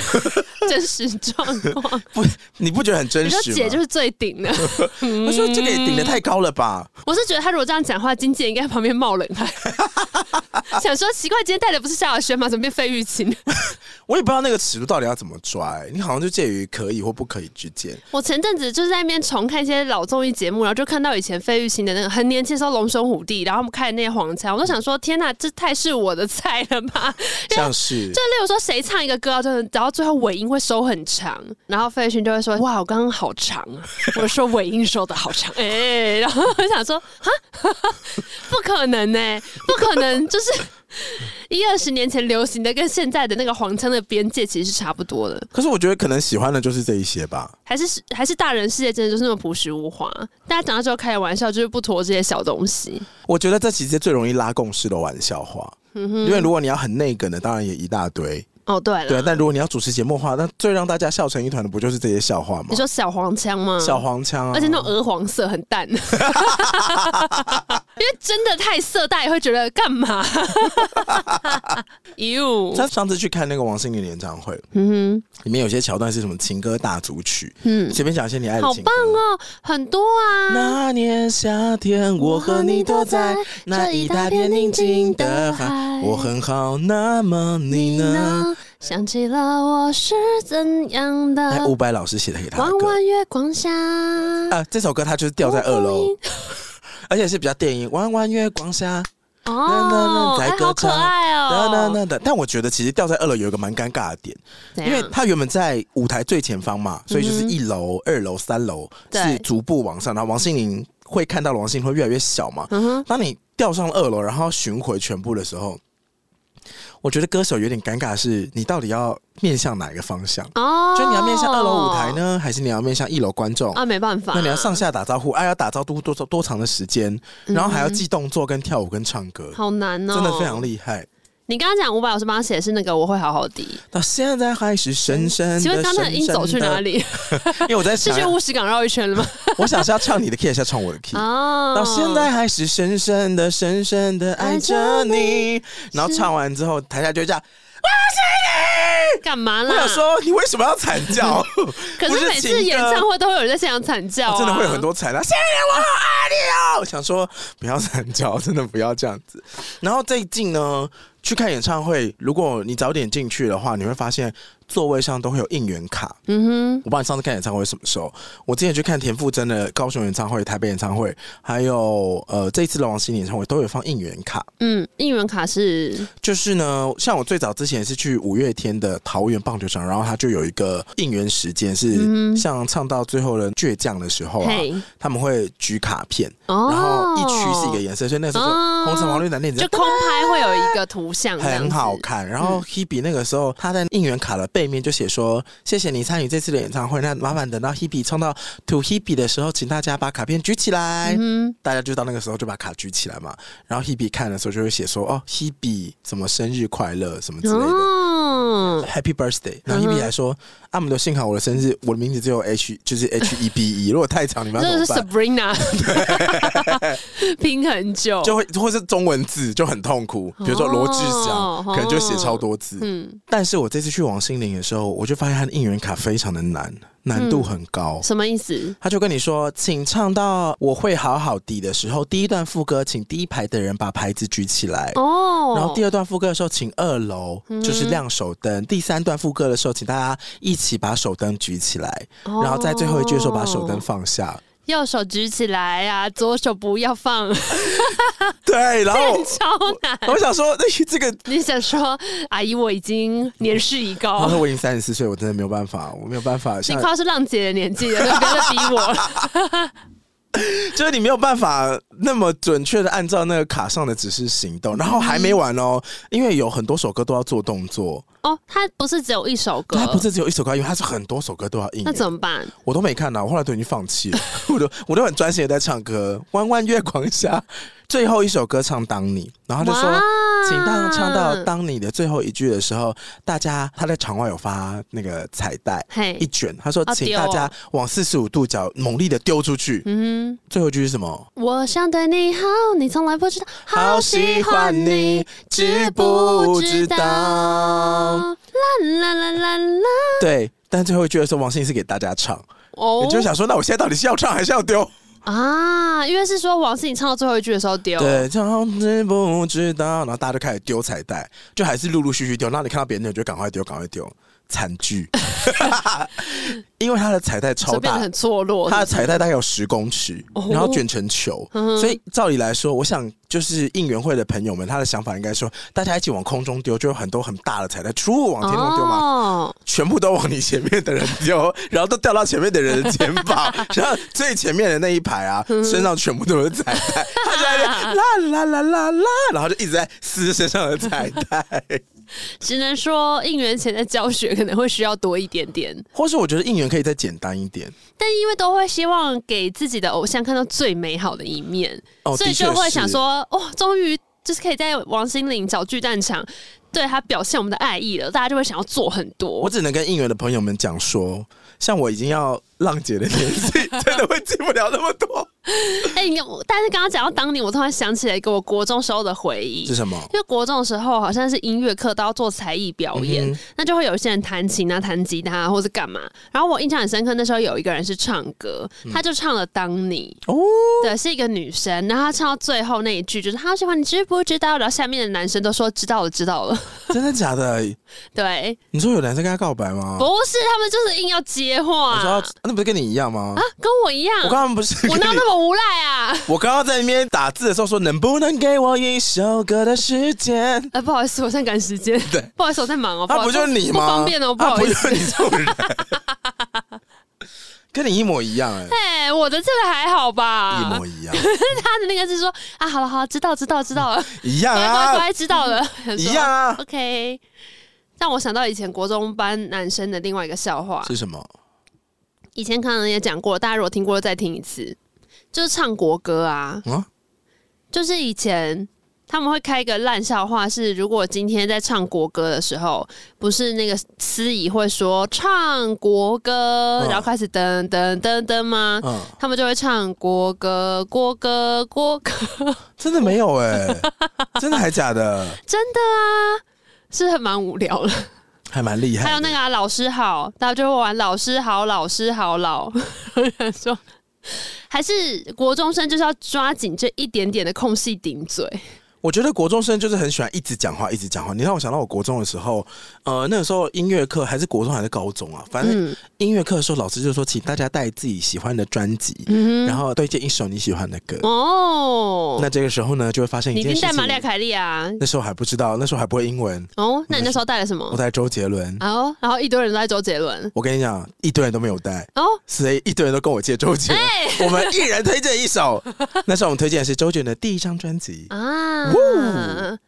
Speaker 2: 真实状况。
Speaker 1: 你不觉得很真
Speaker 2: 你说
Speaker 1: 实吗？
Speaker 2: 姐就是嗯最顶的，
Speaker 1: 我说这个也顶得太高了吧？
Speaker 2: 我是觉得他如果这样讲话，经纪人应该在旁边冒冷 汗，想说奇怪，今天带的不是萧亚轩吗？怎么变费玉清？
Speaker 1: 我也不知道那个尺度到底要怎么抓、欸你好像就介于可以或不可以之间。
Speaker 2: 我前阵子就是在那边重看一些老综艺节目，然后就看到以前费玉清的那个很年轻的时候龙兄虎弟，然后他们开的那些黄腔，我都想说天呐，这太是我的菜了吧！
Speaker 1: 像是
Speaker 2: 就例如说谁唱一个歌啊，就是然后最后尾音会收很长，然后费玉清就会说哇，我刚刚好长啊， 我说尾音收的好长，哎、然后我想说哈， 不可能呢、不可能，就是一二十年前流行的跟现在的那个黄腔的边界其实是差不多的。
Speaker 1: 可是我觉得可能喜欢的就是这一些吧。
Speaker 2: 还是还是大人世界真的就是那么朴实无华，大家长大之后开的玩笑就是不妥这些小东西。
Speaker 1: 我觉得这其实最容易拉共识的玩笑话，
Speaker 2: 嗯
Speaker 1: 因为如果你要很那个呢，当然也一大堆。
Speaker 2: 哦，对了，
Speaker 1: 对啊，但如果你要主持节目的话，那最让大家笑成一团的不就是这些笑话吗
Speaker 2: 你？说小黄腔吗？
Speaker 1: 小黄腔啊，
Speaker 2: 嗯而且那种鹅黄色很淡，因 为真的太色，大家也会觉得 干嘛？哟，
Speaker 1: 他上次去看那个王心凌的演唱会，
Speaker 2: 嗯
Speaker 1: 里面有些桥段是什么情歌大组曲，
Speaker 2: 哼，嗯，
Speaker 1: 随便讲一些你爱的
Speaker 2: 好
Speaker 1: 情歌
Speaker 2: 棒。哦，很多啊，
Speaker 1: 那年夏天，我和你都在那一大片宁静的海，我很好，那么你
Speaker 2: 你
Speaker 1: 呢？
Speaker 2: 呢？想起了我是怎样
Speaker 1: 哎，
Speaker 2: 的
Speaker 1: 伍？佰老师写的给他的
Speaker 2: 弯
Speaker 1: 歌
Speaker 2: 弯月光下，
Speaker 1: 啊，这首歌他就是掉在二楼
Speaker 2: 我，
Speaker 1: 而且是比较电音，弯弯月光下，
Speaker 2: 哦，
Speaker 1: 在
Speaker 2: 哎，
Speaker 1: 歌
Speaker 2: 好可
Speaker 1: 唱
Speaker 2: 爱
Speaker 1: 那那
Speaker 2: 哦！
Speaker 1: 那的。但我觉得其实掉在二楼有一个蛮尴尬的点，
Speaker 2: 怎
Speaker 1: 因为
Speaker 2: 样
Speaker 1: 他原本在舞台最前方嘛，所以就是
Speaker 2: 嗯哼
Speaker 1: 一楼、二楼、三楼
Speaker 2: 对
Speaker 1: 是逐步往上，然后王心凌会看到王心凌会越来越小嘛。
Speaker 2: 嗯哼，
Speaker 1: 当你掉上了二楼，然后巡回全部的时候，我觉得歌手有点尴尬的是，你到底要面向哪一个方向？
Speaker 2: 哦，
Speaker 1: 就你要面向二楼舞台？呢，还是你要面向一楼观众？
Speaker 2: 啊，没办法，
Speaker 1: 那你要上下打招呼，哎、要打招呼多多多长的时间，然后还要记动作、跟跳舞、跟唱歌，
Speaker 2: 嗯好难哦，
Speaker 1: 真的非常厉害。
Speaker 2: 你刚刚讲伍佰老师帮他写的是那个我会好好的，
Speaker 1: 到现在还是深深的。
Speaker 2: 请问刚刚那个音走去哪
Speaker 1: 里？
Speaker 2: 里？
Speaker 1: 因为我在
Speaker 2: 是
Speaker 1: 想
Speaker 2: 去，乌石港绕一圈 了吗？
Speaker 1: 我想是要唱你的 key，还是要唱我的 key？
Speaker 2: 哦，
Speaker 1: 到现在还是深深的、深深的爱着你。然后唱完之后，台下就会这样。
Speaker 2: 干嘛
Speaker 1: 我
Speaker 2: 啦
Speaker 1: 想？说，你为什么要惨 叫？
Speaker 2: 可
Speaker 1: 不是
Speaker 2: 是每次
Speaker 1: 情
Speaker 2: 演
Speaker 1: 歌
Speaker 2: 唱会都会有人在现场惨叫啊，
Speaker 1: 哦真的会有很多惨叫，谢谢我好爱你哦！我想说不要惨叫，真的不要这样子。然后最近呢，去看演唱会，如果你早点进去的话，你会发现座位上都会有应援卡。
Speaker 2: 嗯
Speaker 1: 我不知道你上次看演唱会是什么时候，我之前去看田馥甄的高雄演唱会、台北演唱会，还有呃这一次的王心凌演唱会都有放应援卡。
Speaker 2: 哼，嗯，应援卡是
Speaker 1: 就是呢，像我最早之前是去五月天的桃园棒球场，然后他就有一个应援时间
Speaker 2: 嗯
Speaker 1: 是
Speaker 2: 哼
Speaker 1: 像唱到最后的倔强的时候啊，
Speaker 2: 嘿，
Speaker 1: 他们会举卡片。
Speaker 2: 哦，
Speaker 1: 然后一区是一个颜色，所以那时候就
Speaker 2: 哦
Speaker 1: 红橙黄绿蓝靛紫
Speaker 2: 就空拍会有一个图像，这样
Speaker 1: 很
Speaker 2: 子嗯
Speaker 1: 好看。然后 Hebe 那个时候他在应援卡的背面就写说：“谢谢你参与这次的演唱会，那麻烦等到 Hebe 唱到 To Hebe 的时候，请大家把卡片举起来。
Speaker 2: 嗯
Speaker 1: 大家就到那个时候就把卡举起来嘛。然后 Hebe 看的时候就会写说：“哦，Hebe 什么生日快乐什么之
Speaker 2: 哼，
Speaker 1: 类的。
Speaker 2: 哦，
Speaker 1: Happy birthday！然后
Speaker 2: 嗯嗯哼
Speaker 1: Hebe 还说：“阿姆的幸好我的生日，我的名字只有 H，就是 H E B E。如果太长，你们要
Speaker 2: 这
Speaker 1: 怎么
Speaker 2: 是
Speaker 1: 办？
Speaker 2: Sabrina，拼很久，
Speaker 1: 就会或是中文字就很痛苦，比如说罗志
Speaker 2: 哦
Speaker 1: 祥，可能就写超多字。
Speaker 2: 嗯，
Speaker 1: 但是我这次去王心凌的时候，我就发现她的应援卡非常的难，难
Speaker 2: 嗯
Speaker 1: 度很高。
Speaker 2: 什么意思？
Speaker 1: 他就跟你说，请唱到我会好好的的时候，第一段副歌，请第一排的人把牌子举起来。
Speaker 2: 哦，嗯
Speaker 1: 然后第二段副歌的时候，请二楼、就是亮手灯；第三段副歌的时候，请大家一起把手灯举起来，
Speaker 2: 哦
Speaker 1: 然后在最后一句的时候把手灯放下。
Speaker 2: 右手举起来啊，左手不要放，
Speaker 1: 对，然后
Speaker 2: 超难。
Speaker 1: 我想说，那这个
Speaker 2: 你想说，阿姨，我已经年事已
Speaker 1: 哦他
Speaker 2: 高，
Speaker 1: 说我已经三十四岁，我真的没有办法，我没有办法。
Speaker 2: 你
Speaker 1: 像
Speaker 2: 快要是浪姐的年纪了，都不要再逼我了。
Speaker 1: 就是你没有办法那么准确的按照那个卡上的指示行动，
Speaker 2: 嗯
Speaker 1: 然后还没完哦，因为有很多首歌都要做动作，
Speaker 2: 哦，他不是只有一首歌，
Speaker 1: 它不是只有一首歌要用，因为它是很多首歌都要应
Speaker 2: 那
Speaker 1: 援。
Speaker 2: 怎么办？
Speaker 1: 我 都没看呐、我后来都已经放弃了，我都我都很专心的在唱歌，弯弯月光下，最后一首歌唱《当你》，然后他就说
Speaker 2: 哇，
Speaker 1: 请当唱到《当你》的最后一句的时候，大家他在场外有发那个彩带
Speaker 2: 嘿
Speaker 1: 一，卷，他说
Speaker 2: 啊
Speaker 1: 请
Speaker 2: 丢
Speaker 1: 大
Speaker 2: 哦
Speaker 1: 家往四十五度角猛力的丢出去。
Speaker 2: 嗯
Speaker 1: 最后一句是什么？
Speaker 2: 哼，我想对你好，你从来不知道，
Speaker 1: 好喜欢你，知不知道？
Speaker 2: 啦啦啦啦啦，
Speaker 1: 对，但最后一句的时候，王心凌是给大家唱，
Speaker 2: 哦
Speaker 1: 你就想说，那我现在到底是要唱还是要丢？
Speaker 2: 啊，因为是说王思颖唱到最后一句的时候丢，
Speaker 1: 对，这样知不知道？然后大家就开始丢彩带，就还是陆陆续续丢。那你看到别人的，你就赶快丢，赶快丢，惨剧。 因为他的彩带超
Speaker 2: 就变得
Speaker 1: 大
Speaker 2: 很，错落。
Speaker 1: 他的彩带大概有十公尺，
Speaker 2: 哦嗯
Speaker 1: 然后卷成球，所以照理来说，我想就是应援会的朋友们，他的想法应该说，大家一起往空中丢，就有很多很大的彩带，除了往天空丢嘛，
Speaker 2: 哦，
Speaker 1: 全部都往你前面的人丢， 然后都掉到前面的人的肩 膀，然后最前面的那一排啊，身上全部都是彩带，他就在那 边啦啦啦啦啦，然后就一直在撕身上的彩带。
Speaker 2: 只能说应援前的教学可能会需要多一点点，
Speaker 1: 或是我觉得应援可以再简单一点，
Speaker 2: 但因为都会希望给自己的偶像看到最美好的一面，
Speaker 1: 哦
Speaker 2: 所以
Speaker 1: 的确
Speaker 2: 就会想
Speaker 1: 是
Speaker 2: 说，哦，终于就是可以在王心凌小巨蛋场对她表现我们的爱意了，大家就会想要做很
Speaker 1: 我
Speaker 2: 多。
Speaker 1: 只能跟应援的朋友们讲说，像我已经要浪姐的年 纪，真的会记不了那么多。
Speaker 2: 哎、你看我但是刚刚讲到当年，我突然想起来一个我国中时候的回忆
Speaker 1: 是。什么？
Speaker 2: 因为国中的时候好像是音乐课都要做才艺表演，
Speaker 1: 嗯哼
Speaker 2: 那就会有一些人弹琴啊、弹吉他、啊、或是干嘛。然后我印象很深刻，那时候有一个人是唱歌，
Speaker 1: 嗯
Speaker 2: 他就唱了《当你》
Speaker 1: 哦，
Speaker 2: 对，是一个女生。然后她唱到最后那一句就是“好喜欢你，知不知道？”然后下面的男生都说“知道了，知道了
Speaker 1: 真的假的？”。
Speaker 2: 对，
Speaker 1: 你说有男生跟他告白吗
Speaker 2: 不？是他们就是硬要接
Speaker 1: 哦我
Speaker 2: 话，
Speaker 1: 说啊那不是跟你一样吗？
Speaker 2: 啊，跟我一样，
Speaker 1: 我刚刚不是
Speaker 2: 我
Speaker 1: 跟
Speaker 2: 哪有
Speaker 1: 你
Speaker 2: 那么无赖啊？
Speaker 1: 我刚刚在那边打字的时候说，能不能给我一首歌的时间？
Speaker 2: 呃，不好意思，我现在赶时间，
Speaker 1: 对，
Speaker 2: 不好意思，我在忙哦，
Speaker 1: 那
Speaker 2: 好
Speaker 1: 不
Speaker 2: 意思
Speaker 1: 就是你
Speaker 2: 不
Speaker 1: 吗？
Speaker 2: 方便哦，不
Speaker 1: 那
Speaker 2: 好
Speaker 1: 不
Speaker 2: 意
Speaker 1: 就
Speaker 2: 思
Speaker 1: 是。你这种人， 跟你一模一样哎、
Speaker 2: 哎、我的这个还好吧？
Speaker 1: 一 模一样，
Speaker 2: 他的那个是说啊，好了好了，知道知道知道了，
Speaker 1: 一样
Speaker 2: 乖乖
Speaker 1: 啊，
Speaker 2: 乖，知道了，
Speaker 1: 一样啊
Speaker 2: 说。OK，让我想到以前国中班男生的另外一个笑话，
Speaker 1: 是什么？
Speaker 2: 以前可能也讲过，大家如果听过再听一次，就是唱国歌啊，
Speaker 1: 啊
Speaker 2: 就是以前。他们会开一个烂笑话，是如果今天在唱国歌的时候，不是那个司仪会说唱国歌，
Speaker 1: 嗯
Speaker 2: 然后开始噔噔噔噔吗？
Speaker 1: 嗯，
Speaker 2: 他们就会唱国歌，国歌，国歌，
Speaker 1: 真的没有哎、真的还假的？
Speaker 2: 真的啊，是很蛮无聊的。
Speaker 1: 还蛮厉害的。
Speaker 2: 还有那个、啊、老师好，大家就会玩老师好，老 师好老，说还是国中生就是要抓紧这一点点的空隙顶嘴。
Speaker 1: 我觉得国中生就是很喜欢一直讲话，一直讲话。你让我想到我国中的时候，呃，那个时候音乐课还是国中还是高中啊，反正
Speaker 2: 嗯
Speaker 1: 音乐课的时候，老师就说，请大家带自己喜欢的专辑，
Speaker 2: 嗯
Speaker 1: 然后推荐一首你喜欢的歌。
Speaker 2: 哼，哦，
Speaker 1: 那这个时候呢，就会发现
Speaker 2: 你
Speaker 1: 一
Speaker 2: 一
Speaker 1: 件
Speaker 2: 定
Speaker 1: 事
Speaker 2: 带
Speaker 1: 情。
Speaker 2: 玛利亚凯莉啊？
Speaker 1: 那时候还不知道，那时候还不会英文，
Speaker 2: 哦，那你那时候带了什
Speaker 1: 我
Speaker 2: 么？
Speaker 1: 带周杰伦。
Speaker 2: 哦，然后一堆人都在周杰伦。
Speaker 1: 我跟你讲，一堆人都没有带，
Speaker 2: 哦，
Speaker 1: 所以一堆人都跟我借周杰伦。
Speaker 2: 哎
Speaker 1: 我们一人推荐一 首，那时候我们推荐的是周杰伦的第一张专辑，
Speaker 2: 啊，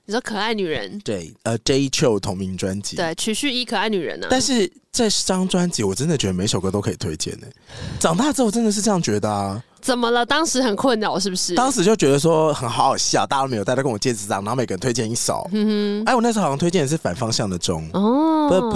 Speaker 2: 你说可爱女人，
Speaker 1: 对，呃，J. Chill 同名专辑。
Speaker 2: 对，曲序一可爱女人呢、啊？
Speaker 1: 但是这张专辑，我真的觉得每首歌都可以推荐呢、欸长大之后真的是这样觉得啊，
Speaker 2: 怎么了？当时很困扰是不是？
Speaker 1: 当时就觉得说很好好笑，大家都没有带，都跟我借这张，然后每个人推荐一首。
Speaker 2: 嗯
Speaker 1: 哎，我那时候好像推荐的是反方向的钟。
Speaker 2: 哼，哦，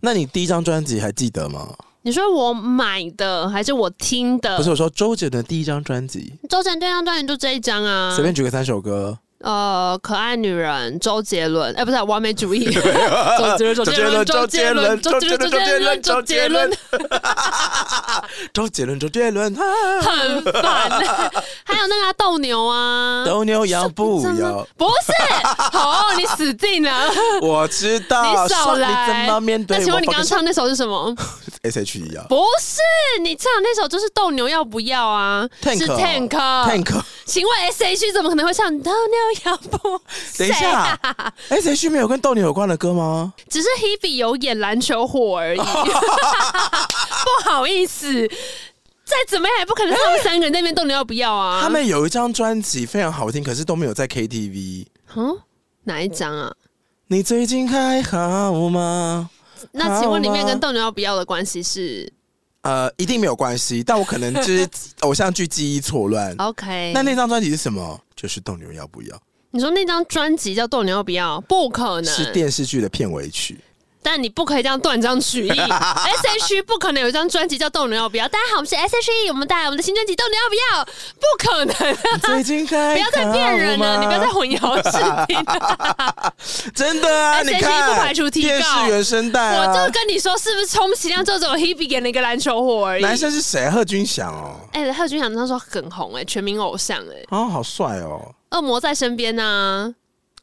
Speaker 1: 那你第一张专辑还记得吗？
Speaker 2: 你说我买的还是我听的？
Speaker 1: 不是我说周杰伦的第一张专辑，
Speaker 2: 周杰伦这张专辑就这一张啊，
Speaker 1: 随便举个三首歌，
Speaker 2: 呃，可爱女人，周杰伦，哎、不是完美主义，
Speaker 1: 啊
Speaker 2: 周杰伦，周杰伦，周杰伦，周杰伦，周杰伦，周杰伦，，
Speaker 1: 周杰伦，周杰伦，啊
Speaker 2: 很烦。还有那个啊斗牛啊，
Speaker 1: 斗牛摇不 摇？
Speaker 2: 不是，哦，你死定了。
Speaker 1: 我知道，
Speaker 2: 你少
Speaker 1: 说你
Speaker 2: 来
Speaker 1: 啊怎么面对
Speaker 2: 那
Speaker 1: 我？
Speaker 2: 请问你刚刚唱那首是什么？
Speaker 1: S H E 啊
Speaker 2: 不是，你唱那首就是斗牛要不要啊？
Speaker 1: ，Tank
Speaker 2: 是
Speaker 1: 哦
Speaker 2: Tank。
Speaker 1: Tank，
Speaker 2: 请问 S H 怎么可能会唱斗牛要不？
Speaker 1: 等一下，S
Speaker 2: 啊
Speaker 1: H E 没有跟斗牛有关的歌吗？
Speaker 2: 只是 Hebe 有演篮球 火而已，不好意思，再怎么样也不可能他们三个人在那边斗牛要不要啊？
Speaker 1: 他们有一张专辑非常好听，可是都没有在 K T V。
Speaker 2: 嗯哪一张啊？
Speaker 1: 你最近还好吗？
Speaker 2: 那请问里面跟斗牛要不要的关系是？
Speaker 1: 呃，一定没有关系， 但我可能就是 偶像剧记忆错乱。
Speaker 2: 哦 OK，
Speaker 1: 啊那那张专辑是什么？就是《斗牛要不要》，
Speaker 2: 你说那张专辑叫《斗牛要不要》，不可能
Speaker 1: 是电视剧的片尾 曲。
Speaker 2: 但你不可以这样断 章取义。S H E 不可能有一张专辑叫《斗牛要不要》。大家好，我们是 S H E，我们带来我们的新专辑《斗牛要不要》，不可能，
Speaker 1: 你最近该
Speaker 2: 不要再骗人了，你不要再混淆视听了。
Speaker 1: 真的啊！
Speaker 2: 而且
Speaker 1: 你看，
Speaker 2: 哎是不排除提告
Speaker 1: 电视原声带
Speaker 2: 我
Speaker 1: 啊。
Speaker 2: 就跟你说，是不是充其量就只有 Hebe 演了一个篮球火而已。
Speaker 1: 男生是谁啊？贺军翔哦，
Speaker 2: 哎、贺军翔那时候很红哎、全民偶像哎、
Speaker 1: 哦，好帅哦。
Speaker 2: 恶魔在身边呐、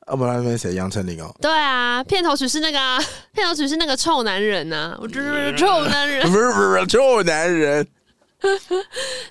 Speaker 1: 啊，不然那谁？杨丞琳哦。
Speaker 2: 对啊，片头曲是那个、啊， 片头曲是那个臭男人呐、我就是臭男人，
Speaker 1: 不是嗯不是，臭男人。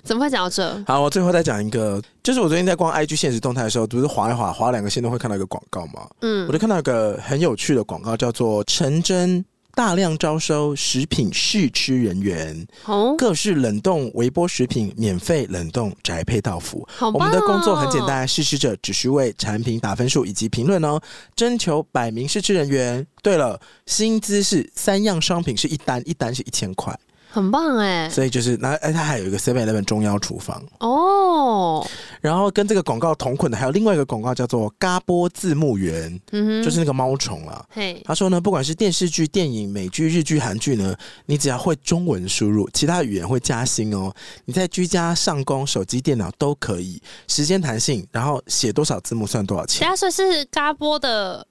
Speaker 2: 怎么会讲到这？
Speaker 1: 好，我最后再讲一个，就是我最近在逛 IG 现实动态的时候，不是划一划，划两个线都会看到一个广告嘛。
Speaker 2: 嗯
Speaker 1: 我，就看到一个很有趣的广告，叫做“成真大量招收食品试吃人员，
Speaker 2: 哦，
Speaker 1: 各式冷冻微波食品免费冷冻宅配到府”
Speaker 2: 好棒、哦！
Speaker 1: 我们的工作很简，单，试吃者只需为产品打分数以及评论哦。征求百名试吃人员。对了，薪资是三样商品是一单，一单是一千块，
Speaker 2: 很棒哎、
Speaker 1: 所以就是那哎，它还有一个 Seven Eleven 中央厨房。
Speaker 2: 哦，
Speaker 1: 然后跟这个广告同捆的还有另外一个广告叫做“嘎波字幕员”，
Speaker 2: 嗯哼，
Speaker 1: 就是那个猫虫啊。
Speaker 2: 嘿，
Speaker 1: 他说呢，不管是电视剧、电影、美剧、日剧、韩剧呢，你只要会中文输入，其他语言会加薪哦。你在居家、上工、手机、电脑都可以，时间弹性，然后写多少字幕算多少
Speaker 2: 大
Speaker 1: 钱。
Speaker 2: 家说是嘎波的，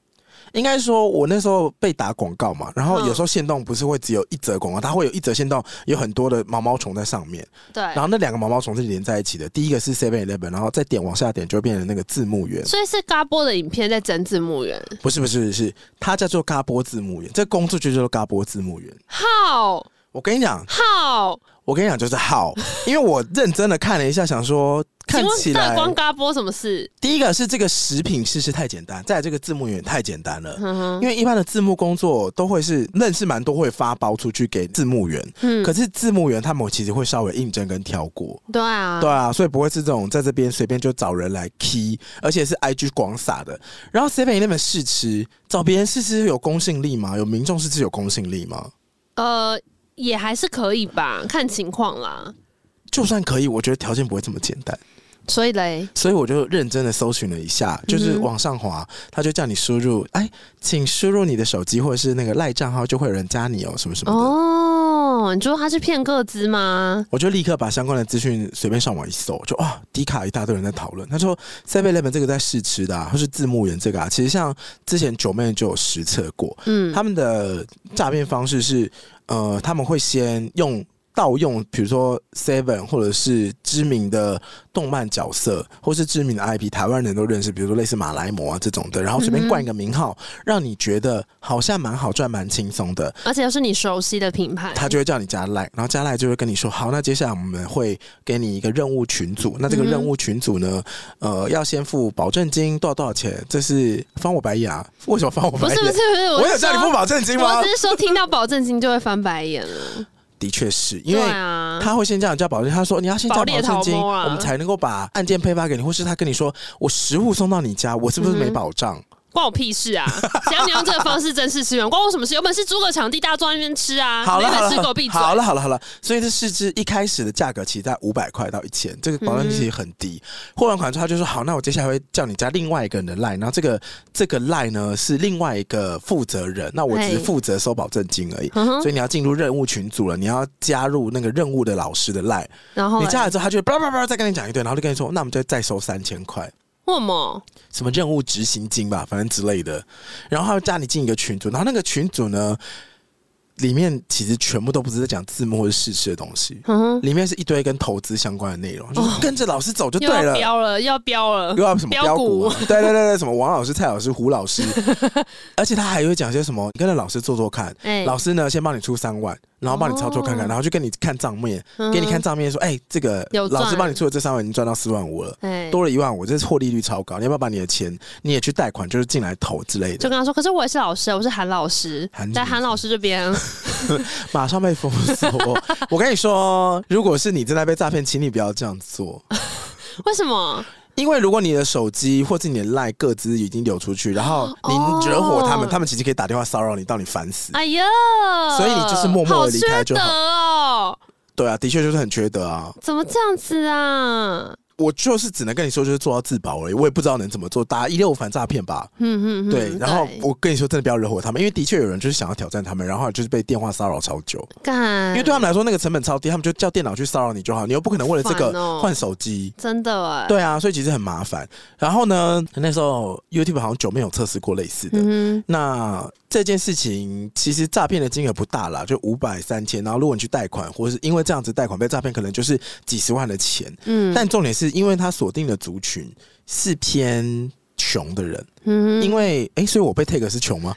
Speaker 1: 应该说，我那时候被打广告嘛，然后
Speaker 2: 嗯
Speaker 1: 有时候限动不是会只有一则广告，它会有一则限动，有很多的毛毛虫在上面，
Speaker 2: 对，
Speaker 1: 然后那两个毛毛虫是连在一起的，第一个是 Seven Eleven，然后再点往下点就会变成那个字幕员，
Speaker 2: 所以是嘎波的影片在整字幕员，
Speaker 1: 不是不是是，它叫做嘎波字幕员，这工作就叫做嘎波字幕员。
Speaker 2: 好
Speaker 1: 我跟你讲，
Speaker 2: 好，
Speaker 1: 我跟你讲，就是好， 因为我认真的看了一下，想说看
Speaker 2: 请
Speaker 1: 起
Speaker 2: 问到底
Speaker 1: 来，
Speaker 2: 关嘎波什么事？
Speaker 1: 第一个是这个食品试吃太简单，再来这个字幕员太简单了。
Speaker 2: 嗯哼，
Speaker 1: 因为一般的字幕工作都会是认识蛮多会发包出去给字幕员，
Speaker 2: 嗯
Speaker 1: 可是字幕员他们其实会稍微应征跟挑过，
Speaker 2: 对啊，
Speaker 1: 对啊，所以不会是这种在这边随便就找人来 key，而且是 IG 广撒的。然后 Seven Eleven 试吃，找别人试吃有公信力吗？有民众试吃有公信力吗？
Speaker 2: 呃，也还是可以吧，看情况啦。
Speaker 1: 就算可以，我觉得条件不会这么简单。
Speaker 2: 所以嘞，
Speaker 1: 所以我就认真的搜寻了一下，就是
Speaker 2: 嗯哼
Speaker 1: 往上滑，他就叫你输入，哎，请输入你的手机或者是那个赖账号，就会有人加你哦，什么什么的。
Speaker 2: 哦，你说他是骗个资吗？
Speaker 1: 我就立刻把相关的资讯随便上网一搜，就哇，迪卡一大堆人在讨论。他说 Seven Eleven 这个在试吃的、啊，或是字幕员这个啊，其实像之前九妹就有实测过，
Speaker 2: 嗯，
Speaker 1: 他们的诈骗方式是，呃，他们会先用盗用，比如说 Seven 或者是知名的动漫角色，或是知名的 IP，台湾人都认识，比如说类似马来魔啊这种的，然后随便冠一个名号，让你觉得好像蛮好赚、蛮轻松的，
Speaker 2: 而且又是你熟悉的品牌，
Speaker 1: 他就会叫你加 like，然后加 like 就会跟你说，好，那接下来我们会给你一个任务群组，那这个
Speaker 2: 嗯哼
Speaker 1: 任务群组呢，呃，要先付保证金多少多少钱，这是翻我白眼啊？为什么翻我
Speaker 2: 不
Speaker 1: 白
Speaker 2: 是
Speaker 1: 眼？
Speaker 2: 不是不是，
Speaker 1: 我有
Speaker 2: 是
Speaker 1: 叫你付
Speaker 2: 说
Speaker 1: 保证金吗
Speaker 2: 我只？是说听到保证金就会翻白眼了，
Speaker 1: 的确是因
Speaker 2: 对
Speaker 1: 为
Speaker 2: 啊，
Speaker 1: 他会先叫你交保证金，他说你要先交
Speaker 2: 保
Speaker 1: 保
Speaker 2: 猎
Speaker 1: 证金，
Speaker 2: 逃摸啊
Speaker 1: 我们才能够把案件配发给你，或是他跟你说我食物送到你家，我是不是
Speaker 2: 嗯哼
Speaker 1: 没保障？
Speaker 2: 关我 屁事啊！只要你用这个方式正式吃源，关我什么事？有本事租个场地，大家坐在那边吃啊，
Speaker 1: 好了
Speaker 2: 没
Speaker 1: 好
Speaker 2: 本
Speaker 1: 了
Speaker 2: 事狗闭嘴。
Speaker 1: 好了好了好了，所以这试吃一开始的价格其实在五百块到一千，这个保证金其实很低。货完款之后他就说好，那我接下来会叫你加另外一个人的 line，然后这个这个 line 呢是另外一个负责人，那我只是
Speaker 2: 嘿
Speaker 1: 负责收保证金而已。
Speaker 2: 哎嗯哼
Speaker 1: 所以你要进入任务群组了，你要加入那个任务的老师的 line，
Speaker 2: 然后
Speaker 1: 你
Speaker 2: 嘞
Speaker 1: 加了之后，他就叭叭叭再跟你讲一顿，然后就跟你说，那我们就再收三千块。
Speaker 2: 为什么？
Speaker 1: 什么任务执行金吧，反正之类的。然后他会加你进一个群组，然后那个群组呢，里面其实全部都不是在讲字幕或者试吃的东西，
Speaker 2: 嗯哼，
Speaker 1: 里面是一堆跟投资相关的内容，就是跟着老师走就对
Speaker 2: 又哦要
Speaker 1: 了。
Speaker 2: 标了，又要标了
Speaker 1: 又，要什么
Speaker 2: 标
Speaker 1: 标股、
Speaker 2: 股
Speaker 1: 啊？ 对对对对，什么王老师、蔡老师、胡老 师，而且他还会讲些什么，你跟着老师做做看。
Speaker 2: 哎
Speaker 1: 老师呢，先帮你出三万，然后帮你操作看看，
Speaker 2: 哦
Speaker 1: 然后就跟你看账面，
Speaker 2: 嗯
Speaker 1: 给你看账面说，哎、这个
Speaker 2: 有
Speaker 1: 老师
Speaker 2: 赚
Speaker 1: 帮你出的这三万已经赚到四万五了。
Speaker 2: 哎，
Speaker 1: 多了一万五，这是获利率超高。你要不要把你的钱，你也去贷款，就是进来投之类
Speaker 2: 就
Speaker 1: 的？
Speaker 2: 跟他说，可是我也是老师，我是韩老师
Speaker 1: 韩，
Speaker 2: 在
Speaker 1: 什么
Speaker 2: 韩老师这 边，
Speaker 1: 马上被封锁。 我跟你说，哦如果是你正在被诈骗，请你不要这样做，
Speaker 2: 为什么？
Speaker 1: 因为如果你的手机或是你的赖各资已经流出去，然后你惹火他们，
Speaker 2: 哦
Speaker 1: 他们其实可以打电话骚扰你，到你烦死。
Speaker 2: 哎呀，
Speaker 1: 所以你就是默默地离开就好
Speaker 2: 好缺德哦。
Speaker 1: 对啊，的确就是很缺德啊。
Speaker 2: 怎么这样子啊？
Speaker 1: 我就是只能跟你说，就是做到自保而已，我也不知道能怎么做。打一六反诈骗吧，
Speaker 2: 嗯嗯嗯，
Speaker 1: 对。然后我跟你说，真的不要惹火他们，因为的确有人就是想要挑战他们，然后就是被电话骚扰超久，
Speaker 2: 干，
Speaker 1: 因为对啊他们来说那个成本超低，他们就叫电脑去骚扰你就好，你又不可能为了这
Speaker 2: 好烦
Speaker 1: 个
Speaker 2: 哦
Speaker 1: 换手机。
Speaker 2: 真的哎、
Speaker 1: 对啊，所以其实很麻烦。然后呢，那时候 YouTube 好像久没有测试过类似的，
Speaker 2: 嗯
Speaker 1: 那这件事情其实诈骗的金额不大啦，就五百三千。然后如果你去贷款，或是因为这样子贷款被诈骗，可能就是几十万的钱。
Speaker 2: 哼，嗯，
Speaker 1: 但重点是因为他锁定的族群是偏。穷的人，
Speaker 2: 嗯
Speaker 1: 因
Speaker 2: 哼
Speaker 1: 为哎、诶所以我被 take 是 穷吗？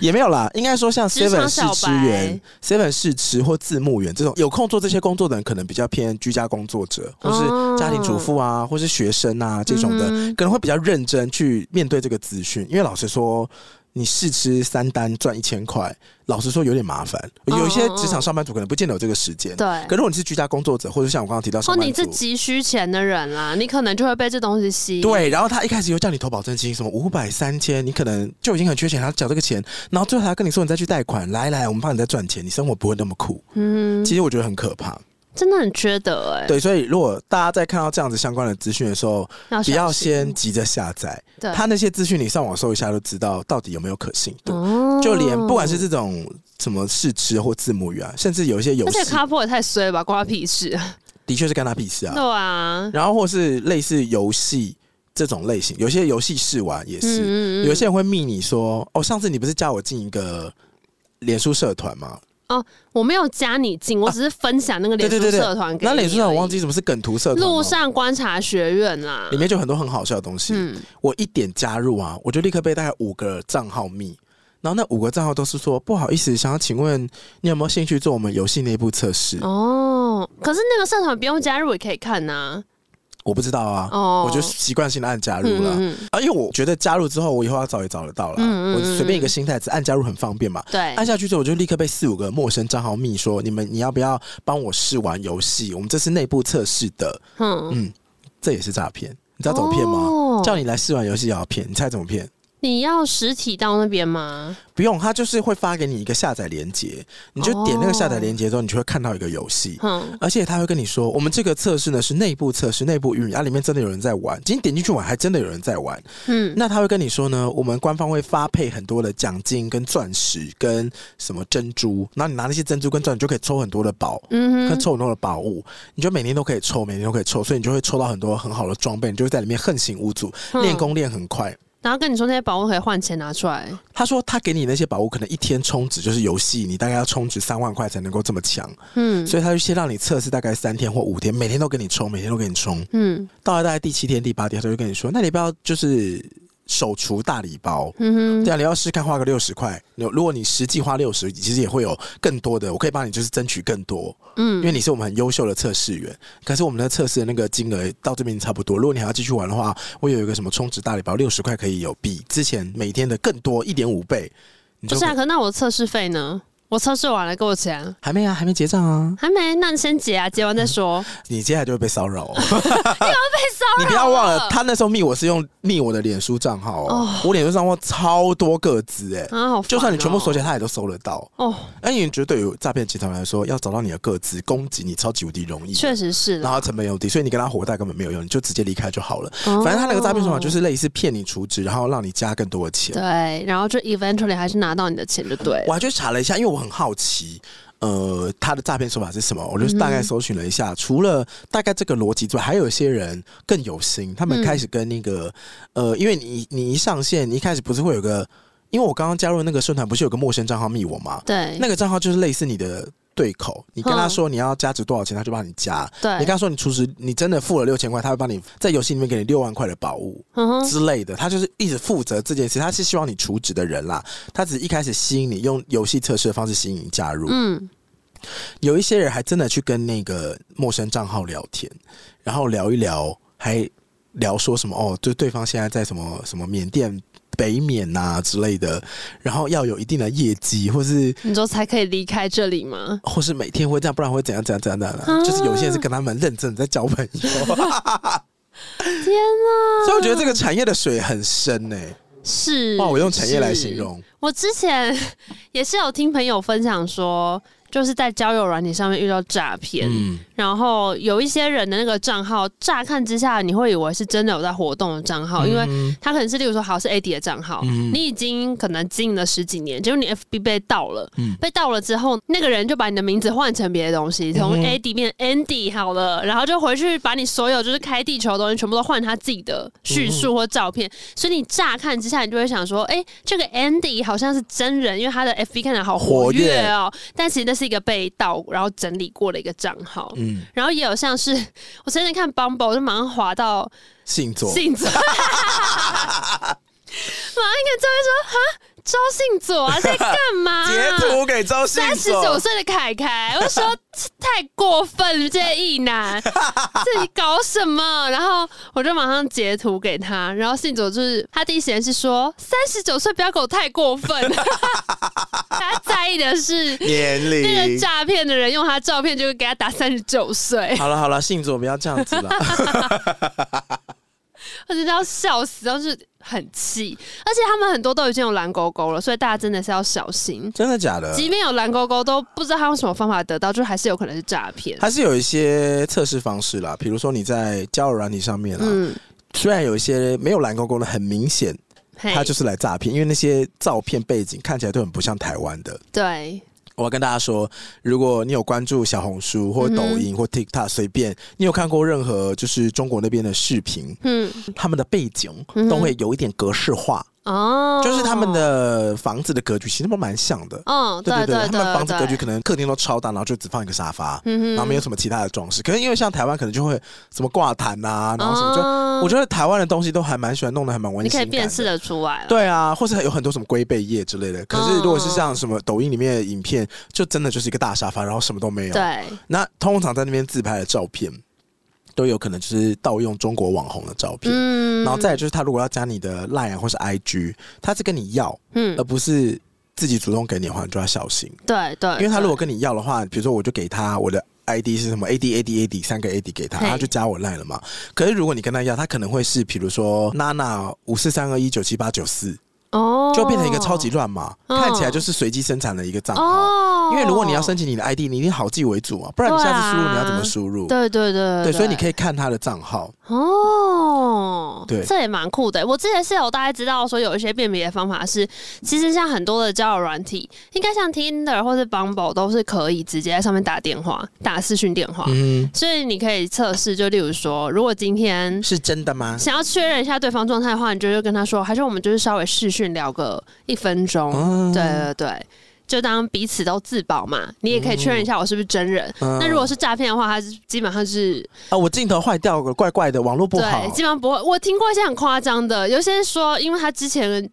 Speaker 1: 也没有啦，应该说像
Speaker 2: 职
Speaker 1: Seven
Speaker 2: 场
Speaker 1: 试
Speaker 2: 小
Speaker 1: 吃
Speaker 2: 白
Speaker 1: 员、Seven 试吃或字幕员这种有空做这些工作的人，可能比较偏居家工作者，或
Speaker 2: 哦
Speaker 1: 是家庭主妇啊，或是学生啊这种的，
Speaker 2: 嗯哼
Speaker 1: 可能会比较认真去面对这个资讯，因为老实说。你试吃三单赚一千块，老实说有点麻烦。
Speaker 2: 嗯
Speaker 1: 有一些
Speaker 2: 嗯
Speaker 1: 职场上班族可能不见得有这个时间，
Speaker 2: 对
Speaker 1: 可。如果你是居家工作者，或者像我刚刚提到
Speaker 2: 或
Speaker 1: 上
Speaker 2: 你
Speaker 1: 班
Speaker 2: 是
Speaker 1: 族，
Speaker 2: 急需钱的人啦，你可能就会被这东西吸引。
Speaker 1: 对，啊然后他一开始又叫你投保证金，什么五百、三千，你可能就已经很缺钱，他缴这个钱，然后最后还要跟你说你再去贷款，来来，我们帮你再赚钱，你生活不会那么苦。
Speaker 2: 嗯，
Speaker 1: 其实我觉得很可怕。
Speaker 2: 真的很缺德哎、
Speaker 1: 对，所以如果大家在看到这样子相关的资讯的时候，
Speaker 2: 要
Speaker 1: 不
Speaker 2: 小
Speaker 1: 要
Speaker 2: 心
Speaker 1: 先急着下载，
Speaker 2: 对
Speaker 1: 他那些资讯你上网搜一下就知道到底有没有可信度。
Speaker 2: 哦
Speaker 1: 就连不管是这种什么试吃或字幕语啊，甚至有一些游
Speaker 2: 而且
Speaker 1: 戏，啊
Speaker 2: 卡普也太衰了吧，关他屁事。
Speaker 1: 的确是干他屁事啊。
Speaker 2: 对啊，
Speaker 1: 然后或是类似游戏这种类型，有些游戏试玩也是，
Speaker 2: 嗯
Speaker 1: 有些人会密你说，哦，上次你不是叫我进一个脸书社团吗？
Speaker 2: 我没有加你进，我只是分享那个脸
Speaker 1: 对
Speaker 2: 书
Speaker 1: 对对对
Speaker 2: 社团给
Speaker 1: 那
Speaker 2: 你
Speaker 1: 脸书社团
Speaker 2: 而已
Speaker 1: 我忘记什么是梗图社团吗，
Speaker 2: 路上观察学院啦，
Speaker 1: 里面就有很多很好笑的东西。
Speaker 2: 嗯，
Speaker 1: 我一点加入啊，我就立刻被大概五个账号密。然后那五个账号都是说不好意思，想要请问你有没有兴趣做我们游戏内部测试？
Speaker 2: 哦，可是那个社团不用加入也可以看呐、
Speaker 1: 我不知道啊，
Speaker 2: 哦，
Speaker 1: 我就习惯性的按加入
Speaker 2: 嗯
Speaker 1: 了、
Speaker 2: 嗯嗯
Speaker 1: 啊，因为我觉得加入之后我以后要找也找得到了，
Speaker 2: 嗯嗯嗯
Speaker 1: 我随便一个心态只按加入很方便嘛。
Speaker 2: 对，
Speaker 1: 按下去之后，我就立刻被四五个陌生账号密说：“你们，你要不要帮我试玩游戏？我们这是内部测试的，
Speaker 2: 嗯，
Speaker 1: 嗯这也是诈骗。你知道怎么骗吗？
Speaker 2: 哦
Speaker 1: 叫你来试玩游戏也要骗，你猜怎么骗？
Speaker 2: 你要实体到那边吗？
Speaker 1: 不用，他就是会发给你一个下载链接，你就点那个下载链接之后，你就会看到一个游戏。
Speaker 2: 哼、
Speaker 1: 而且他会跟你说，我们这个测试呢是内部测试，内部运营，啊，里面真的有人在玩。今天点进去玩，还真的有人在玩。
Speaker 2: 嗯，
Speaker 1: 那他会跟你说呢，我们官方会发配很多的奖金、跟钻石、跟什么珍珠，然后你拿那些珍珠跟钻，你就可以抽很多的宝，跟
Speaker 2: 嗯哼，
Speaker 1: 抽很多的宝物，你就每天都可以抽，每天都可以抽，所以你就会抽到很多很好的装备，你就会在里面横行无阻，
Speaker 2: 嗯
Speaker 1: 练功练很快。
Speaker 2: 然后跟你说那些宝物可以换钱拿出来，
Speaker 1: 他说他给你那些宝物，可能一天充值就是游戏，你大概要充值三万块才能够这么强，
Speaker 2: 嗯
Speaker 1: 所以他就先让你测试大概三天或五天，每天都给你充，每天都给你充，
Speaker 2: 嗯
Speaker 1: 到了大概第七天、第八天，他就跟你说，那你不要就是手厨大礼包。
Speaker 2: 嗯
Speaker 1: 对啊，
Speaker 2: 哼，
Speaker 1: 你要试看花个六十块，你如果你实际花六十，其实也会有更多的，我可以帮你就是争取更多，因为
Speaker 2: 嗯，
Speaker 1: 你是我们很优秀的测试员。可是我们的测试的那个金额到这边差不多，如果你还要继续玩的话，我有一个什么充值大礼包，六十块可以有比之前每天的更多一点五倍。你
Speaker 2: 不
Speaker 1: 就是
Speaker 2: 啊，可那我的测试费呢？我测试完了，给我钱。
Speaker 1: 还没啊，还没结账啊，
Speaker 2: 还没，那你先结啊，结完 再说。
Speaker 1: 你接下来就会被骚扰、 哦。你要被骚扰？你不要忘了，他那时候密我是用密我的脸书账号哦，我脸书账号超多个字哎、
Speaker 2: 啊，好烦哦
Speaker 1: 就算你全部锁起来，他也都搜得到。
Speaker 2: 哦，
Speaker 1: 那你觉得对于诈骗集团来说，要找到你的个资攻击你超级无敌容易的，
Speaker 2: 确实是
Speaker 1: 然
Speaker 2: 啦。
Speaker 1: 后成本又低，所以你跟他火大根本没有用，你就直接离开就好了。
Speaker 2: 反
Speaker 1: 反正他那个诈骗手法就是类似骗你储值，然后让你加更多的钱。
Speaker 2: 哦对，然后就 eventually 还是拿到你的钱就对了。
Speaker 1: 我还去查了一下，因为我很好奇，呃，他的诈骗手法是什么？我就大
Speaker 2: 嗯
Speaker 1: 概搜寻了一下，除了大概这个逻辑之外，还有一些人更有心，他们
Speaker 2: 嗯
Speaker 1: 开始跟那个、呃，因为你你一上线，你一开始不是会有个，因为我刚刚加入那个社团，不是有个陌生账号密我吗？
Speaker 2: 对，
Speaker 1: 那个账号就是类似你的对口，你跟他说你要加值多少钱，他就帮你加。
Speaker 2: 嗯对，
Speaker 1: 你跟他说你出值，你真的付了六千块，他会帮你在游戏里面给你六万块的宝物。
Speaker 2: 嗯哼，
Speaker 1: 之类的，他就是一直负责这件事，他是希望你除职的人啦，他只是一开始吸引你用游戏测试的方式吸引你加入。
Speaker 2: 嗯，
Speaker 1: 有一些人还真的去跟那个陌生账号聊天，然后聊一聊，还聊说什么哦，就对方现在在什么什么缅甸。北缅呐、之类的，然后要有一定的业绩，或是
Speaker 2: 你说才可以离开这里吗？
Speaker 1: 或是每天会这样，不然会怎样怎样怎样怎样、
Speaker 2: 啊
Speaker 1: 就是有些人是跟他们认真的在交朋友，
Speaker 2: 天哪！
Speaker 1: 所以我觉得这个产业的水很深呢、
Speaker 2: 是
Speaker 1: 哇，我用产业来
Speaker 2: 是
Speaker 1: 形容，
Speaker 2: 我之前也是有听朋友分享说，就是在交友软体上面遇到诈骗，
Speaker 1: 嗯，
Speaker 2: 然后有一些人的那个账号，乍看之下你会以为是真的有在活动的账号，因为
Speaker 1: 嗯
Speaker 2: 他可能是例如说好是 AD 的账号，
Speaker 1: 嗯
Speaker 2: 你已经可能经营了十几年，结果你 FB 被盗了，
Speaker 1: 嗯
Speaker 2: 被盗了之后，那个人就把你的名字换成别的东西，从
Speaker 1: 嗯哼
Speaker 2: AD 变 Andy 好了，然后就回去把你所有就是开地球的东西全部都换他自己的
Speaker 1: 嗯
Speaker 2: 叙述或照片，所以你乍看之下你就会想说，哎、这个 Andy 好像是真人，因为他的 FB 看起来好活跃哦，但其实那是一个被盗然后整理过的一个账号。
Speaker 1: 嗯，
Speaker 2: 然后也有像是我前天看 Bumble 就马上滑到
Speaker 1: 信左，
Speaker 2: 信 左，马上一个教会说：“哈，招信左啊，在干嘛、
Speaker 1: 截图给周信
Speaker 2: 三十九
Speaker 1: 左，
Speaker 2: 岁的凯凯，我说太过分了，这些异男自己搞什么？然后我就马上截图给他，然后信左就是他第一时间是说三十九岁不要给我太过分，他在意的是
Speaker 1: 年
Speaker 2: 那个
Speaker 1: 龄。
Speaker 2: 诈骗的人用他照片就会给他打三十九岁，
Speaker 1: 好了好了，信左不要这样子了。
Speaker 2: 我真的要笑死，然后就是很气，而且他们很多都已经有蓝勾勾了，所以大家真的是要小心。
Speaker 1: 真的假的？
Speaker 2: 即便有蓝勾勾，都不知道他用什么方法得到，就还是有可能是诈骗。
Speaker 1: 它是有一些测试方式啦，比如说你在交友软体上面啊，
Speaker 2: 嗯，
Speaker 1: 虽然有一些没有蓝勾勾的，很明显
Speaker 2: 嘿
Speaker 1: 它就是来诈骗，因为那些照片背景看起来都很不像台湾的。
Speaker 2: 对，
Speaker 1: 我要跟大家说，如果你有关注小红书
Speaker 2: 嗯
Speaker 1: 或抖音或 TikTok，随便你有看过任何就是中国那边的视频，
Speaker 2: 嗯，
Speaker 1: 他们的背景
Speaker 2: 嗯哼
Speaker 1: 都会有一点格式化，
Speaker 2: 哦，
Speaker 1: 就是他们，的房子的格局其实都蛮像的。
Speaker 2: 嗯，
Speaker 1: 对
Speaker 2: 对
Speaker 1: 对，
Speaker 2: 对，
Speaker 1: 他们房子格局
Speaker 2: 对，
Speaker 1: 可能客厅都超大，然后就只放一个沙发，
Speaker 2: 嗯哼
Speaker 1: 然后没有什么其他的装饰。可是因为像台湾可能就会什么挂毯啊，然后什么就，
Speaker 2: 哦
Speaker 1: 我觉得台湾的东西都还蛮喜欢弄得还蛮温
Speaker 2: 你
Speaker 1: 馨
Speaker 2: 可以
Speaker 1: 感
Speaker 2: 辨识
Speaker 1: 的。
Speaker 2: 的哦出来了。
Speaker 1: 对啊，或是有很多什么龟背叶之类的。可是如果是像什么抖音里面的影片，就真的就是一个大沙发，然后什么都没有。
Speaker 2: 对，
Speaker 1: 那通常在那边自拍的照片，都有可能就是盗用中国网红的照片。
Speaker 2: 嗯，
Speaker 1: 然后再来就是，他如果要加你的 Line 啊或是 IG，他是跟你要，
Speaker 2: 嗯
Speaker 1: 而，不是自己主动给你的话，你就要小心。
Speaker 2: 对对，
Speaker 1: 因为他
Speaker 2: 对
Speaker 1: 如果跟你要的话，比如说我就给他我的 ID 是什么 AD AD AD 三个 AD 给他，
Speaker 2: 嘿
Speaker 1: 他就加我 line 了嘛。可是如果你跟他要，他可能会是比如说娜娜五四三二一九七八九四，
Speaker 2: 哦，
Speaker 1: 就变成一个超级乱码，
Speaker 2: 嗯
Speaker 1: 看起来就是随机生产的一个账号。
Speaker 2: 哦，
Speaker 1: 因为如果你要申请你的 ID，你一定好记为主啊，不然你下次输入
Speaker 2: 对啊
Speaker 1: 你要怎么输入？
Speaker 2: 对，对对对
Speaker 1: 对，所以你可
Speaker 2: 以
Speaker 1: 以看他的账号。
Speaker 2: 哦，
Speaker 1: 对
Speaker 2: 这也蛮酷的。我之前是有大概知道说有一些辨别的方法是，其实像很多的交友软体，应该像 Tinder 或是 Bumble 都是可以直接在上面打电话、打视讯电话，
Speaker 1: 嗯，
Speaker 2: 所以你可以测试，就例如说，如果今天
Speaker 1: 是真的吗？
Speaker 2: 想要确认一下对方状态的话，你就就跟他说，还是我们就是稍微视讯聊个一分钟，
Speaker 1: 嗯
Speaker 2: 对对对，就当彼此都自保嘛。你也可以确认一下我是不是真人。
Speaker 1: 嗯
Speaker 2: 那如果是诈骗的话，他是基本上是
Speaker 1: 啊，我镜头坏掉了，怪怪的，网络不好
Speaker 2: 对，。基本上不会。我听过一些很夸张的，有些人说，因为他之前。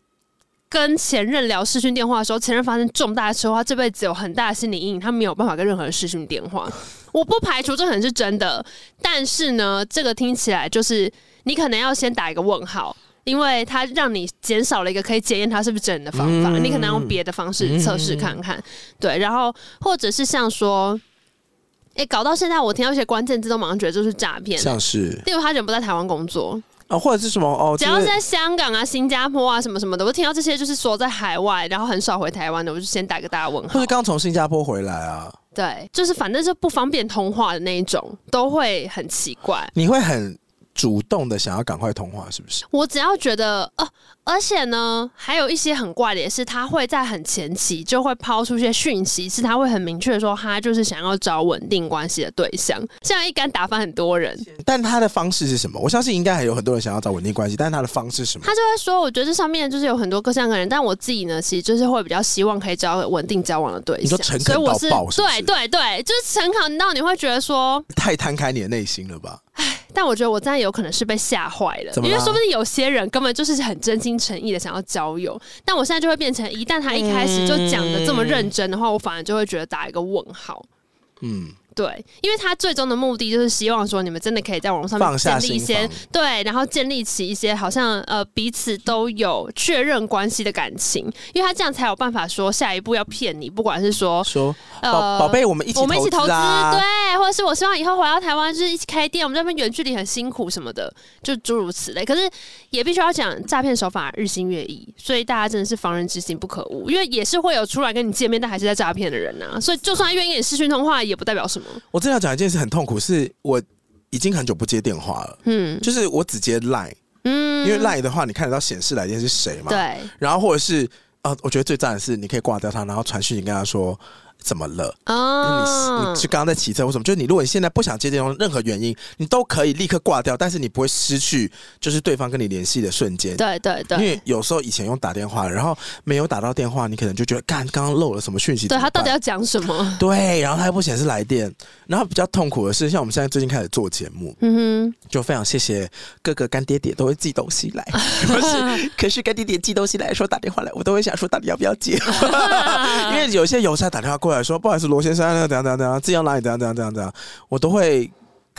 Speaker 2: 跟前任聊视讯电话的时候，前任发生重大的车祸，他这辈子有很大的心理阴影，他没有办法跟任何人视讯 电话。我不排除这可能是真的，但是呢，这个听起来就是你可能要先打一个问号，因为它让你减少了一个可以检验他是不是真人的方法，
Speaker 1: 嗯
Speaker 2: 你可能用别的方式测试看看。对，然后或者是像说，哎、搞到现在我听到一些关键字都马上觉得这是诈骗，
Speaker 1: 像是
Speaker 2: 例如他人不在台湾工作，
Speaker 1: 啊，或者是什么哦，
Speaker 2: 只要
Speaker 1: 就是
Speaker 2: 在香港啊、新加坡啊什么什么的，我听到这些就是说在海外，然后很少回台湾的，我就先打个大问
Speaker 1: 或
Speaker 2: 号
Speaker 1: 者。刚从新加坡回来啊，
Speaker 2: 对，就是反正就不方便通话的那一种，都会很奇怪。
Speaker 1: 你会很主动的想要赶快通话，是不是？
Speaker 2: 我只要觉得哦，而且呢，还有一些很怪的也是，他会在很前期就会抛出一些讯息，是他会很明确地说他就是想要找稳定关系的对象，这样一竿打翻很多人。
Speaker 1: 但他的方式是什么？我相信应该还有很多人想要找稳定关系，但他的方式是什么？
Speaker 2: 他就会说，我觉得这上面就是有很多各项的人，但我自己呢，其实就是会比较希望可以找稳定交往的对
Speaker 1: 你说诚
Speaker 2: 象，
Speaker 1: 恳
Speaker 2: 所以我
Speaker 1: 到
Speaker 2: 是
Speaker 1: 爆是不是
Speaker 2: 对对对，就是诚恳到你会觉得说，
Speaker 1: 太摊开你的内心了吧？
Speaker 2: 但我觉得我真的有可能是被吓坏了，
Speaker 1: 怎么
Speaker 2: 因
Speaker 1: 啦
Speaker 2: 为说不定有些人根本就是很真心诚意的想要交友，但我现在就会变成，一旦他一开始就讲的这么认真的话，我反而就会觉得打一个问号。
Speaker 1: 嗯，
Speaker 2: 对，因为他最终的目的就是希望说，你们真的可以在网络上面
Speaker 1: 放下
Speaker 2: 建立一
Speaker 1: 心
Speaker 2: 些
Speaker 1: 防。
Speaker 2: 对，然后建立起一些好像呃彼此都有确认关系的感情，因为他这样才有办法说下一步要骗你，不管是说
Speaker 1: 说宝
Speaker 2: 呃
Speaker 1: 宝贝，我们一起
Speaker 2: 我们一起投资，
Speaker 1: 啊，
Speaker 2: 对，或者是我希望以后回到台湾就是一起开店，我们在那边远距离很辛苦什么的，就诸如此类。可是也必须要讲，诈骗手法日新月异，所以大家真的是防人之心不可无，因为也是会有出来跟你见面但还是在诈骗的人呐、啊所以就算愿意跟你视讯通话，也不代表什么。
Speaker 1: 我真的要讲一件事很痛苦，是我已经很久不接电话了，
Speaker 2: 嗯
Speaker 1: 就是我只接 Line，因
Speaker 2: 嗯，
Speaker 1: 为 Line 的话你看得到显示来电是谁嘛，
Speaker 2: 对
Speaker 1: 然后或者是啊、呃我觉得最赞的是你可以挂掉它，然后传讯息跟他说怎么了。就是你
Speaker 2: 哦
Speaker 1: 你是刚刚在骑车或什么，就是你如果你现在不想接电话，任何原因，你都可以立刻挂掉，但是你不会失去就是对方跟你联系的瞬间。
Speaker 2: 对对
Speaker 1: 因
Speaker 2: 对。
Speaker 1: 为有时候以前用打电话，然后没有打到电话，你可能就觉得干刚刚漏了什么讯息，
Speaker 2: 对
Speaker 1: 怎
Speaker 2: 他
Speaker 1: 么
Speaker 2: 到
Speaker 1: 办
Speaker 2: 底要讲什么？
Speaker 1: 对，然后他又不显示来电，然后比较痛苦的是，像我们现在最近开始做节目，
Speaker 2: 嗯
Speaker 1: 就非常谢谢各个干爹爹都会寄东西来，可是可是干爹爹寄东西来说打电话来，我都会想说到底要不要接， 因为有些邮差打电话过来说不好意思，罗先生啊那个怎样怎样怎样，寄到哪里怎样怎样怎样怎样，我都会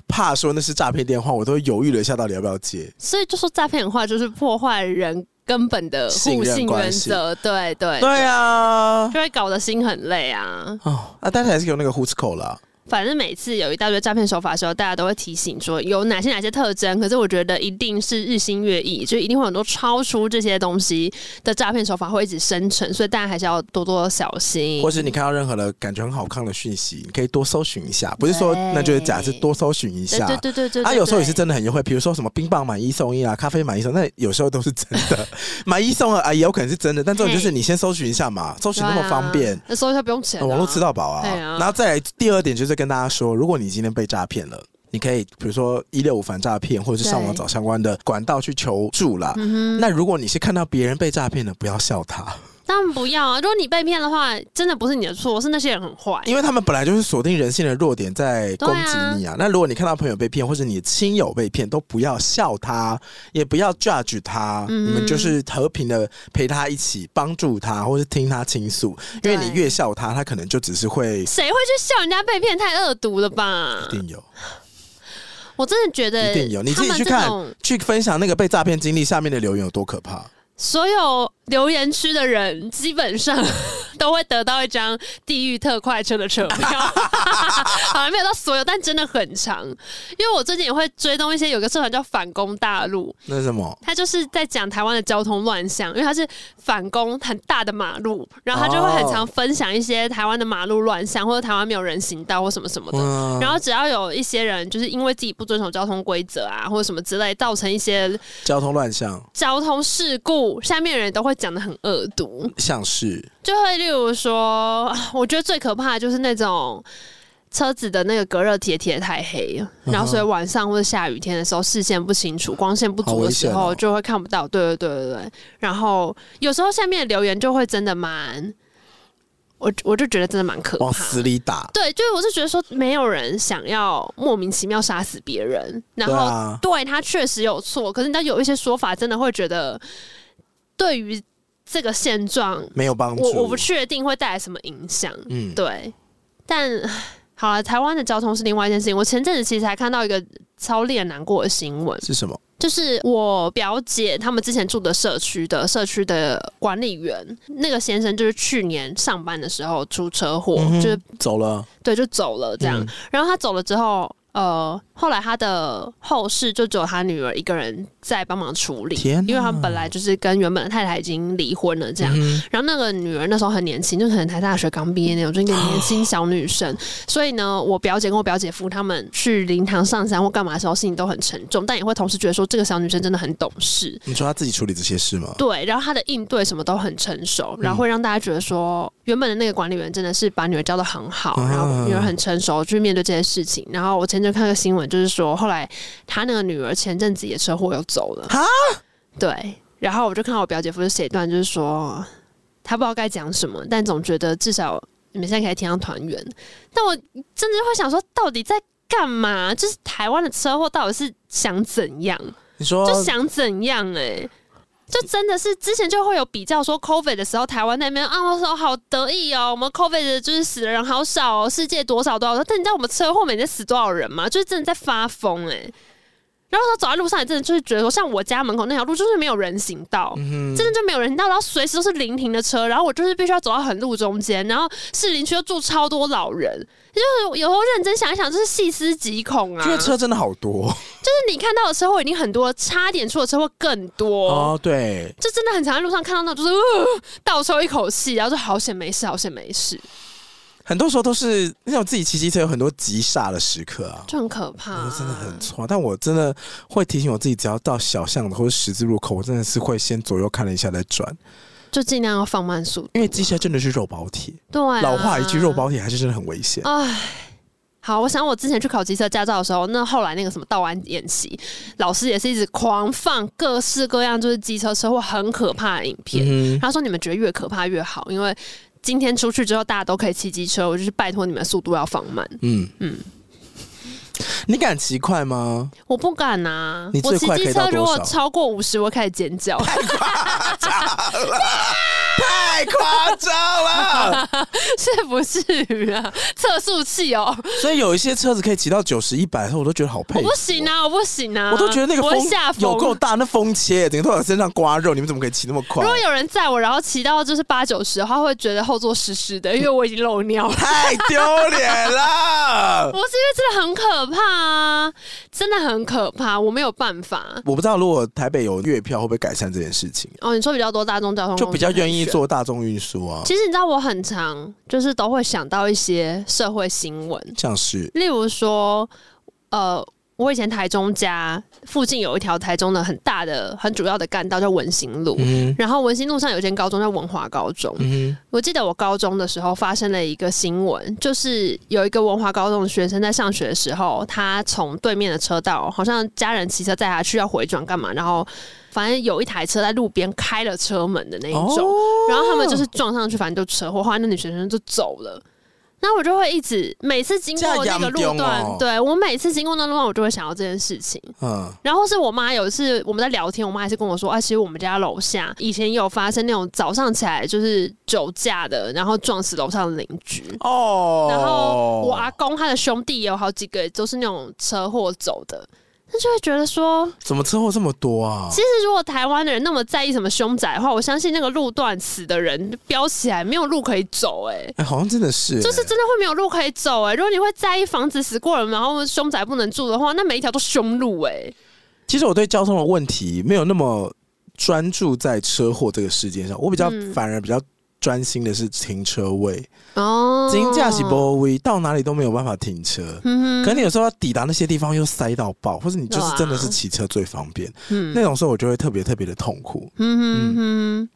Speaker 1: 怕说那是诈骗电话，我都会犹豫了一下到底要不要接。
Speaker 2: 哼，所以就说诈骗的话，就是破坏人根本的
Speaker 1: 信
Speaker 2: 互
Speaker 1: 任
Speaker 2: 信原
Speaker 1: 关系
Speaker 2: 则。对对
Speaker 1: 对啊，
Speaker 2: 就会搞得心很累啊。
Speaker 1: 哦，啊，但是还是有那个 Who's Call 啦，
Speaker 2: 反正每次有一大堆诈骗手法的时候，大家都会提醒说有哪些哪些特征，可是我觉得一定是日新月异，就一定会有很多超出这些东西的诈骗手法会一直生成，所以大家还是要多多小心
Speaker 1: 或。是你看到任何的感觉很好看的讯息，你可以多搜寻一下，不是说
Speaker 2: 对
Speaker 1: 那就是假，是多搜寻一
Speaker 2: 对
Speaker 1: 下。
Speaker 2: 对对对对，
Speaker 1: 啊，有时候也是
Speaker 2: 的。
Speaker 1: 真的很优惠，比如说什么冰棒买一送一啊，咖啡买一送，那有时候都是真的，买一送二啊，也有可能是真的，但这种就是你先搜寻一下嘛，搜寻那么方便
Speaker 2: 对啊，，那搜一下不用钱、
Speaker 1: 呃网络吃。到饱啊。
Speaker 2: 对啊
Speaker 1: 然后再来第二点就是跟大家说，如果你今天被诈骗了。你可以比如说一六五反诈骗，或者是上网
Speaker 2: 对嗯
Speaker 1: 找相关的管道去求助啦。那如果你是看到别人被诈骗了，不要笑他，
Speaker 2: 当然不要啊！如果你被骗的话，真的不是你的错，是那些人很坏。
Speaker 1: 因为他们本来就是锁定人性的弱点在攻击你啊。那如果你看到朋友被骗，或者你亲友被骗，都不要笑他，也不要 judge 他，
Speaker 2: 嗯
Speaker 1: 你们就是和平的陪他一起，帮助他，或是听他倾诉。因为
Speaker 2: 对
Speaker 1: 你越笑他，他可能就只是会
Speaker 2: 谁会去笑人家被骗？太恶毒了吧
Speaker 1: 一！定有，
Speaker 2: 我真的觉得
Speaker 1: 一定有，你自己
Speaker 2: 呃他们
Speaker 1: 去
Speaker 2: 这
Speaker 1: 看
Speaker 2: 种，
Speaker 1: 去分享那个被诈骗经历下面的留言有多可怕。
Speaker 2: 所有留言区的人基本上 都会得到一张地狱特快车的车票， 好像没有到所有，但真的很长。因为我最近也会追踪一些有个社团叫“反攻大陆
Speaker 1: 那是什么”，？
Speaker 2: 他就是在讲台湾的交通乱象，因为他是反攻很大的马路，然后他就会很
Speaker 1: 哦
Speaker 2: 常分享一些台湾的马路乱象，或者台湾没有人行道或什么什么的。
Speaker 1: 嗯，
Speaker 2: 然后只要有一些人就是因为自己不遵守交通规则啊，或者什么之类，造成一些
Speaker 1: 交通乱象，
Speaker 2: 交通事故，下面的人都会讲的很恶毒，
Speaker 1: 像是
Speaker 2: 就会例如说，啊我觉得最可怕的就是那种车子的那个隔热贴贴得太黑，
Speaker 1: 嗯
Speaker 2: 然后所以晚上或者下雨天的时候视线不清楚、光线不足的时
Speaker 1: 好危
Speaker 2: 候
Speaker 1: 险哦
Speaker 2: 就会看不到。对对对对对，然后有时候下面的留言就会真的蛮，我我就觉得真的蛮可
Speaker 1: 往
Speaker 2: 怕。
Speaker 1: 死里打，
Speaker 2: 对，就是我是觉得说，没有人想要莫名其妙杀死别人，然
Speaker 1: 对
Speaker 2: 后
Speaker 1: 啊，
Speaker 2: 对他确实有错，可是那有一些说法真的会觉得，对于这个现状，
Speaker 1: 没有帮助。
Speaker 2: 我我不确定会带来什么影响。
Speaker 1: 嗯，
Speaker 2: 对，但好了，台湾的交通是另外一件事情。我前阵子其实还看到一个超令人难过的新闻，
Speaker 1: 是什么？
Speaker 2: 就是我表姐他们之前住的社区的社区的管理员，那个先生就是去年上班的时候出车祸，
Speaker 1: 嗯哼
Speaker 2: 就是
Speaker 1: 走了，
Speaker 2: 对，就走了这样。
Speaker 1: 嗯
Speaker 2: 然后他走了之后，呃，后来他的后事就只有他女儿一个人在帮忙处理，
Speaker 1: 天哪
Speaker 2: 因为他们本来就是跟原本的太太已经离婚了这样。
Speaker 1: 嗯
Speaker 2: 然后那个女儿那时候很年轻，就可能才大学刚毕业那
Speaker 1: 哦
Speaker 2: 种，就一个年轻小女生。所以呢，我表姐跟我表姐夫他们去灵堂上山或干嘛的时候，心情都很沉重，但也会同时觉得说这个小女生真的很懂事，
Speaker 1: 你说他自己处理这些事吗？
Speaker 2: 对，然后他的应对什么都很成熟，然后会让大家觉得说，原本的那个管理员真的是把女儿教的很好，
Speaker 1: 啊
Speaker 2: 然后女儿很成熟去面对这些事情。然后我前阵看个新闻，就是说后来他那个女儿前阵子也车祸又走了
Speaker 1: 啊，
Speaker 2: 对，然后我就看到我表姐夫就写一段，就是说他不知道该讲什么，但总觉得至少你们现在可以天上团圆。但我真的会想说，到底在干嘛？就是台湾的车祸到底是想怎样？
Speaker 1: 你说
Speaker 2: 就想怎样哎、就真的是之前就会有比较说 COVID 的时候，台湾那边啊，我说好得意哦，我们 COVID 的就是死的人好少哦，世界多少多少，但你知道我们车祸每天死多少人吗？就是真的在发疯哎、然后说走在路上，也真的就是觉得说，像我家门口那条路就是没有人行道，
Speaker 1: 嗯
Speaker 2: 真的就没有人行道，然后随时都是临停的车，然后我就是必须要走到很路中间，然后士林区又住超多老人，就是有时候认真想一想，就是细思极恐啊。
Speaker 1: 哼，因为
Speaker 2: 就是
Speaker 1: 车真的好多
Speaker 2: 你看到的车祸已经很多，差点出的车祸更多。
Speaker 1: 哦，对，
Speaker 2: 就真的很常在路上看到那种，就是、呃、倒抽一口气，然后就好险没事，好险没事，
Speaker 1: 很多时候都是那种自己骑机车有很多急刹的时刻啊。
Speaker 2: 就很可怕、
Speaker 1: 我真的很错，啊但我真的会提醒我自己，只要到小巷子或者十字路口，我真的是会先左右看了一下再转，
Speaker 2: 就尽量要放慢速度，
Speaker 1: 因为机车真的是肉包铁。
Speaker 2: 对啊、
Speaker 1: 老话一句，肉包铁还是真的很危险。
Speaker 2: 唉。好，我想我之前去考机车驾照的时候，那后来那个什么道安演习，老师也是一直狂放各式各样就是机车车祸很可怕的影片。
Speaker 1: 嗯哼，
Speaker 2: 他说你们觉得越可怕越好，因为今天出去之后大家都可以骑机车，我就是拜托你们速度要放慢。
Speaker 1: 嗯
Speaker 2: 嗯
Speaker 1: 嗯，你敢骑快吗？
Speaker 2: 我不敢啊
Speaker 1: 你！
Speaker 2: 我
Speaker 1: 最
Speaker 2: 骑
Speaker 1: 快可
Speaker 2: 机
Speaker 1: 以到
Speaker 2: 车如
Speaker 1: 多
Speaker 2: 果
Speaker 1: 少
Speaker 2: 超过五十，我会开始尖叫。
Speaker 1: 太夸张了！
Speaker 2: 是不至于啊，测速器哦，
Speaker 1: 所以有一些车子可以骑到九十、一百，我都觉得好
Speaker 2: 我
Speaker 1: 佩服。哦
Speaker 2: 不行啊，我不行啊，
Speaker 1: 我都觉得那个
Speaker 2: 我
Speaker 1: 风
Speaker 2: 会下风
Speaker 1: 有够。大，那风切整个都往身上刮肉，你们怎么可以骑那么快
Speaker 2: 如？果有人载我，然后骑到就是八九十的话，会觉得后座湿湿的，因为我已经漏 尿了。
Speaker 1: 太丢脸了
Speaker 2: 不！是因为真的很可怕啊，真的很可怕，我没有办法。
Speaker 1: 我不知道如果台北有月票会不会改善这件事情，
Speaker 2: 哦，你说比较多大众交通，
Speaker 1: 就比较愿意。做大众运输啊，
Speaker 2: 其实你知道，我很常就是都会想到一些社会新闻，
Speaker 1: 像是
Speaker 2: 例如说，呃，我以前台中家附近有一条台中的很大的、很主要的干道叫文兴路，
Speaker 1: 嗯
Speaker 2: 然后文心路上有间高中叫文华高中，
Speaker 1: 嗯
Speaker 2: 我记得我高中的时候发生了一个新闻，就是有一个文华高中的学生在上学的时候，他从对面的车道，好像家人骑车载他去要回转干嘛，然后反正有一台车在路边开了车门的那一种，然后他们就是撞上去，反正就车祸，后来那女学生就走了。那我就会一直每次经过那个路
Speaker 1: 这样
Speaker 2: 段，
Speaker 1: 严重哦
Speaker 2: 对我每次经过那路段，我就会想到这件事情。
Speaker 1: 嗯，
Speaker 2: 然后是我妈有一次我们在聊天，我妈还是跟我说，啊，其实我们家楼下以前有发生那种早上起来就是酒驾的，然后撞死楼上的邻居。
Speaker 1: 哦，
Speaker 2: 然后我阿公他的兄弟也有好几个，都是那种车祸走的。那就会觉得说，
Speaker 1: 怎么车祸这么多啊？
Speaker 2: 其实如果台湾的人那么在意什么凶宅的话，我相信那个路段死的人飙起来没有路可以走、哎，
Speaker 1: 哎、好像真的是、
Speaker 2: 就是真的会没有路可以走、哎，如果你会在意房子死过人，然后凶宅不能住的话，那每一条都凶路、哎，
Speaker 1: 其实我对交通的问题没有那么专注在车祸这个事件上，我比较、
Speaker 2: 嗯
Speaker 1: 反而比较专心的是停车位。
Speaker 2: 哦
Speaker 1: 金驾驶不威，到哪里都没有办法停车。
Speaker 2: 嗯哼
Speaker 1: 可你有时候要抵达那些地方又塞到爆，或者你就是真的是
Speaker 2: 对啊
Speaker 1: 骑车最方便，
Speaker 2: 嗯
Speaker 1: 那种时候我就会特别特别的痛苦。
Speaker 2: 嗯哼哼，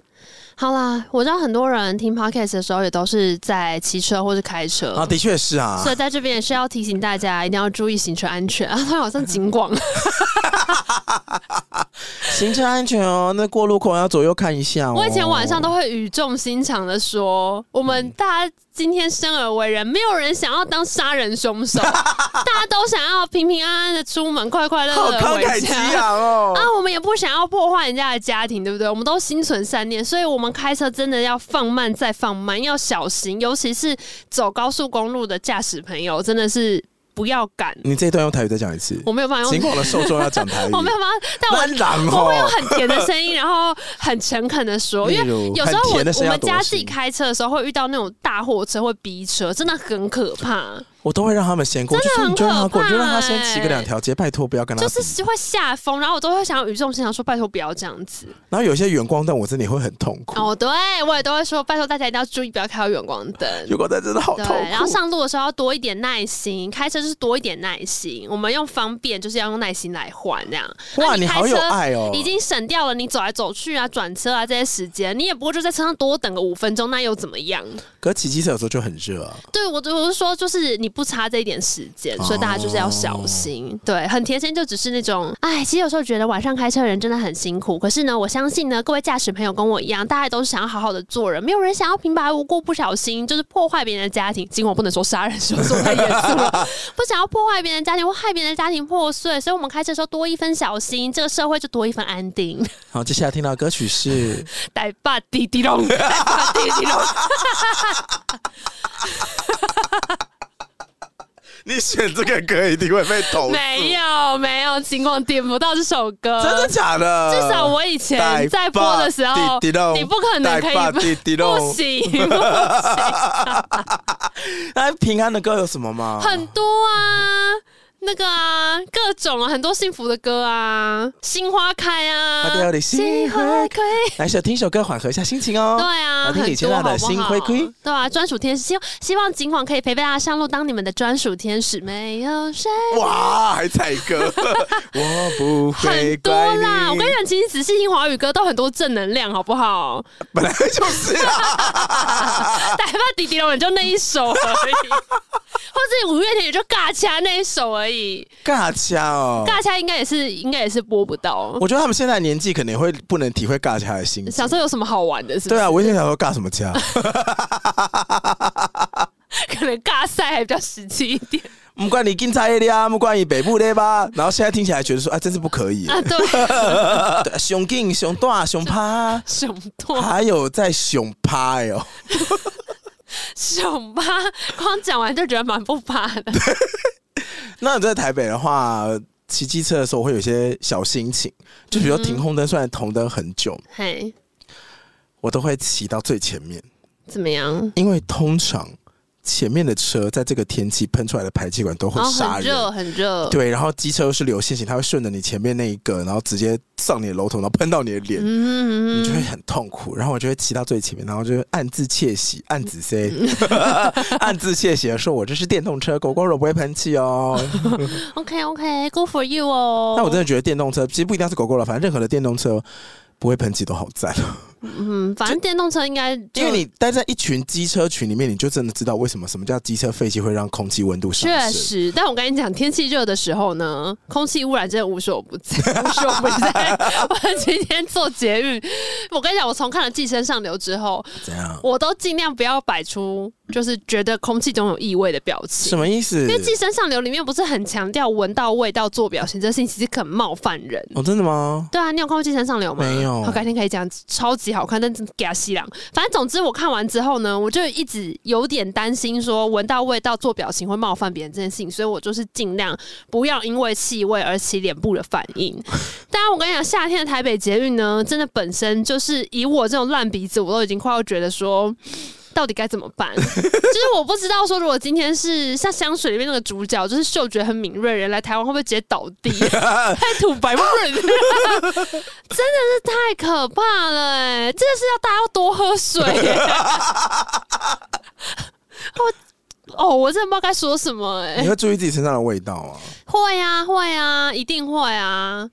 Speaker 2: 好啦，我知道很多人听 podcast 的时候也都是在骑车或是开车。
Speaker 1: 啊，的确是啊
Speaker 2: 哦所，以在这边也是要提醒大家，一定要注意行车安全啊！突然好像警广，
Speaker 1: 行车安全哦，那过路口要左右看一下、哦。
Speaker 2: 我以前晚上都会语重心长的说，我们大家今天生而为人，没有人想要当杀人 凶手，大家都想要平平安安的出门，快快乐
Speaker 1: 好
Speaker 2: 乐地
Speaker 1: 慷慨
Speaker 2: 回
Speaker 1: 激
Speaker 2: 家。
Speaker 1: 昂哦。
Speaker 2: 啊，我们也不想要破坏人家的家庭，对不对？我们都心存善念，所以我们开车真的要放慢再放慢，要小心，尤其是走高速公路的驾驶朋友，真的是不要赶。
Speaker 1: 你这一段用台语再讲一次，
Speaker 2: 我没有办法
Speaker 1: 尽
Speaker 2: 用，，
Speaker 1: 管我的受众要讲台语
Speaker 2: 我没有办法，但我
Speaker 1: 班 长
Speaker 2: 我会用
Speaker 1: 哦。
Speaker 2: 很甜的声音，然后很诚恳的说，因 为
Speaker 1: 例如
Speaker 2: 有时候
Speaker 1: 很
Speaker 2: 我
Speaker 1: 甜的声
Speaker 2: 我
Speaker 1: 音要
Speaker 2: 们
Speaker 1: 多
Speaker 2: 家自己
Speaker 1: 细
Speaker 2: 开车的时候会遇到那种大货车会逼车，真的很可怕，
Speaker 1: 我都会让他们先过，就说
Speaker 2: 很
Speaker 1: 你就让他过，
Speaker 2: 可怕
Speaker 1: 你就让他先
Speaker 2: 欸
Speaker 1: 骑个两条街，拜托不要跟他
Speaker 2: 就
Speaker 1: 比。
Speaker 2: 是会吓疯，然后我都会想要语重心长说，拜托不要这样子。
Speaker 1: 然后有些远光灯，我真的也会很痛苦。
Speaker 2: 哦，对，我也都会说，拜托大家一定要注意，不要开到远光灯。
Speaker 1: 远光灯真的好
Speaker 2: 对
Speaker 1: 痛苦。，哦
Speaker 2: 然后上路的时候要多一点耐心，开车就是多一点耐心。我们用方便就是要用耐心来换，这样。
Speaker 1: 哇，
Speaker 2: 那
Speaker 1: 你
Speaker 2: 开
Speaker 1: 好有
Speaker 2: 车
Speaker 1: 爱哦！
Speaker 2: 已经省掉了你走来走去啊、转车啊这些时间，你也不过就在车上多等个五分钟，那又怎么样？
Speaker 1: 可是骑机车有时候就很热啊。
Speaker 2: 对我，我是说，就是你不差这一点时间，所以大家就是要
Speaker 1: 哦
Speaker 2: 小心。对，很贴心，就只是那种，哎，其实有时候觉得晚上开车的人真的很辛苦。可是呢，我相信呢，各位驾驶朋友跟我一样，大家都是想要好好的做人，没有人想要平白无故不小心就是破坏别人的家庭。尽管我不能说杀人凶手太严 肃了，不想要破坏别人的家庭或害别人的家庭破碎，所以我们开车的时候多一分小心，这个社会就多一份安定。
Speaker 1: 好，接下来听到歌曲是
Speaker 2: 带把滴滴咚，带把滴滴咚。
Speaker 1: 你选这个歌一定会被投诉
Speaker 2: 没有没有，情况点不到这首歌，
Speaker 1: 真的假的？
Speaker 2: 至少我以前在播的时候，
Speaker 1: 带把
Speaker 2: 你不可能可以
Speaker 1: 带把滴滴咚
Speaker 2: 不行 不行，
Speaker 1: 那哎平安的歌有什么吗？
Speaker 2: 很多啊，那个啊，各种啊，很多幸福的歌啊，心花开啊，
Speaker 1: 啊对啊你心花
Speaker 2: 开。
Speaker 1: 来首听一首歌缓和一下心情哦。
Speaker 2: 对啊，
Speaker 1: 来听李
Speaker 2: 很
Speaker 1: 千
Speaker 2: 多
Speaker 1: 娜
Speaker 2: 好不好
Speaker 1: 的《心灰灰》。
Speaker 2: 对啊，专属天使，希望希望今晚可以陪伴大家上路，当你们的专属天使。没有谁
Speaker 1: 哇，还踩 歌，我不会
Speaker 2: 很多
Speaker 1: 怪你。
Speaker 2: 啦，我跟你讲，其实仔细听华语歌都很多正能量，好不好？
Speaker 1: 本来就是啊 啦。
Speaker 2: 打发迪迪龙也就那一首而已，或者五月天也就尬掐那一首而已，
Speaker 1: 尬掐哦，
Speaker 2: 尬掐应该也是应该也是播不到。
Speaker 1: 我觉得他们现在年纪可能会不能体会尬掐的心情
Speaker 2: 小。时候有什么好玩的？是不
Speaker 1: 对
Speaker 2: 是？
Speaker 1: 啊，我以前想说尬什么 掐？
Speaker 2: 可能尬赛还比较实际一点
Speaker 1: 不管你警察的呀，不管你北部的吧。然后现在听起来觉得说，啊，真是不可以。
Speaker 2: 啊。对，
Speaker 1: 对熊劲、熊大、熊趴，
Speaker 2: 熊多
Speaker 1: 还有在熊趴哎哦。
Speaker 2: 熊吧，光讲完就觉得蛮不怕的。
Speaker 1: 那你在台北的话，骑机车的时候会有一些小心情，就比如
Speaker 2: 嗯
Speaker 1: 说停红灯，虽然红灯很久，
Speaker 2: 嘿，
Speaker 1: 我都会骑到最前面，
Speaker 2: 怎么样？
Speaker 1: 因为通常前面的车在这个天气喷出来的排气管都会
Speaker 2: 然后
Speaker 1: 杀
Speaker 2: 哦很
Speaker 1: 人。
Speaker 2: 热，很热。
Speaker 1: 对，然后机车又是流线型，它会顺着你前面那一个，然后直接上你的楼头，然后喷到你的脸，
Speaker 2: 嗯，
Speaker 1: 你
Speaker 2: 嗯
Speaker 1: 就会
Speaker 2: 嗯
Speaker 1: 很痛苦。然后我就会骑到最前面，然后就会暗自窃喜，暗自 say，暗自窃喜的说：“我这是电动车，狗狗肉不会喷气 哦。
Speaker 2: OK OK，Go for you 哦”。
Speaker 1: 但我真的觉得电动车其实不一定要是狗狗了，反正任何的电动车不会喷气都好 赞，
Speaker 2: 嗯，反正电动车应该就
Speaker 1: 因为你待在一群机车群里面，你就真的知道为什么什么叫机车废气会让空气温度上
Speaker 2: 确
Speaker 1: 升。
Speaker 2: 实，但我跟你讲，天气热的时候 呢，空气污染真的无所不在， 无所不在。 我今天做节育，我跟你讲，我从看了《寄生上流》之后，
Speaker 1: 怎样？
Speaker 2: 我都尽量不要摆出就是觉得空气中有异味的表
Speaker 1: 什
Speaker 2: 情。
Speaker 1: 么意思
Speaker 2: 因为？《寄生上流》里面不是很强调闻到味道做表情，这事情其实很冒犯人。
Speaker 1: 哦，真的 吗？
Speaker 2: 对啊，你有看过《寄生上流》吗？
Speaker 1: 没有
Speaker 2: 好，改天可以讲，超级好看，但是给他吸凉。反正总之，我看完之后呢，我就一直有点担心，说闻到味道做表情会冒犯别人这件事情，所以我就是尽量不要因为气味而起脸部的反 应。当然，我跟你讲，夏天的台北捷运呢，真的本身就是以我这种烂鼻子，我都已经快要觉得说。到底该怎么 办？就是我不知道说，如果今天是像香水里面那个主角，就是嗅觉很敏锐的人来台湾，会不会直接倒 地？太土白沫人，真的是太可怕了、欸！真的是要大家要多喝水、 欸。我哦，我真的不知道该说什么哎、
Speaker 1: 你会注意自己身上的味道啊，
Speaker 2: 会啊，会啊，一定会啊。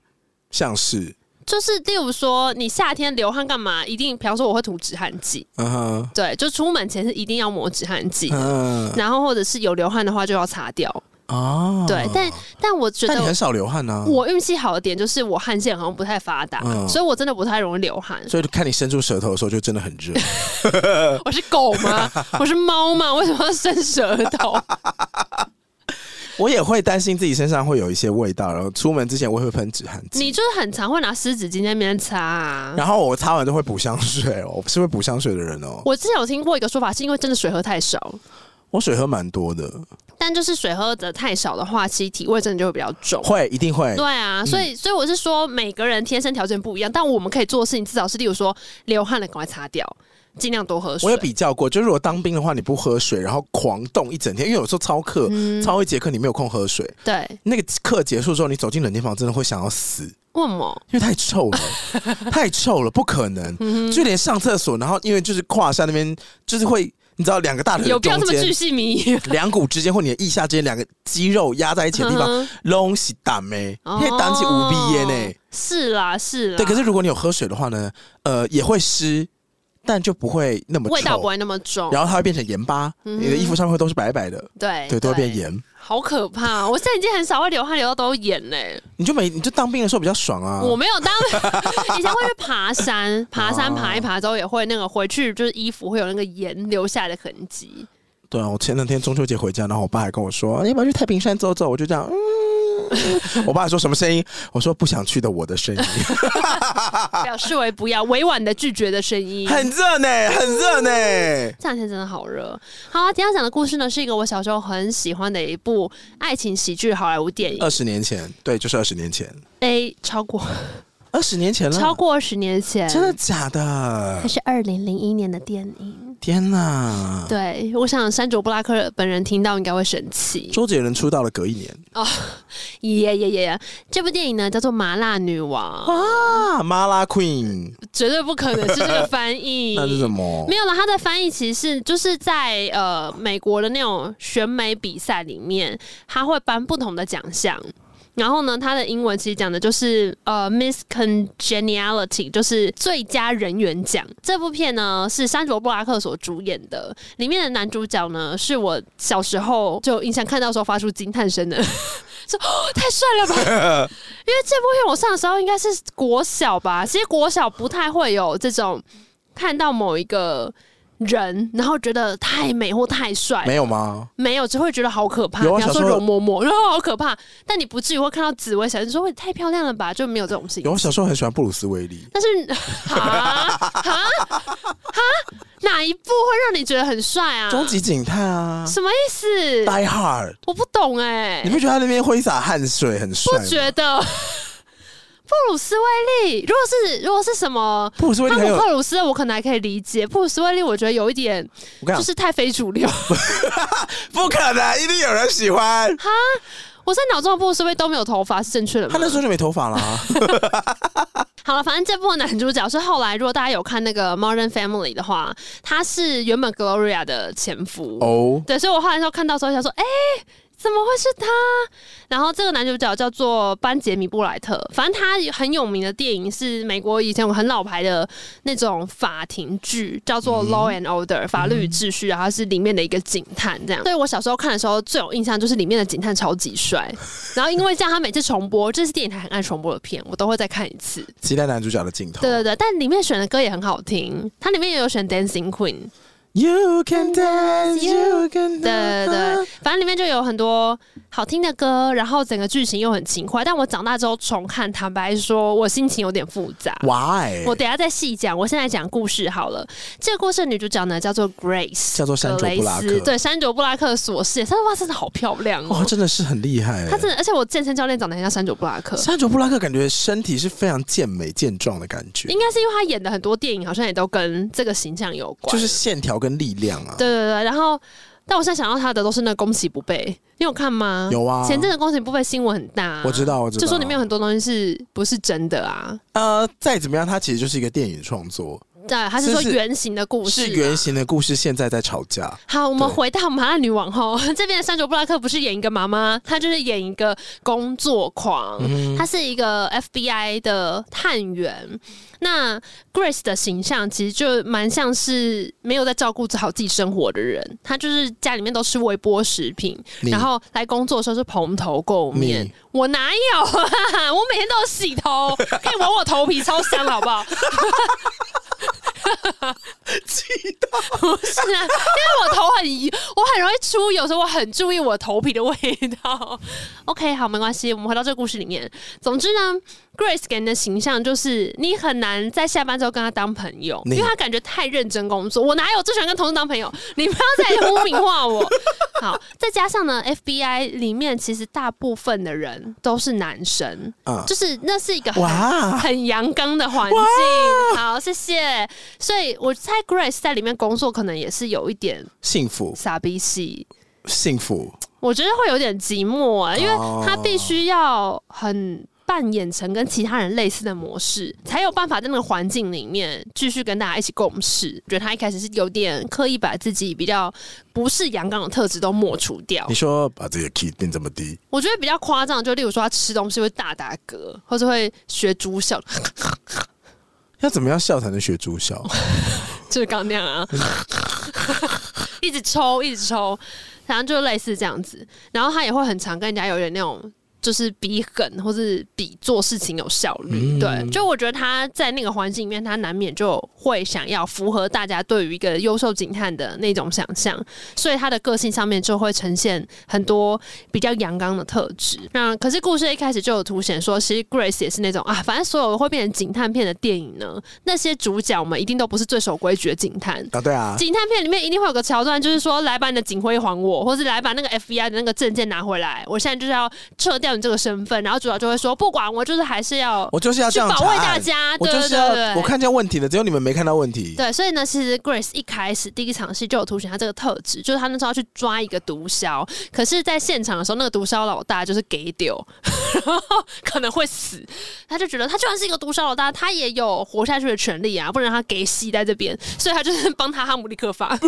Speaker 1: 像是，
Speaker 2: 就是例如说，你夏天流汗干嘛？一定，比方说我会涂止汗剂，
Speaker 1: 嗯哼，
Speaker 2: 对，就出门前是一定要抹止汗剂，
Speaker 1: 嗯
Speaker 2: 然后或者是有流汗的话就要擦掉。
Speaker 1: 啊，
Speaker 2: 对，但但我觉
Speaker 1: 但你
Speaker 2: 得
Speaker 1: 很少流汗啊，
Speaker 2: 我运气好的点就是我汗腺好像不太发达，
Speaker 1: 嗯
Speaker 2: 所以我真的不太容易流汗。
Speaker 1: 所以看你伸出舌头的时候就真的很 热。嗯
Speaker 2: 我是狗 吗？我是猫吗？为什么要伸舌头？
Speaker 1: 我也会担心自己身上会有一些味道，然后出门之前我也会喷止汗剂，
Speaker 2: 你就是很常会拿湿纸巾在那边擦、啊。
Speaker 1: 然后我擦完就会补香水哦，我是会补香水的人哦。
Speaker 2: 我之前有听过一个说法，是因为真的水喝太少，
Speaker 1: 我水喝蛮多的，
Speaker 2: 但就是水喝的太少的话，其实体味真的就会比较重。
Speaker 1: 会一定会
Speaker 2: 对啊，所以所以我是说，每个人天生条件不一样，但我们可以做的事情至少是，例如说流汗了赶快擦掉，尽量多喝水。
Speaker 1: 我有比较过，就是如果当兵的话，你不喝水，然后狂动一整天，因为有时候操课、
Speaker 2: 嗯
Speaker 1: 操一节课，你没有空喝水。
Speaker 2: 对，
Speaker 1: 那个课结束之后，你走进冷气房，真的会想要死，
Speaker 2: 为什么？
Speaker 1: 因为太臭 了，太臭了，不可能。
Speaker 2: 嗯
Speaker 1: 就连上厕所，然后因为就是胯下那边，就是会，你知道两个大腿的
Speaker 2: 有必要
Speaker 1: 中
Speaker 2: 这么巨
Speaker 1: 间，
Speaker 2: 细靡遗？
Speaker 1: 两骨之间或你的腋下之间两个肌肉压在一起的地方，
Speaker 2: 嗯哦
Speaker 1: 拢是胆诶，因
Speaker 2: 哼
Speaker 1: 为胆是无鼻烟呢。
Speaker 2: 哦是啦，是啦。
Speaker 1: 对，可是如果你有喝水的话呢，呃，也会湿，但就不会那么
Speaker 2: 味道
Speaker 1: 臭
Speaker 2: 不会那么重。
Speaker 1: 然后它会变成盐巴，
Speaker 2: 嗯哎
Speaker 1: 你的衣服上面会都是白白的，
Speaker 2: 对
Speaker 1: 对，都会变，盐。
Speaker 2: 好可怕！我现在已经很少会流汗流到都盐嘞。
Speaker 1: 你就没你就当兵的时候比较爽啊。
Speaker 2: 我没有当 以前会去 爬山，爬山爬一爬之后也会那个回去，就是衣服会有那个盐留下来的痕 迹。
Speaker 1: 对啊，我前两天中秋节回家，然后我爸还跟我说哎要不要去太平山走走，我就这样，嗯， 我爸说什么声音？我说不想去的我的声音，
Speaker 2: 表示为不要，委婉的拒绝的声 音。
Speaker 1: 很热呢，很热呢。
Speaker 2: 这两天真的好热。好、啊，今天要讲的故事呢，是一个我小时候很喜欢的一部爱情喜剧好莱坞电影。
Speaker 1: 二十年前，对，就是二十年前，
Speaker 2: A 超过
Speaker 1: 二十年前了，
Speaker 2: 超过十年前，
Speaker 1: 真的假的
Speaker 2: 它？是二零零一年的电影。
Speaker 1: 天哪！
Speaker 2: 对，我想山卓布拉克本人听到应该会生气。
Speaker 1: 周杰伦出道了隔一年
Speaker 2: 耶耶耶！这部电影呢叫做《麻辣女王》，
Speaker 1: 啊，麻辣 Queen，
Speaker 2: 绝对不可能是这个翻译。
Speaker 1: 那是什么
Speaker 2: 没？有了，它的翻译其实是就是在呃美国的那种选美比赛里面，它会颁不同的奖项。然后呢，它的英文其实讲的就是呃 Miss Congeniality，就是最佳人缘奖。这部片呢是山卓布拉克所主演的，里面的男主角呢是我小时候就印象看到的时候发出惊叹声的，说、哦、太帅了吧！ 因为这部片我上的时候应该是国小吧，其实国小不太会有这种看到某一个人，然后觉得太美或太帅，
Speaker 1: 没有吗？
Speaker 2: 没有，只会觉得好可怕。
Speaker 1: 有啊
Speaker 2: 比方说
Speaker 1: 小时候
Speaker 2: 容嬷嬷，然后好可怕，但你不至于会看到紫薇小姐说会太漂亮了吧，就没有这种事情
Speaker 1: 有，。我小时候很喜欢布鲁斯威利。
Speaker 2: 但是， 哈哈哈，哪一部会让你觉得很帅啊？
Speaker 1: 终极警探啊
Speaker 2: 什么意思？
Speaker 1: ，Die Hard，
Speaker 2: 我不懂哎、
Speaker 1: 你不觉得他那边挥洒汗水很帅
Speaker 2: 不
Speaker 1: 吗？
Speaker 2: 觉得布鲁斯威利，如果是如果是什么？
Speaker 1: 布鲁斯威利
Speaker 2: 汤
Speaker 1: 很
Speaker 2: 姆
Speaker 1: 有，
Speaker 2: 克鲁斯我可能还可以理解，布鲁斯威利我觉得有一点
Speaker 1: 我跟你讲，
Speaker 2: 就是太非主流。
Speaker 1: 不可能，一定有人喜 欢。
Speaker 2: 我在脑中的布鲁斯威利都没有头发是正确的吗
Speaker 1: 他？那时候就没头发
Speaker 2: 啊
Speaker 1: 啦。
Speaker 2: 好了，反正这部分男主角是后来，如果大家有看那个《Modern Family》的话，他是原本 Gloria 的前夫。
Speaker 1: 哦，
Speaker 2: 对，所以我后来时候看到的时候想说，哎、怎么会是他？然后这个男主角叫做班杰米·布莱特，反正他很有名的电影是美国以前有很老牌的那种法庭剧，叫做《Law and Order》法律与秩序，然后他是里面的一个警探这样。对我小时候看的时候最有印象就是里面的警探超级帅，然后因为这样他每次重播，这是电影台很爱重播的片，我都会再看一次。
Speaker 1: 期待男主角的镜头。
Speaker 2: 对对对，但里面选的歌也很好听，它里面也有选 Dancing Queen，
Speaker 1: You can dance, you can
Speaker 2: 对对
Speaker 1: dance
Speaker 2: 对，反正里面就有很多好听的歌，然后整个剧情又很勤快。但我长大之后重看，坦白说，我心情有点复杂。
Speaker 1: Why？
Speaker 2: 我等一下再细讲，我现在讲故事好了。这个故事的女主角呢叫做 Grace，
Speaker 1: 叫做山卓布拉克
Speaker 2: 格雷斯对，山卓布拉克所饰演。山卓布拉克真的好漂亮
Speaker 1: 哇，
Speaker 2: 哦，
Speaker 1: 真的是很厉害欸。
Speaker 2: 她真的，而且我健身教练长得很像山卓布拉克，
Speaker 1: 山卓布拉克感觉身体是非常健美健壮的感觉，
Speaker 2: 应该是因为她演的很多电影好像也都跟这个形象有关，
Speaker 1: 就是线条跟力量啊。
Speaker 2: 对对对，然后但我现在想到他的都是那个宫崎不备，你有看吗？、
Speaker 1: 有啊，
Speaker 2: 前阵子宫崎不备新闻很大啊、
Speaker 1: 我知道，我知道，
Speaker 2: 就说里面有很多东西是不是真的啊？
Speaker 1: 呃，再怎么样，它其实就是一个电影创作，
Speaker 2: 对，他是说
Speaker 1: 是是
Speaker 2: 原型的故事、啊
Speaker 1: 是原。型的故事，现在在吵架。
Speaker 2: 好，我们
Speaker 1: 对
Speaker 2: 回到麻辣女王后 这边的山卓布拉克不是演一个妈妈，她就是演一个工作狂，
Speaker 1: 嗯
Speaker 2: 她是一个 FBI 的探员。那 Grace 的形象其实就蛮像是没有在照顾好自己生活的人，她就是家里面都吃微波食品，
Speaker 1: 你
Speaker 2: 然后来工作的时候是蓬头垢面
Speaker 1: 你，
Speaker 2: 我哪有 啊？我每天都有洗头，可以闻我头皮超香，好不好？不是啊，因为我头很油，我很容易出油，所以我很注意我头皮的味道。OK，好，没关系，我们回到这个故事里面。总之呢，Grace 给人的形象就是你很难在下班之后跟他当朋友，
Speaker 1: 你
Speaker 2: 因为他感觉太认真工作。我哪有最喜欢跟同事当朋友？你不要再污名化 我。好，再加上呢，FBI 里面其实大部分的人都是男生，
Speaker 1: 啊，
Speaker 2: 就是那是一个很
Speaker 1: 哇，
Speaker 2: 很阳刚的环境。好，谢谢。所以我猜 Grace 在里面工作可能也是有一点
Speaker 1: 幸福，
Speaker 2: 傻逼戏，
Speaker 1: 幸福，
Speaker 2: 我觉得会有点寂寞、啊，因为他必须要很。扮演成跟其他人类似的模式，才有办法在那个环境里面继续跟大家一起共事。觉得他一开始是有点刻意把自己比较不是阳刚的特质都抹除掉
Speaker 1: 你。说把自己的 key 定这么低，
Speaker 2: 我觉得比较夸张，就例如说他吃东西会大打嗝，或者会学猪笑，
Speaker 1: 要怎么样笑才能学猪笑？
Speaker 2: 就是刚那样啊，一直抽，一直抽，然后就类似这样子。然后他也会很常跟人家有点那种。就是比狠，或是比做事情有效率，对，就我觉得他在那个环境里面，他难免就会想要符合大家对于一个优秀警探的那种想象，所以他的个性上面就会呈现很多比较阳刚的特质。那可是故事一开始就有凸显说，其实 Grace 也是那种啊，反正所有会变成警探片的电影呢，那些主角们一定都不是最守规矩的警探。
Speaker 1: 啊，对啊，
Speaker 2: 警探片里面一定会有个桥段，就是说来把你的警徽还我，或是来把那个 FBI 的那个证件拿回来，我现在就是要撤掉你这个身份。然后主角就会说，不管我就是还是要
Speaker 1: 我就是要
Speaker 2: 去
Speaker 1: 这样
Speaker 2: 保
Speaker 1: 查
Speaker 2: 卫大
Speaker 1: 案
Speaker 2: 家，
Speaker 1: 我
Speaker 2: 对
Speaker 1: 就
Speaker 2: 对
Speaker 1: 是要
Speaker 2: 对对。
Speaker 1: 我看见问题了，只有你们没看到问题。
Speaker 2: 对，所以呢，其实 Grace 一开始第一场戏就有凸显她这个特质，就是她那时候要去抓一个毒枭，可是在现场的时候，那个毒枭老大就是给丢， 然后可能会死，他就觉得他就算是一个毒枭老大，他也有活下去的权利啊，不能让他给吸在这边，所以他就是帮他哈姆立克法，
Speaker 1: 啊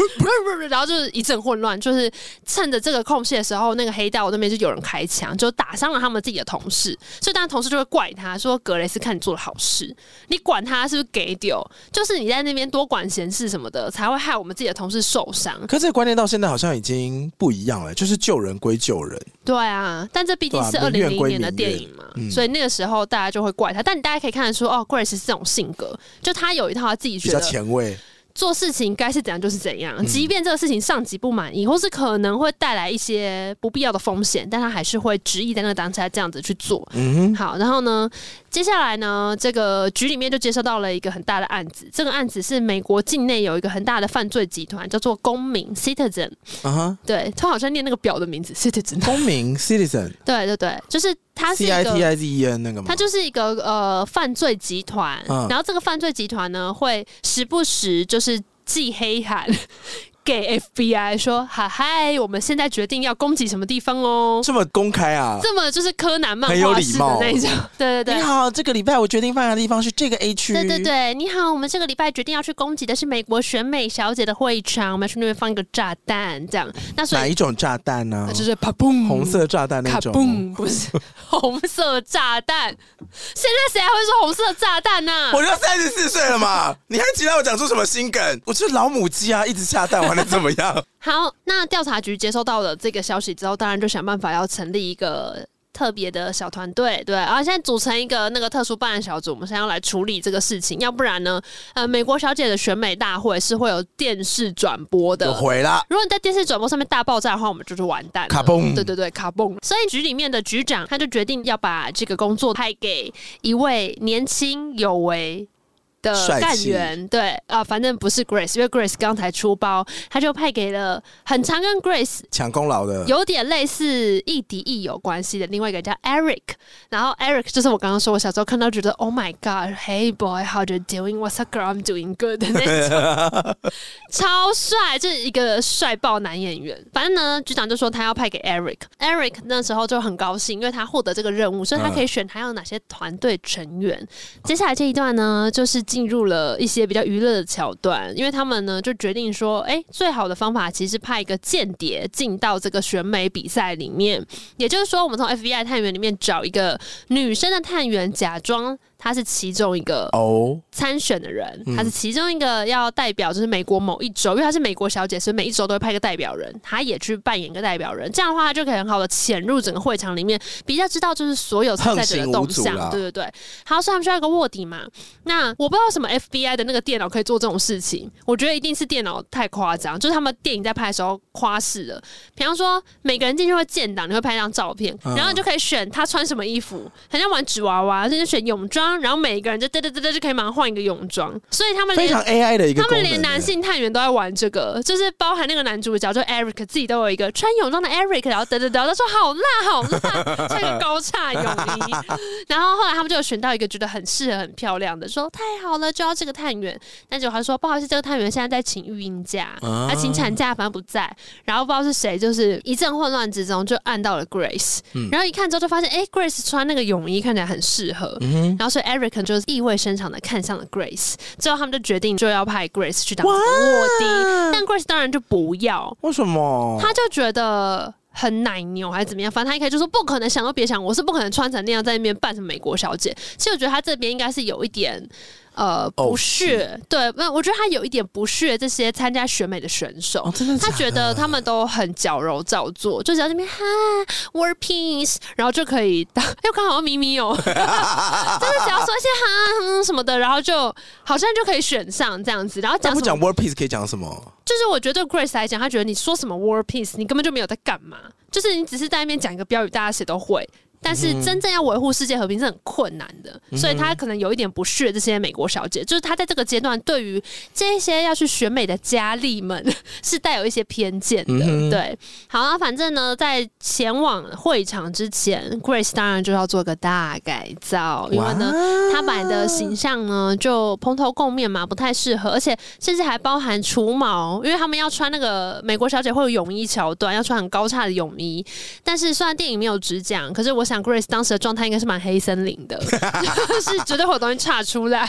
Speaker 2: 然后就是一阵混乱，就是趁着这个空隙的时候，那个黑道那边就有人开枪，就打伤了他们自己的同事，所以当然同事就会怪他说格雷斯看你做了好事，你管他是不是给丢，就是你在那边多管闲事什么的，才会害我们自己的同事受伤。
Speaker 1: 可这个观念到现在好像已经不一样了，就是救人归救人，
Speaker 2: 对啊，但这毕竟是
Speaker 1: 对啊
Speaker 2: 二
Speaker 1: 民
Speaker 2: 零
Speaker 1: 怨
Speaker 2: 零一
Speaker 1: 归
Speaker 2: 年的
Speaker 1: 民
Speaker 2: 电
Speaker 1: 怨
Speaker 2: 影嘛，
Speaker 1: 嗯
Speaker 2: 所以那个时候大家就会怪他。但你大家可以看得出，哦，Grace 是这种性格，就他有一套他自己
Speaker 1: 比
Speaker 2: 觉
Speaker 1: 较
Speaker 2: 得
Speaker 1: 前卫。
Speaker 2: 做事情该是怎样就是怎
Speaker 1: 嗯
Speaker 2: 样，即便这个事情上级不满意，或是可能会带来一些不必要的风险，但他还是会执意在那个当下这样子去做。
Speaker 1: 嗯哼，
Speaker 2: 好，然后呢，接下来呢，这个局里面就接收到了一个很大的案子。这个案子是美国境内有一个很大的犯罪集团，叫做公民 （Citizen）。
Speaker 1: 啊哈，
Speaker 2: 对，他好像念那个表的名字 （Citizen）。
Speaker 1: 公民 citizen
Speaker 2: 对对对，就是他是
Speaker 1: C
Speaker 2: 一
Speaker 1: I T
Speaker 2: 个。
Speaker 1: I Z E N 那个吗
Speaker 2: 它？就是一个呃犯罪集团，
Speaker 1: 嗯
Speaker 2: 然后这个犯罪集团呢会时不时就是寄黑函 给 FBI 说，哈嗨，我们现在决定要攻击什么地方哦，
Speaker 1: 这么公开啊！
Speaker 2: 这么就是柯南漫
Speaker 1: 很有
Speaker 2: 画
Speaker 1: 礼
Speaker 2: 式的
Speaker 1: 貌
Speaker 2: 那一种，对对对，
Speaker 1: 你好，这个礼拜我决定放假的地方是这个 A 区。
Speaker 2: 对对对，你好，我们这个礼拜决定要去攻击的是美国选美小姐的会场，我们要去那边放一个炸弹，这样。那所
Speaker 1: 哪
Speaker 2: 以
Speaker 1: 一种炸弹呢、
Speaker 2: 呃就是啪嘣，
Speaker 1: 红色炸弹那
Speaker 2: 卡
Speaker 1: 种吗。
Speaker 2: 嘣，不是红色炸弹。现在谁还会说红色炸弹呢、
Speaker 1: 我都三十四岁了嘛，你还期待我讲出什么新梗？我是老母鸡啊，一直下蛋，我还能怎么样？
Speaker 2: 好，那调查局接收到了这个消息之后，当然就想办法要成立一个。特别的小团队，对，然后现在组成一个那个特殊办案小组，我们现在要来处理这个事情，要不然呢，呃，美国小姐的选美大会是会有电视转播 的，
Speaker 1: 我回啦，
Speaker 2: 如果你在电视转播上面大爆炸的话，我们就是完蛋了。
Speaker 1: 卡嘣
Speaker 2: 对对对，卡蹦。所以局里面的局长他就决定要把这个工作派给一位年轻有为。的
Speaker 1: 帅气
Speaker 2: 干员对啊、反正不是 Grace，因为 Grace 刚才出包，他就派给了很常跟 Grace
Speaker 1: 抢功劳的。
Speaker 2: 有点类似亦敌亦友关系的另外一个人叫 Eric，然后 Eric 就是我刚刚说我小时候看到觉得 Oh my God，Hey boy，how you doing？What's up girl？I'm doing good 的那种，超帅，就是一个帅爆男演员。反正呢，局长就说他要派给 Eric，Eric 那时候就很高兴，因为他获得这个任务，所以他可以选他有哪些团队成员。接下来这一段呢，就是进入了一些比较娱乐的桥段，因为他们呢就决定说，哎、最好的方法其实派一个间谍进到这个选美比赛里面，也就是说，我们从 FBI 探员里面找一个女生的探员，假装她是其中一个
Speaker 1: 哦，
Speaker 2: 参选的人，
Speaker 1: 嗯
Speaker 2: 她是其中一个要代表就是美国某一州，因为她是美国小姐，所以每一州都会派一个代表人，她也去扮演一个代表人。这样的话，她就可以很好的潜入整个会场里面，比较知道就是所有参赛者的动
Speaker 1: 横行无阻啦
Speaker 2: 向。对对对，好，所以他们需要一个卧底嘛。那我不知道为什么 FBI 的那个电脑可以做这种事情，我觉得一定是电脑太夸张，就是他们电影在拍的时候夸饰了。比方说，每个人进去会建档，你会拍一张照片，
Speaker 1: 嗯
Speaker 2: 然后你就可以选他穿什么衣服，很像玩纸娃娃，就是选泳装，然后每一个人就哒哒哒哒就可以马上换一个泳装，所以他们
Speaker 1: 非常
Speaker 2: 连。
Speaker 1: AI 的一个
Speaker 2: 他
Speaker 1: 功能
Speaker 2: 们连男性探员都在玩这个，就是包含那个男主角，就 Eric 自己都有一个穿泳装的 Eric，然后哒哒哒，他说好辣好辣，穿一个高叉泳衣，然后后来他们就有选到一个觉得很适合、很漂亮的，说太好了，就要这个探员。但结果他说不好意思，这个探员现在在请育婴假，他、
Speaker 1: 啊
Speaker 2: 请产假，反正不在。然后不知道是谁，就是一阵混乱之中就按到了 Grace，、然后一看之后就发现，哎、g r a c e 穿那个泳衣看起来很适合。然后所以 Eric 就意味深长的看向了 Grace，之后他们就决定就要派 Grace 去当卧底，
Speaker 1: 哇
Speaker 2: 但 Grace 当然就不要，
Speaker 1: 为什么？
Speaker 2: 他就觉得。很奶牛还是怎么样？反正他一开始就说不可能，想都别想，我是不可能穿成那样在那边扮成美国小姐。其实我觉得他这边应该是有一点呃
Speaker 1: 哦
Speaker 2: 不屑，对，那我觉得他有一点不屑这些参加选美的选手。
Speaker 1: 哦，真的假
Speaker 2: 他
Speaker 1: 的，
Speaker 2: 觉得他们都很矫揉造作，就只要这边哈 world peace，然后就可以当，又刚好像咪咪哦，真的只要说一些哈嗯什么的，然后就好像就可以选上这样子，然后
Speaker 1: 那
Speaker 2: 讲
Speaker 1: 不
Speaker 2: 什么
Speaker 1: 讲 word piece 可以讲什么？
Speaker 2: 就是我觉得对 Grace 来讲，她觉得你说什么 war peace，你根本就没有在干嘛，就是你只是在那边讲一个标语，大家谁都会。但
Speaker 1: 嗯
Speaker 2: 是真正要维护世界和平是很困难的，所以她可能有一点不屑这些美国小姐，就是她在这个阶段对于这些要去选美的佳丽们 是带有一些偏见的。
Speaker 1: 嗯哼
Speaker 2: 对，好啊，反正呢，在前往会场之前，Grace 当然就要做个大改造，因为呢，他摆的形象呢，就蓬头垢面嘛，不太适合，而且甚至还包含除毛，因为他们要穿那个美国小姐会有泳衣桥段，要穿很高叉的泳衣。但是虽然电影没有只讲，可是我想 Grace 当时的状态应该是蛮黑森林的， 就是绝对会有东西岔出来，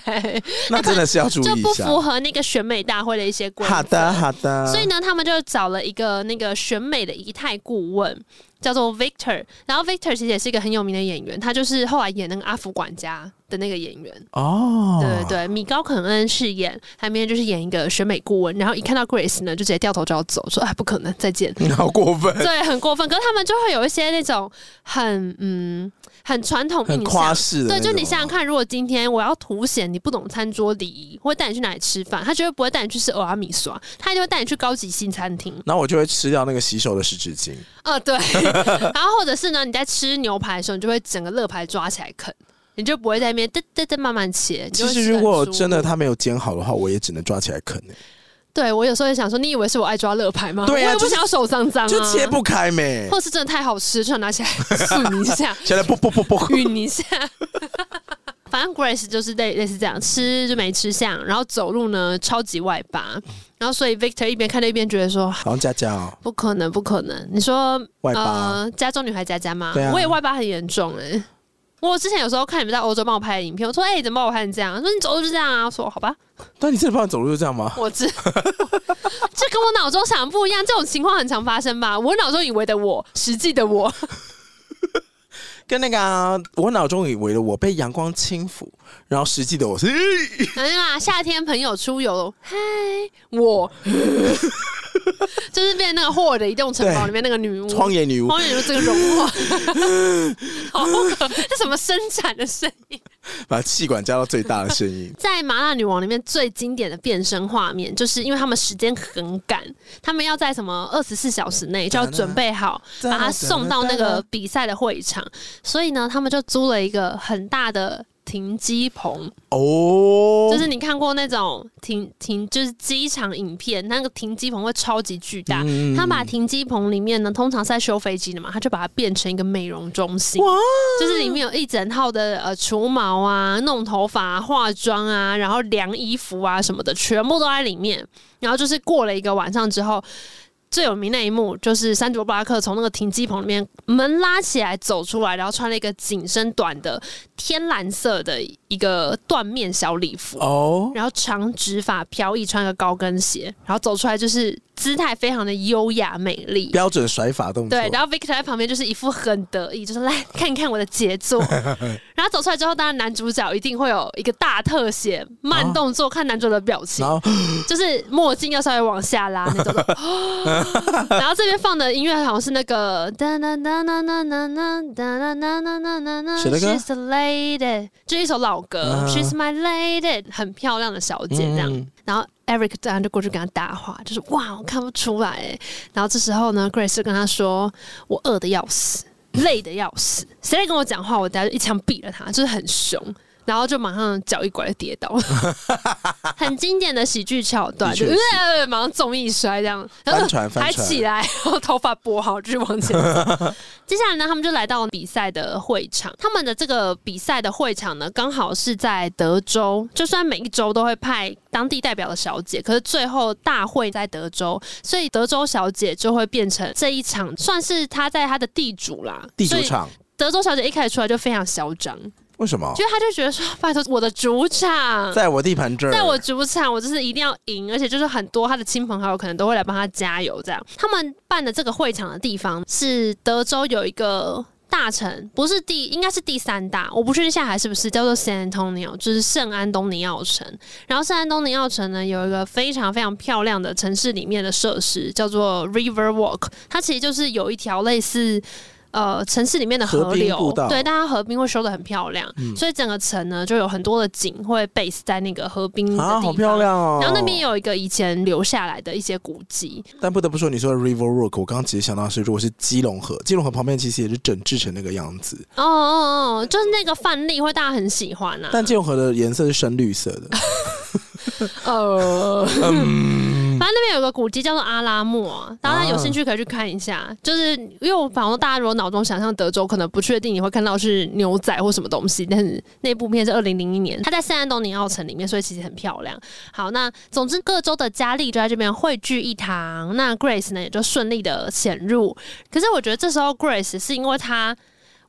Speaker 1: 那真的是要注
Speaker 2: 哎就
Speaker 1: 意一
Speaker 2: 不
Speaker 1: 下。
Speaker 2: 符合那个选美大会的一些规
Speaker 1: 好
Speaker 2: 则
Speaker 1: 的，。好的。
Speaker 2: 所以呢，他们就找了一个那个选美的仪态顾问，叫做 Victor。然后 Victor 其实也是一个很有名的演员，他就是后来演那个阿福管家的那个演员。
Speaker 1: 哦，
Speaker 2: 对对对，米高肯恩饰演，他明天就是演一个选美顾问，然后一看到 Grace 呢，就直接掉头就要走，说哎不可能，再见。
Speaker 1: 你好过分，
Speaker 2: 对，很过分。可是他们就会有一些那种很嗯很传统
Speaker 1: 很
Speaker 2: 印
Speaker 1: 夸
Speaker 2: 象。
Speaker 1: 饰的那
Speaker 2: 对，
Speaker 1: 种。
Speaker 2: 就你想想看，如果今天我要凸显你不懂餐桌礼仪，我会带你去哪里吃饭？他绝对不会带你去吃欧阿米刷，他就会带你去高级新餐厅。
Speaker 1: 然后我就会吃掉那个洗手的湿纸巾。
Speaker 2: 呃，对。 然后或者是呢，你在吃牛排的时候，你就会整个乐排抓起来啃，你就不会在那边嘚嘚嘚慢慢切。你就
Speaker 1: 其实
Speaker 2: 会吃得
Speaker 1: 如
Speaker 2: 很
Speaker 1: 果
Speaker 2: 舒
Speaker 1: 真的
Speaker 2: 服
Speaker 1: 他没有煎好的话，我也只能抓起来啃、欸，
Speaker 2: 对我有时候也想说，你以为是我爱抓乐牌吗？
Speaker 1: 对啊
Speaker 2: 我也
Speaker 1: 就
Speaker 2: 不
Speaker 1: 是
Speaker 2: 想要手脏脏、啊，
Speaker 1: 就切，不开没、
Speaker 2: 或是真的太好吃，就想拿起来吮一下，
Speaker 1: 起来不不不不，
Speaker 2: 吮一下。反正 Grace 就是类类似这样，吃就没吃相，然后走路呢超级外八，然后所以 Victor 一边看着一边觉得说。
Speaker 1: 然后佳佳哦，
Speaker 2: 不可能，不可能！你说，
Speaker 1: 外八、
Speaker 2: 呃，加州女孩佳佳吗？
Speaker 1: 对啊
Speaker 2: 我也外八很严重哎、我之前有时候看你们在欧洲帮我拍的影片，我说，哎、怎么把我拍成这样？他说你走路就这样啊。我说好吧，
Speaker 1: 但你真的怕走路就这样吗？
Speaker 2: 我知， 这跟我脑中想的不一样，这种情况很常发生吧？我脑中以为的我，实际的我，
Speaker 1: 跟那个啊、我脑中以为的我被阳光轻抚，然后实际的我是，
Speaker 2: 哎呀，夏天朋友出游，嗨，我， 就是变那个霍尔的移动城堡
Speaker 1: 对
Speaker 2: 里面那个女巫，
Speaker 1: 荒野女巫，
Speaker 2: 荒野女巫这个融化， 好可，这什么生产的声音？。
Speaker 1: 把气管加到最大的声音
Speaker 2: 在《麻辣女王》里面最经典的变身画面，就是因为他们时间很赶，他们要在什么二十四小时内就要准备好，把他送到那个比赛的会场，所以呢，他们就租了一个很大的。停机棚，
Speaker 1: 哦，
Speaker 2: 就是你看过那种停停，就是机场影片，那个停机棚会超级巨大。
Speaker 1: 嗯
Speaker 2: 他把停机棚里面呢，通常是在修飞机的嘛，他就把它变成一个美容中心。
Speaker 1: 哇，
Speaker 2: 就是里面有一整套的呃除毛啊、弄头发啊、化妆啊，然后量衣服啊什么的，全部都在里面。然后就是过了一个晚上之后，最有名那一幕就是山卓布拉克从那个停机棚里面门拉起来走出来，然后穿了一个紧身短的天蓝色的一个缎面小礼服。
Speaker 1: 哦，
Speaker 2: 然后长直发飘逸，穿个高跟鞋，然后走出来就是姿态非常的优雅美丽，
Speaker 1: 标准甩法动作，
Speaker 2: 对，然后 Victor 在旁边就是一副很得意，就是来看一看我的杰作。然后走出来之后，当然男主角一定会有一个大特写，慢动作看男主角的表情，
Speaker 1: 然后
Speaker 2: 就是墨镜要稍微往下拉 那种的。然后这边放的音乐好像是那个哒哒哒哒哒哒哒哒哒哒哒哒哒
Speaker 1: 谁的歌
Speaker 2: ，She's the lady，就是一首老歌
Speaker 1: 嗯
Speaker 2: ，She's my lady，很漂亮的小姐这样。
Speaker 1: 嗯
Speaker 2: 然后 Eric 当然就过去跟他搭话，就是哇，我看不出来哎。然后这时候呢，Grace 就跟他说：“我饿的要死，累的要死，谁在跟我讲话，我等下就一枪毙了他，就是很凶。”然后就马上脚一拐就跌倒 了，很经典的喜剧桥段，
Speaker 1: 的
Speaker 2: 就
Speaker 1: 确是
Speaker 2: 呃马上重一摔这样，然后
Speaker 1: 翻船翻
Speaker 2: 还
Speaker 1: 船
Speaker 2: 起来，然后头发拨好继续往前走。 接下来呢，他们就来到比赛的会场，他们的这个比赛的会场呢，刚好是在德州，就算每一州都会派当地代表的小姐，可是最后大会在德州，所以德州小姐就会变成这一场算是她在她的地主啦，
Speaker 1: 地
Speaker 2: 所
Speaker 1: 主哦
Speaker 2: 以
Speaker 1: 场，
Speaker 2: 德州小姐一开始出来就非常嚣张，因
Speaker 1: 为什么
Speaker 2: 为她就觉得说，拜托我的主场。
Speaker 1: 在我地盘这儿？
Speaker 2: 在我主场，我就是一定要赢，而且就是很多他的亲朋好友可能都会来帮他加油。这样，他们办的这个会场的地方是德州有一个。大城，不是第应该是第三大，我不确定现在还是不是叫做 San Antonio，就是圣安东尼奥城。然后圣安东尼奥城呢有一个非常非常漂亮的城市里面的设施，叫做 River Walk，它其实就是有一条类似。呃，城市里面的河
Speaker 1: 河滨
Speaker 2: 流，
Speaker 1: 步道
Speaker 2: 对，但它河滨会修的很漂亮，
Speaker 1: 嗯
Speaker 2: 所以整个城呢就有很多的景会 base 在那个河滨的地方。
Speaker 1: 啊，好漂亮哦！
Speaker 2: 嗯然后那边有一个以前留下来的一些古迹，
Speaker 1: 但不得不说，你说的 River Rock，我刚刚其实想到的是，如果是基隆河，基隆河旁边其实也是整治成那个样子，
Speaker 2: 哦哦哦，就是那个范例会大家很喜欢啊。
Speaker 1: 但基隆河的颜色是深绿色 的。
Speaker 2: 呃，
Speaker 1: 嗯，
Speaker 2: 反正那边有个古迹叫做阿拉莫，大家有兴趣可以去看一下。就是因为我反正大家如果脑中想象德州，可能不确定你会看到是牛仔或什么东西，但是那部片是二零零一年，它在圣安东尼奥城里面，所以其实很漂亮。好，那总之各州的佳丽就在这边汇聚一堂，那 Grace 呢也就顺利的潜入。可是我觉得这时候 Grace 是因为她，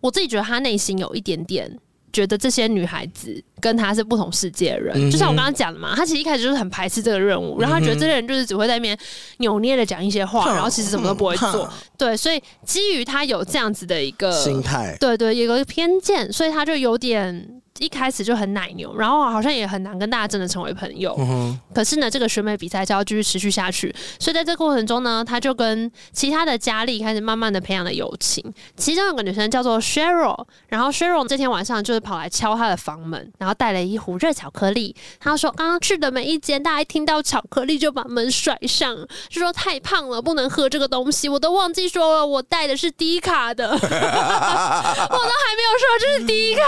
Speaker 2: 我自己觉得她内心有一点点。觉得这些女孩子跟她是不同世界的人，
Speaker 1: 嗯哼嗯
Speaker 2: 就像我刚刚讲的嘛，她其实一开始就是很排斥这个任务，然后她觉得这些人就是只会在那边扭捏的讲一些话，然后其实什么都不会做。对，所以基于她有这样子的一个
Speaker 1: 心态。
Speaker 2: 对对，有个偏见，所以他就有点一开始就很奶牛，然后好像也很难跟大家真的成为朋友。
Speaker 1: 嗯 哼，
Speaker 2: 可是呢，这个选美比赛就要继续持续下去，所以在这过程中呢，他就跟其他的佳丽开始慢慢的培养了友情。其中有个女生叫做 Cheryl，然后 Cheryl 这天晚上就是跑来敲他的房门，然后带了一壶热巧克力。他说刚刚去的每一间，大家一听到巧克力就把门甩上，就说太胖了，不能喝这个东西。我都忘记说了，我带的是低卡的，我都还没有
Speaker 1: 啊
Speaker 2: 说这是低卡，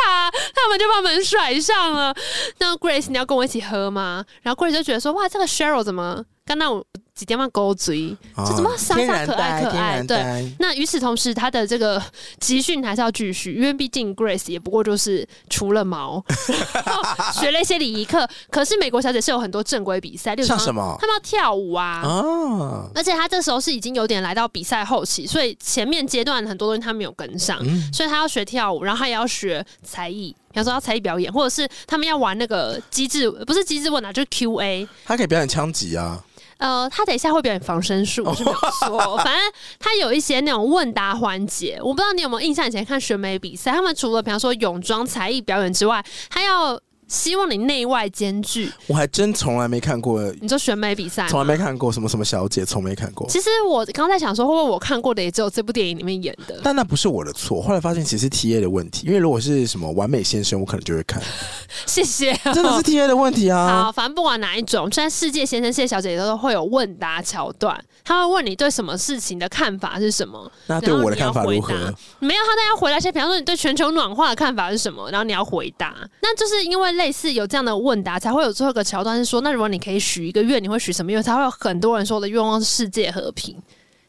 Speaker 2: 他们就把门甩上了。那 Grace，你要跟我一起喝吗？然后 Grace 就觉得说，哇，这个 Cheryl 怎么刚刚我几天嘛勾嘴？
Speaker 1: 啊
Speaker 2: 这怎么傻傻
Speaker 1: 天然
Speaker 2: 可爱
Speaker 1: 呆
Speaker 2: 可
Speaker 1: 天
Speaker 2: 爱
Speaker 1: 然
Speaker 2: 对
Speaker 1: 呆
Speaker 2: 那与此同时，他的这个集训还是要继续，因为毕竟 Grace 也不过就是除 了毛，然后学了一些礼仪课。可是美国小姐是有很多正规比赛，例如
Speaker 1: 像
Speaker 2: 说
Speaker 1: 什么
Speaker 2: 他们要跳舞啊。
Speaker 1: 啊？
Speaker 2: 而且他这时候是已经有点来到比赛后期，所以前面阶段很多东西他没有跟上，
Speaker 1: 嗯
Speaker 2: 所以他要学跳舞，然后他也要学才艺，比方说要才艺表演，或者是他们要玩那个机智，不是机智问答，就是 Q A。
Speaker 1: 他可以表演枪击啊，
Speaker 2: 呃，他等一下会表演防身术，我是没有 说。反正他有一些那种问答环节，我不知道你有没有印象？以前看选美比赛，他们除了比方说泳装、才艺表演之外，他要希望你内外兼具。
Speaker 1: 我还真从来没看过，
Speaker 2: 你说选美比赛吗，
Speaker 1: 从来没看过什么什么小姐，从没看过。
Speaker 2: 其实我刚才想说，会不会我看过的也只有这部电影里面演的？
Speaker 1: 但那不是我的错，后来发现其实是 T A 的问题，因为如果是什么完美先生，我可能就会 看，
Speaker 2: 谢谢哦、
Speaker 1: 真的是 T A 的问题啊
Speaker 2: 好，。反正不管哪一种，现在世界先生、谢小姐都会有问答桥段，他会问你对什么事情的看法是什么，
Speaker 1: 那对我的看法如何
Speaker 2: 然？后你要回没有，他大家回答一些，比方说你对全球暖化的看法是什么，然后你要回答。那就是因为类似有这样的问答，才会有最后一个桥段是说，那如果你可以许一个愿，你会许什么愿？才会有很多人说我的愿望是世界和平。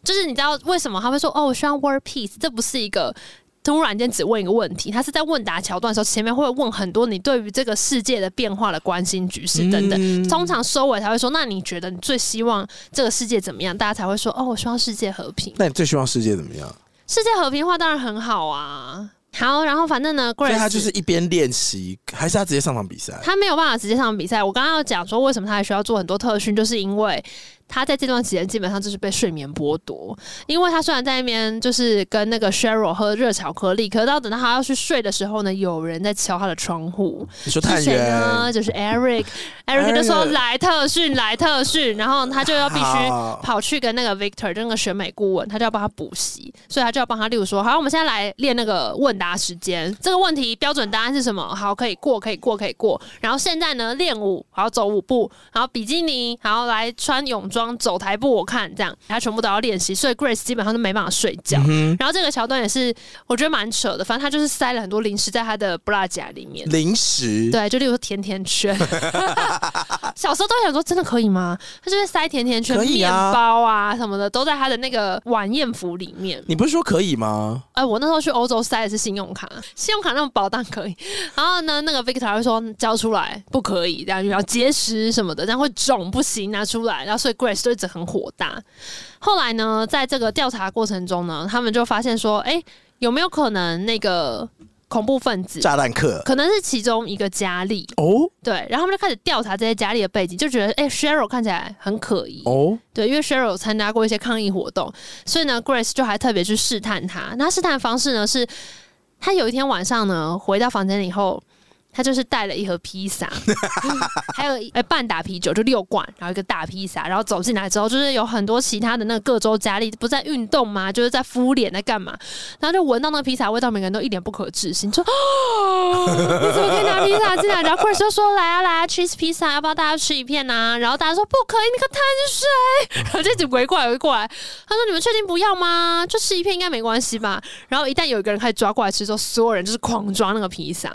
Speaker 2: 就是你知道为什么他会说哦，我希望 world peace？这不是一个。突然间只问一个问题，他是在问答桥段的时候，前面会问很多你对于这个世界的变化的关心、局势等等。
Speaker 1: 嗯
Speaker 2: 通常收尾才会说，那你觉得你最希望这个世界怎么样？大家才会说哦，我希望世界和平。
Speaker 1: 那你最希望世界怎么样？
Speaker 2: 世界和平化当然很好啊。好，然后反正呢
Speaker 1: 所以
Speaker 2: ，Grace
Speaker 1: 他就是一边练习，还是他直接上场比赛？
Speaker 2: 他没有办法直接上比赛。我刚刚要讲说，为什么他还需要做很多特训，就是因为他在这段时间基本上就是被睡眠剥夺。因为他虽然在那边就是跟那个 Cheryl 喝热巧克力，可是到等到他要去睡的时候呢，有人在敲他的窗户。
Speaker 1: 你说
Speaker 2: 是
Speaker 1: 探
Speaker 2: 谁
Speaker 1: 员
Speaker 2: 呢？就是 Eric，Eric 就说
Speaker 1: Eric
Speaker 2: 来特训，来特训，然后他就要必须
Speaker 1: 好
Speaker 2: 跑去跟那个 Victor 就那个选美顾问，他就要帮他补习，所以他就要帮他，例如说，好，我们现在来练那个问答时间，这个问题标准答案是什么？好，可以过，可以过，可以过。然后现在呢，练舞，然后走舞步，然后比基尼，然后来穿泳装走台步，我看这样，他全部都要练习，所以 Grace 基本上都没办法睡觉。然后这个桥段也是我觉得蛮扯的，反正他就是塞了很多零食在他的 bra 夹里面。
Speaker 1: 零食，
Speaker 2: 对，就例如说甜甜圈， 小时候都想说真的可以吗？他就是塞甜甜圈、
Speaker 1: 可以
Speaker 2: 面
Speaker 1: 啊
Speaker 2: 包啊什么的，都在他的那个晚宴服里面。
Speaker 1: 你不是说可以吗？
Speaker 2: 哎、我那时候去欧洲塞的是信用卡，信用卡那种保单可以。然后呢，那个 Victor 会说交出来不可以，这样然后节食什么的，这样会肿不行，拿出来。然后所以 Grace 就一直很火大。后来呢，在这个调查过程中呢，他们就发现说，哎、有没有可能那个恐怖分子，
Speaker 1: 炸弹客
Speaker 2: 可能是其中一个佳丽。
Speaker 1: 哦
Speaker 2: 对，然后他们就开始调查这些佳丽的背景，就觉得哎、s h e r y l 看起来很可疑。
Speaker 1: 哦，
Speaker 2: 对，因为 Cheryl 有参加过一些抗议活动，所以呢，Grace 就还特别去试探他。那试探的方式呢是，他有一天晚上呢回到房间里以后，他就是带了一盒披萨，还有一哎半打啤酒，就六罐，然后一个大披萨，然后走进来之后，就是有很多其他的那个各州佳丽不是在运动吗？就是在敷脸在干嘛？然后就闻到那个披萨味道，每个人都一脸不可置信，说：“哦，你怎么可以拿披萨进来？”然后 Grace 就说：“来啊来啊，cheese 披萨，要不要大家吃一片啊？”然后大家说：“不可以，那个碳水。”然后就一直围过来围过来。他说：“你们确定不要吗？就吃一片应该没关系吧？”然后一旦有一个人开始抓过来吃之后，所有人就是狂抓那个披萨。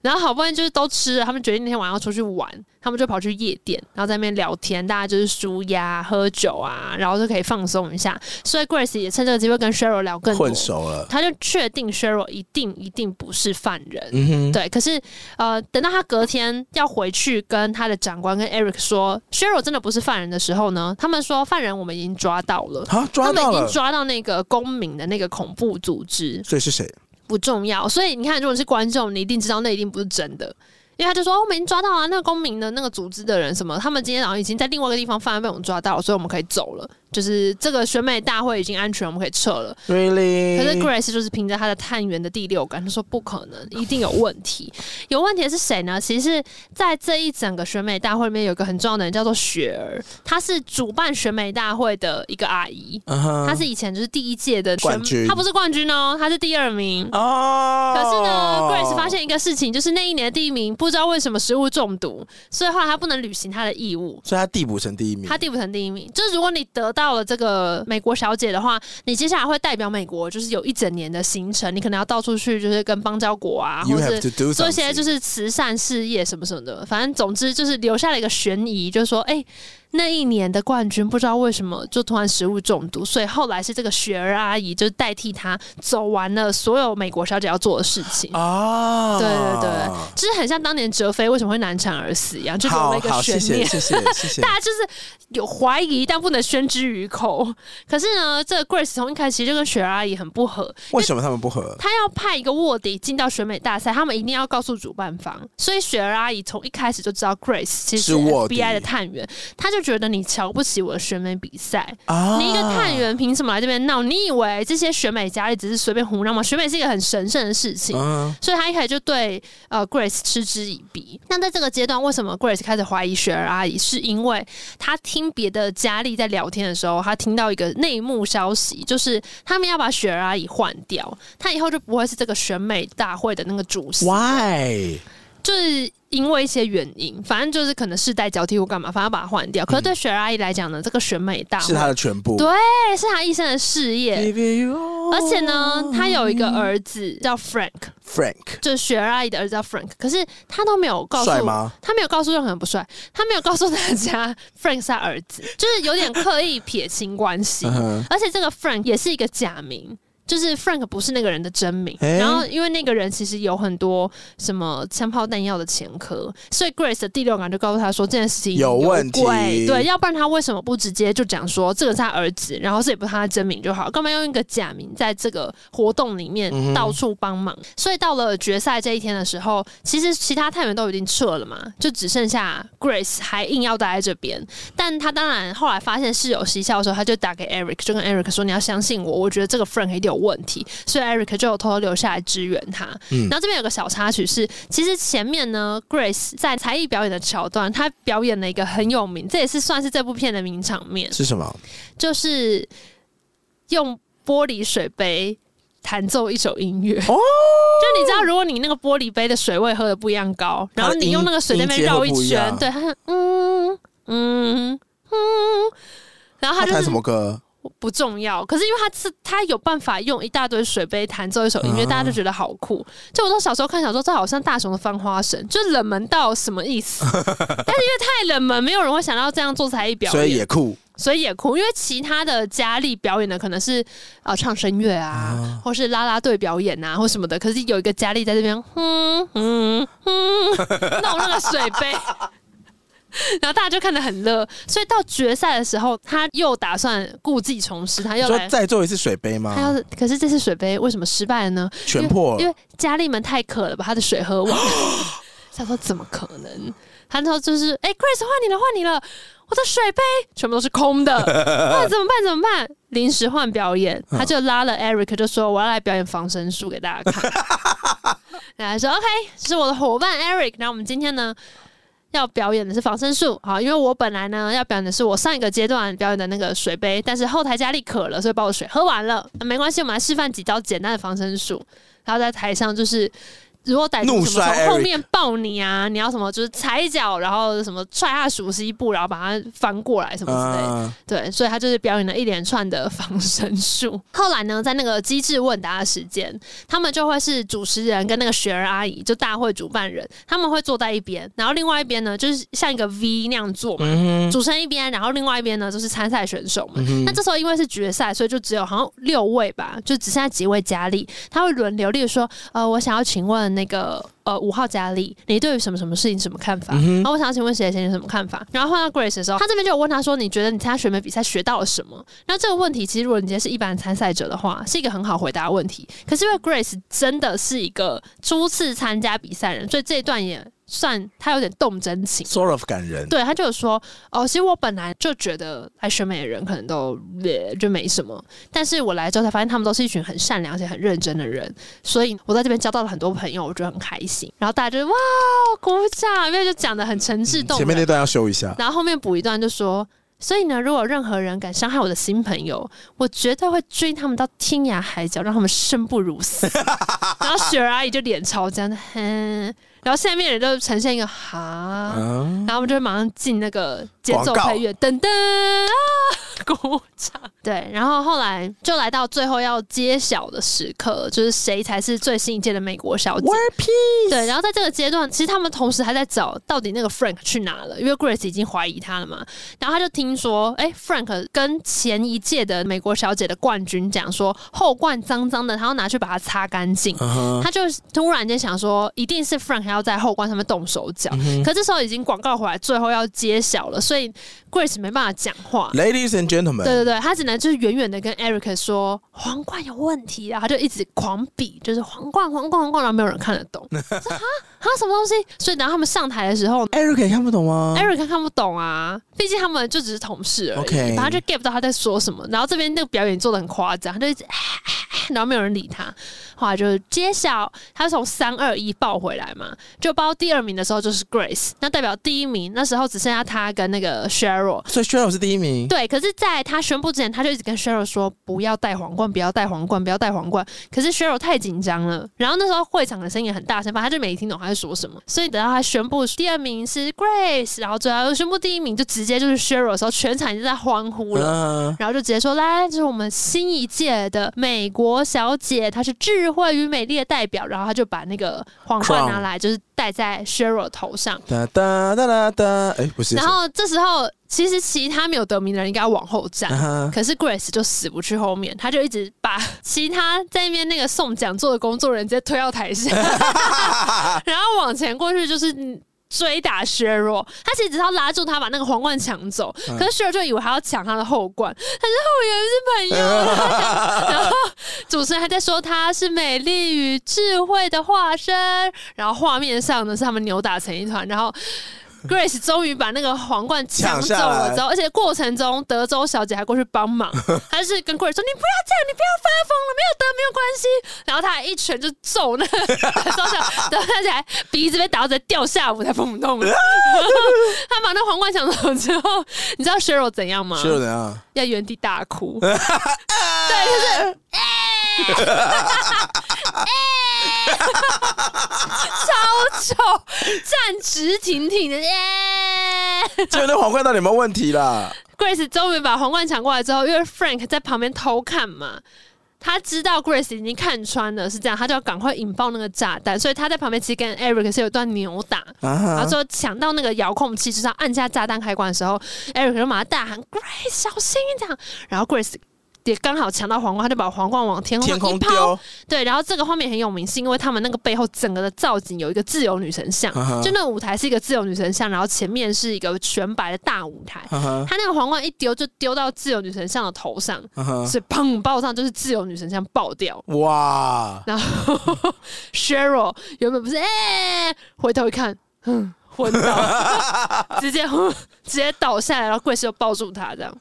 Speaker 2: 然后好不容易就是都吃了，他们决定那天晚上要出去玩，他们就跑去夜店，然后在那边聊天，大家就是舒压、喝酒啊，然后就可以放松一下。所以 Grace 也趁这个机会跟 Cheryl 聊更多
Speaker 1: 混，熟了，
Speaker 2: 他就确定 Cheryl 一定一定不是犯人。
Speaker 1: 嗯哼，
Speaker 2: 对，可是呃，等到他隔天要回去跟他的长官跟 Eric 说 Cheryl 真的不是犯人的时候呢，他们说犯人我们已经抓到了，
Speaker 1: 好啊抓
Speaker 2: 他
Speaker 1: 到
Speaker 2: 们已
Speaker 1: 了
Speaker 2: 经，抓到那个公民的那个恐怖组织，
Speaker 1: 所以是谁？
Speaker 2: 不重要。所以你看，如果是观众，你一定知道那一定不是真的。因为他就说、哦我们已经抓到啊，那个公民的那个组织的人什么，他们今天早上已经在另外一个地方犯案被我们抓到了，所以我们可以走了。就是这个选美大会已经安全，我们可以撤了。
Speaker 1: Really？
Speaker 2: 可是 Grace 就是凭着她的探员的第六感，她说不可能，一定有问题。有问题的是谁呢？其实是在这一整个选美大会里面，有一个很重要的人叫做雪儿，她是主办选美大会的一个阿姨，
Speaker 1: 嗯哼，
Speaker 2: 她是以前就是第一届的选
Speaker 1: 冠军
Speaker 2: 她不是冠军哦，她是第二名。
Speaker 1: 哦。
Speaker 2: 可是呢，Grace 发现一个事情，就是那一年的第一名不知道为什么食物中毒，所以后来她不能履行她的义务。
Speaker 1: 所以他递补成第一名
Speaker 2: 她。递补成第一名。就是如果你得到了这个美国小姐的话，你接下来会代表美国，就是有一整年的行程，你可能要到处去，就是跟邦交国啊，或
Speaker 1: You
Speaker 2: 者
Speaker 1: have
Speaker 2: 是
Speaker 1: to do
Speaker 2: 做一些就是是慈善事业什么什么的。反正总之就是留下了一个悬疑，就是说，哎、那一年的冠军不知道为什么就突然食物中毒，所以后来是这个雪儿阿姨就代替她走完了所有美国小姐要做的事情。
Speaker 1: 啊，
Speaker 2: 对对对，就是很像当年哲飞为什么会难产而死一样，就留了
Speaker 1: 好
Speaker 2: 一个
Speaker 1: 好，
Speaker 2: 悬
Speaker 1: 谢谢
Speaker 2: 念。
Speaker 1: 谢谢谢谢。
Speaker 2: 大家就是有怀疑，但不能宣之于口。可是呢，这个 Grace 从一开始其实就跟雪儿阿姨很不合，
Speaker 1: 为什么他们不合？
Speaker 2: 她要派一个卧底进到选美大赛，他们一定要告诉主办方。所以雪儿阿姨从一开始就知道 Grace 其实
Speaker 1: 是卧底
Speaker 2: FBI 的探员，她就觉得你瞧不起我的选美比赛。
Speaker 1: 啊，
Speaker 2: 你一个探员凭什么来这边闹？你以为这些选美佳丽只是随便胡闹吗？选美是一个很神圣的事情，
Speaker 1: 嗯，
Speaker 2: 所以他一开始就对呃 Grace 嗤之以鼻。那在这个阶段，为什么 Grace 开始怀疑雪儿阿姨？是因为她听别的佳丽在聊天的时候，她听到一个内幕消息，就是他们要把雪儿阿姨换掉，她以后就不会是这个选美大会的那个主席。
Speaker 1: Why？
Speaker 2: 就是因为一些原因，反正就是可能世代交替或干嘛，反正要把它换掉。可是对雪儿阿姨来讲呢，这个选美大
Speaker 1: 是
Speaker 2: 会
Speaker 1: 他的哦全部。
Speaker 2: 对是她一生的事业。而且呢，她有一个儿子叫 Frank，
Speaker 1: Frank
Speaker 2: 就是雪儿阿姨的儿子叫 Frank，可是他都没有告诉
Speaker 1: 帅吗？
Speaker 2: 他没有告诉任何人不帅，他没有告诉大家 Frank 是他儿子，就是有点刻意撇清关系。
Speaker 1: 嗯哼
Speaker 2: 而且这个 Frank 也是一个假名，就是 Frank 不是那个人的真名。
Speaker 1: 诶
Speaker 2: 然后因为那个人其实有很多什么枪炮弹药的前科，所以 Grace 的第六感就告诉他说这件事情
Speaker 1: 有
Speaker 2: 鬼
Speaker 1: 问题
Speaker 2: 对，要不然他为什么不直接就讲说这个是他儿子，然后这也不是他的真名就好，干嘛用一个假名在这个活动里面
Speaker 1: 嗯哼
Speaker 2: 到处帮忙？所以到了决赛这一天的时候，其实其他探员都已经撤了嘛，就只剩下 Grace 还硬要待在这边。但他当然后来发现室友嬉笑的时候，他就打给 Eric，就跟 Eric 说：“你要相信我，我觉得这个 Frank 一定有问题。”所以 Eric 就有偷偷留下来支援他。
Speaker 1: 嗯
Speaker 2: 然后这边有个小插曲是，其实前面呢，Grace 在才艺表演的桥段，她表演了一个很有名，这也是算是这部片的名场面，
Speaker 1: 是什么？
Speaker 2: 就是用玻璃水杯。弹奏一首音乐，
Speaker 1: 哦
Speaker 2: 就你知道，如果你那个玻璃杯的水位喝的不一样高，然后你用那个水在那边绕一
Speaker 1: 哦音音阶会
Speaker 2: 圈，
Speaker 1: 不一
Speaker 2: 对，他嗯嗯嗯，然后
Speaker 1: 他
Speaker 2: 他就
Speaker 1: 弹
Speaker 2: 是
Speaker 1: 什么歌？
Speaker 2: 不重要，可是因为他是他有办法用一大堆水杯弹奏一首音乐，
Speaker 1: 嗯
Speaker 2: 大家就觉得好酷。就我从小时候看小说，这好像大雄的翻花神，就冷门到什么 意思？但是因为太冷门，没有人会想到这样做才艺表
Speaker 1: 所以
Speaker 2: 演，
Speaker 1: 也酷。
Speaker 2: 所以也酷。因为其他的佳丽表演的可能是呃唱声乐啊，
Speaker 1: 啊
Speaker 2: 或是啦啦队表演啊，或什么的。可是有一个佳丽在这边，嗯嗯嗯，弄那个水杯。 然后大家就看得很热，所以到决赛的时候，他又打算故技重施，他
Speaker 1: 你
Speaker 2: 又
Speaker 1: 说
Speaker 2: 来，
Speaker 1: 再做一次水杯
Speaker 2: 他要
Speaker 1: 吗？
Speaker 2: 是，可是这次水杯为什么失败了呢？
Speaker 1: 全破
Speaker 2: 因
Speaker 1: 了，
Speaker 2: 为佳丽们太渴了，把他的水喝完。 他说怎么可能？他那时候就是，哎、c h r i s 换你了，换你了，我的水杯全部都是 空的，那怎么办？怎么办？临时换表演，
Speaker 1: 嗯
Speaker 2: 他就拉了 Eric，就说我要来表演防身术给大家看。然后他说 OK，这是我的伙伴 Eric。然后我们今天呢要表演的是防身术，好，因为我本来呢要表演的是我上一个阶段表演的那个水杯，但是后台佳丽渴了，所以把我水喝完了。那没关系，我们来示范几招简单的防身术。然后在台上就是。如果歹徒
Speaker 1: 怒
Speaker 2: 什么
Speaker 1: 摔
Speaker 2: 从后
Speaker 1: Eric
Speaker 2: 面抱你啊，你要什么就是踩脚，然后什么踹他熟悉步，然后把他翻过来什么之类的。
Speaker 1: 嗯，
Speaker 2: 对，所以他就是表演了一连串的防身术。后来呢，在那个机智问答的时间，他们就会是主持人跟那个雪儿阿姨，就大会主办人，他们会坐在一边，然后另外一边呢，就是像一个 V 那样坐嘛，
Speaker 1: 嗯
Speaker 2: 主持人一边，然后另外一边呢就是参赛选手们。
Speaker 1: 哼
Speaker 2: 那这时候因为是决赛，所以就只有好像六位吧，就只剩下几位佳丽，他会轮流，例如说，呃，我想要请问那个呃五号佳丽，你对于什么什么事情什么看法？
Speaker 1: 嗯
Speaker 2: 然后我想要请问谁谁有什么看法？然后换到 Grace 的时候，他这边就有问他说，你觉得你参加选美比赛学到了什么？那这个问题其实如果你今天是一般参赛者的话，是一个很好回答的问题。可是因为 Grace 真的是一个初次参加比赛人，所以这一段也算他有点动真情。
Speaker 1: ，sort of 感人，
Speaker 2: 对，他就有说，哦，其实我本来就觉得来选美的人可能都呃就没什么，但是我来之后才发现他们都是一群很善良而且很认真的人，所以我在这边交到了很多朋友，我觉得很开心。然后大家就哇鼓掌，因为就讲的很诚挚动
Speaker 1: 嗯前面
Speaker 2: 人
Speaker 1: 那，段要修一下，
Speaker 2: 然后后面补一段就说。所以呢，如果有任何人敢伤害我的新朋友，我绝对会追他们到天涯海角，让他们生不 如死。然后雪儿阿姨就脸超僵的，哼。然后下面人就呈现一个哈，
Speaker 1: 嗯，
Speaker 2: 然后我们就会马上进那个节
Speaker 1: 广
Speaker 2: 奏
Speaker 1: 告
Speaker 2: 配乐，噔噔啊，鼓 掌。对，然后后来就来到最后要揭晓的时刻，就是谁才是最新一届的美国小姐。对，然后在这个阶段，其实他们同时还在找到底那个 Frank 去哪了，因为 Grace 已经怀疑他了嘛。然后他就听说，哎，Frank 跟前一届的美国小姐的冠军讲说，后冠脏脏的，他要拿去把它擦干净。
Speaker 1: 嗯哼
Speaker 2: 他就突然间想说，一定是 Frank 要在后冠上面动手脚。
Speaker 1: 嗯
Speaker 2: 可这时候已经广告回来，最后要揭晓了，所以 Grace 没办法讲话。
Speaker 1: ，Ladies and
Speaker 2: 对
Speaker 1: gentlemen，
Speaker 2: 对对，他只能就是远远的跟 Eric 说皇冠有问题啊，他就一直狂比，就是皇冠皇冠皇冠，然后没有人看得懂， 说哈哈什么东西？所以然后他们上台的时候。
Speaker 1: ，Eric 也看不懂吗
Speaker 2: Eric 看不懂啊，毕竟他们就只是同事而已
Speaker 1: OK
Speaker 2: 然后就 get 不到他在说什么。然后这边那个表演做的很夸张，他就一直然后没有人理他。后来就揭晓，他从三二一爆回来嘛，就报第二名的时候就是 Grace，那代表第一名那时候只剩下他跟那个 Cheryl，
Speaker 1: 所以 Cheryl 是第一名，
Speaker 2: 对，可是，在他宣布之前，他就一直跟 Cheryl 说不要戴皇冠，不要戴皇冠，不要戴皇冠。可是 Cheryl 太紧张了，然后那时候会场的声音也很大声，反正他就没听懂他在说什么。所以等到他宣布第二名是 Grace，然后最后又宣布第一名，就直接就是 Cheryl 的时候，全场已经在欢呼了。
Speaker 1: 嗯，
Speaker 2: 然后就直接说，来，这是我们新一届的美国小姐，她是智慧与美丽的代表。然后他就把那个皇冠
Speaker 1: Crown
Speaker 2: 拿来，就是戴在 Cheryl 头上。
Speaker 1: 哒哒哒哒哒，哎，不是，
Speaker 2: 然后这时候，其实其他没有得名的人应该要往后 站，
Speaker 1: 嗯哼
Speaker 2: 可是 Grace 就死不去后面，她就一直把其他在那边那个送讲座的工作人员直接推到台下， 然后往前过去就是。嗯追打削弱，他其实只是要拉住他把那个皇冠抢走，可是削弱就以为他要抢他的后冠，他是后援是朋友，然后 主持人还在说她是美丽与智慧的化身，然后画面上呢是他们扭打成一团，然后 Grace 终于把那个皇冠
Speaker 1: 抢
Speaker 2: 抢走
Speaker 1: 下
Speaker 2: 了
Speaker 1: 来
Speaker 2: 之后，而且过程中德州小姐还过去 帮忙，她就是跟 Grace 说你不要这样，你不要发疯了，没有得没有关系，然后她还一拳就揍那个 德州小姐，德州小姐还鼻子被打到直接掉下舞台蹦 动了，她把那皇冠抢走之后，你知道 Cheryl 怎样吗
Speaker 1: Cheryl 怎样？
Speaker 2: 要原地大哭。对，就是哎，哎，超丑，站直挺挺的哎。
Speaker 1: 就那皇冠到底有没有问题 啦？
Speaker 2: Grace 终于把皇冠抢过来之后，因为 Frank 在旁边偷看嘛。他知道 Grace 已经看穿了是这样，他就要赶快引爆那个炸弹，所以他在旁边其实跟 Eric 是有一段扭打，
Speaker 1: 啊
Speaker 2: 然
Speaker 1: 哈
Speaker 2: 后，就抢到那个遥控器，就是要按下炸弹开关的时候，Eric 就马上大喊 “Grace，小心一点！”然后 Grace 也刚好抢到皇冠，他就把皇冠往天空
Speaker 1: 天
Speaker 2: 上
Speaker 1: 空
Speaker 2: 一抛。
Speaker 1: 丢，
Speaker 2: 对，然后这个画面很有名，是因为他们那个背后整个的造景有一个自由女神像，
Speaker 1: 哈啊哈
Speaker 2: 就那个舞台是一个自由女神像，然后前面是一个全白的大舞台。
Speaker 1: 哈哈
Speaker 2: 他那个皇冠一丢就丢到自由女神像的头上，
Speaker 1: 哈哈，
Speaker 2: 所以砰爆上就是自由女神像爆掉。
Speaker 1: 哇，
Speaker 2: 然后 Cheryl 原本不是哎、回头一看，嗯，昏倒，直接嗯直接倒下来，然后贵司就抱住他这样。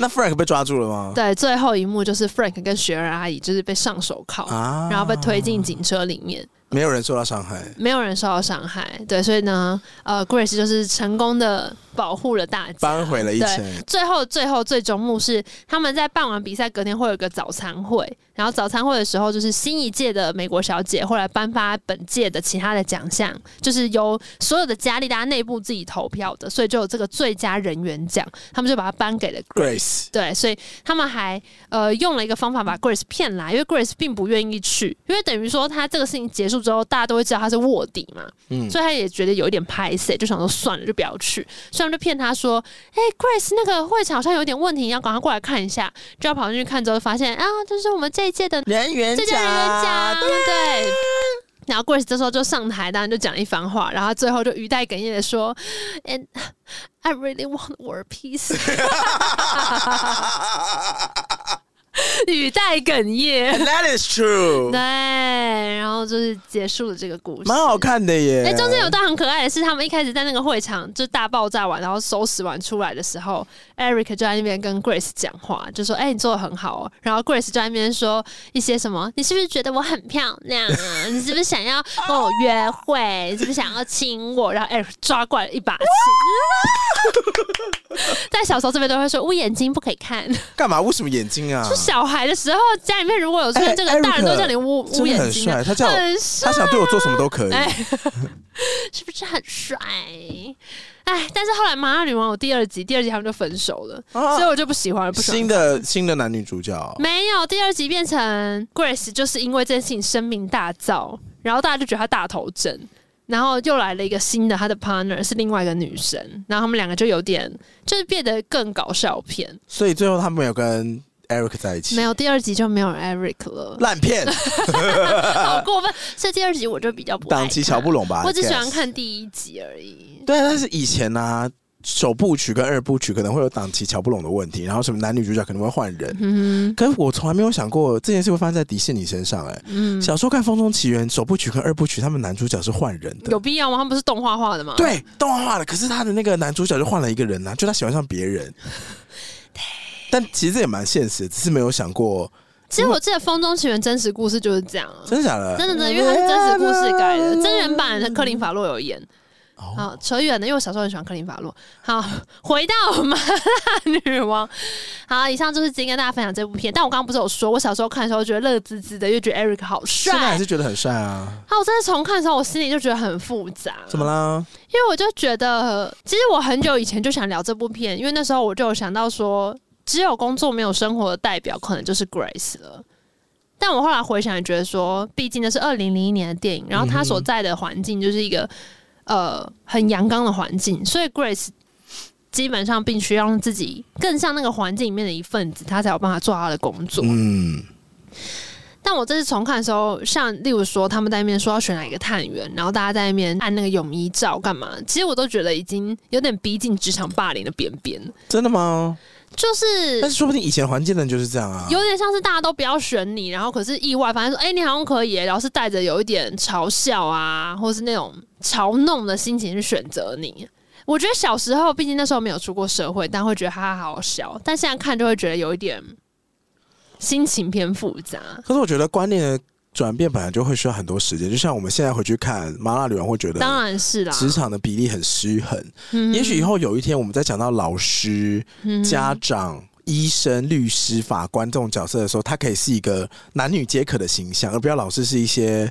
Speaker 1: 那 Frank 被抓住了吗？
Speaker 2: 对，最后一幕就是 Frank 跟雪儿阿姨就是被上手铐，
Speaker 1: 啊
Speaker 2: 然后被推进警车里面，
Speaker 1: 没有人受到伤害。
Speaker 2: 没有人受到伤害。对，所以呢，呃，Grace 就是成功的保护了大家。
Speaker 1: 扳回了一城，
Speaker 2: 最后，最后，最终幕是他们在办完比赛隔天会有一个早餐会，然后早餐会的时候，就是新一届的美国小姐会来颁发本届的其他的奖项，就是由所有的佳丽大家内部自己投票的，所以就有这个最佳人员奖，他们就把它颁给了
Speaker 1: Grace
Speaker 2: 对，所以他们还呃用了一个方法把
Speaker 1: 嗯
Speaker 2: Grace 骗来，因为 Grace 并不愿意去，因为等于说他这个事情结束之后，大家都会知道他是卧底嘛，
Speaker 1: 嗯
Speaker 2: 所以他也觉得有一点拍死，就想说算了，就不要去，所以他们就骗他说，哎、g r a c e 那个会场好像有点问题，你要赶快过来看一下，就要跑进去看之后发现啊，这是我们这一届的
Speaker 1: 人员
Speaker 2: 这
Speaker 1: 奖，
Speaker 2: 届人员奖，对。然后 Grace 这时候就上台，当然就讲了一番话，然后最后就语带哽咽的说：“And I really want war peace。”语 带哽咽。
Speaker 1: That is true，
Speaker 2: 对，然后就是结束了这个故事，
Speaker 1: 蛮好。看的耶。
Speaker 2: 哎、中间有段很可爱的是，他们一开始在那个会场就大爆炸完，然后收拾完出来的时候，Eric 就在那边跟 Grace 讲话，就说：“哎、你做的很好哦。”然后 Grace 就在那边说一些什么：“你是不是觉得我很漂亮啊？你是不是想要跟我约会？你是不是想要亲我？”然后 Eric 抓过来一 把亲。 在小时候这边都会说捂眼睛不可以看，
Speaker 1: 干嘛？为什么眼睛啊
Speaker 2: 就？小孩的时候，家里面如果有出现这个
Speaker 1: 哎，Eric，
Speaker 2: 大人都叫你捂
Speaker 1: 真
Speaker 2: 捂
Speaker 1: 的
Speaker 2: 眼
Speaker 1: 很
Speaker 2: 睛啊，
Speaker 1: 帅，他叫我
Speaker 2: 很帅
Speaker 1: 他，想对我做什么都可以。
Speaker 2: 哎，是不是很帅？哎，但是后来《麻辣女王》有第二集，第二集他们就分手了，
Speaker 1: 啊
Speaker 2: 所以我就不喜欢了，不喜欢
Speaker 1: 新。的新的男女主角，
Speaker 2: 没有，第二集变成 Grace 就是因为这件事情声名大噪，然后大家就觉得她大头针，然后又来了一个新的，她的 partner 是另外一个女生，然后他们两个就有点就是变得更搞笑 片。
Speaker 1: 所以最后他们有跟 Eric 在一起。
Speaker 2: 没有第二集就没有 Eric 了，
Speaker 1: 烂片，
Speaker 2: 好过分！所以第二集我就比较不爱
Speaker 1: 呃档期瞧不
Speaker 2: 看
Speaker 1: 拢吧？
Speaker 2: 我只喜欢
Speaker 1: I guess
Speaker 2: 看第一集而已。
Speaker 1: 对，啊但是以前呢、啊，首部曲跟二部曲可能会有档期瞧不拢的问题，然后什么男女主角可能会换人。
Speaker 2: 嗯
Speaker 1: 可是我从来没有想过这件事会发生在迪士尼身上、哎、
Speaker 2: 哼嗯，
Speaker 1: 小时候看《风中奇缘》首部曲跟二部曲，他们男主角是换人的
Speaker 2: 有。必要吗？他们不是动画化的吗？，
Speaker 1: 对，动画化的，可是他的那个男主角就换了一个人呐、啊就他喜欢上别 人。但其实这也蛮现实，只是没有想过，
Speaker 2: 其实我记得《风中奇缘》真实故事就是这样啊。
Speaker 1: 真的假的？
Speaker 2: 真的真的，因为它是真实故事改的，真人版的克林法洛有演。
Speaker 1: 哦
Speaker 2: 好，扯远了，因为我小时候很喜欢克林法洛。好， 回到《麻辣女王》。好，以上就是今天跟大家分享这部片。但我刚刚不是有说，我小时候看的时候觉得乐滋滋的，又觉得 Eric 好
Speaker 1: 现在还
Speaker 2: 帅。
Speaker 1: 是觉得很帅啊。
Speaker 2: 啊，我真的重看的时候，我心里就觉得很复杂。
Speaker 1: 怎么啦？
Speaker 2: 因为我就觉得，其实我很久以前就想聊这部片，因为那时候我就有想到说，只有工作没有生活的代表，可能就是 Grace 了。但我后来回想，也觉得说，毕竟那是二零零一年的电影，然后他所在的环境就是一个、呃很阳刚的环境，所以 Grace 基本上必须要让自己更像那个环境里面的一份子，他才有办法做他的工作。
Speaker 1: 嗯，
Speaker 2: 但我这次重看的时候，像例如说他们在那边说要选哪一个探员，然后大家在那边按那个泳衣照干嘛，其实我都觉得已经有点逼近职场霸凌的边边，
Speaker 1: 真的吗？
Speaker 2: 就是
Speaker 1: 但是说不定以前环境的人就是这样啊。
Speaker 2: 有点像是大家都不要选你，然后可是意外发现说，哎、你好像可以耶、然后是带着有一点嘲笑啊，或是那种嘲弄的心情去选择你。我觉得小时候，毕竟那时候没有出过社会，但会觉得哈哈好好笑，但现在看就会觉得有一点心情偏复杂。
Speaker 1: 可是我觉得观念的转变本来就会需要很多时间，就像我们现在回去看《麻辣女王》，会觉得
Speaker 2: 当然是啦，
Speaker 1: 职场的比例很失衡。
Speaker 2: 嗯
Speaker 1: 也许以后有一天，我们在讲到老师、家长。医生、律师、法官这种角色的时候，他可以是一个男女皆可的形象，而不要老是是一些，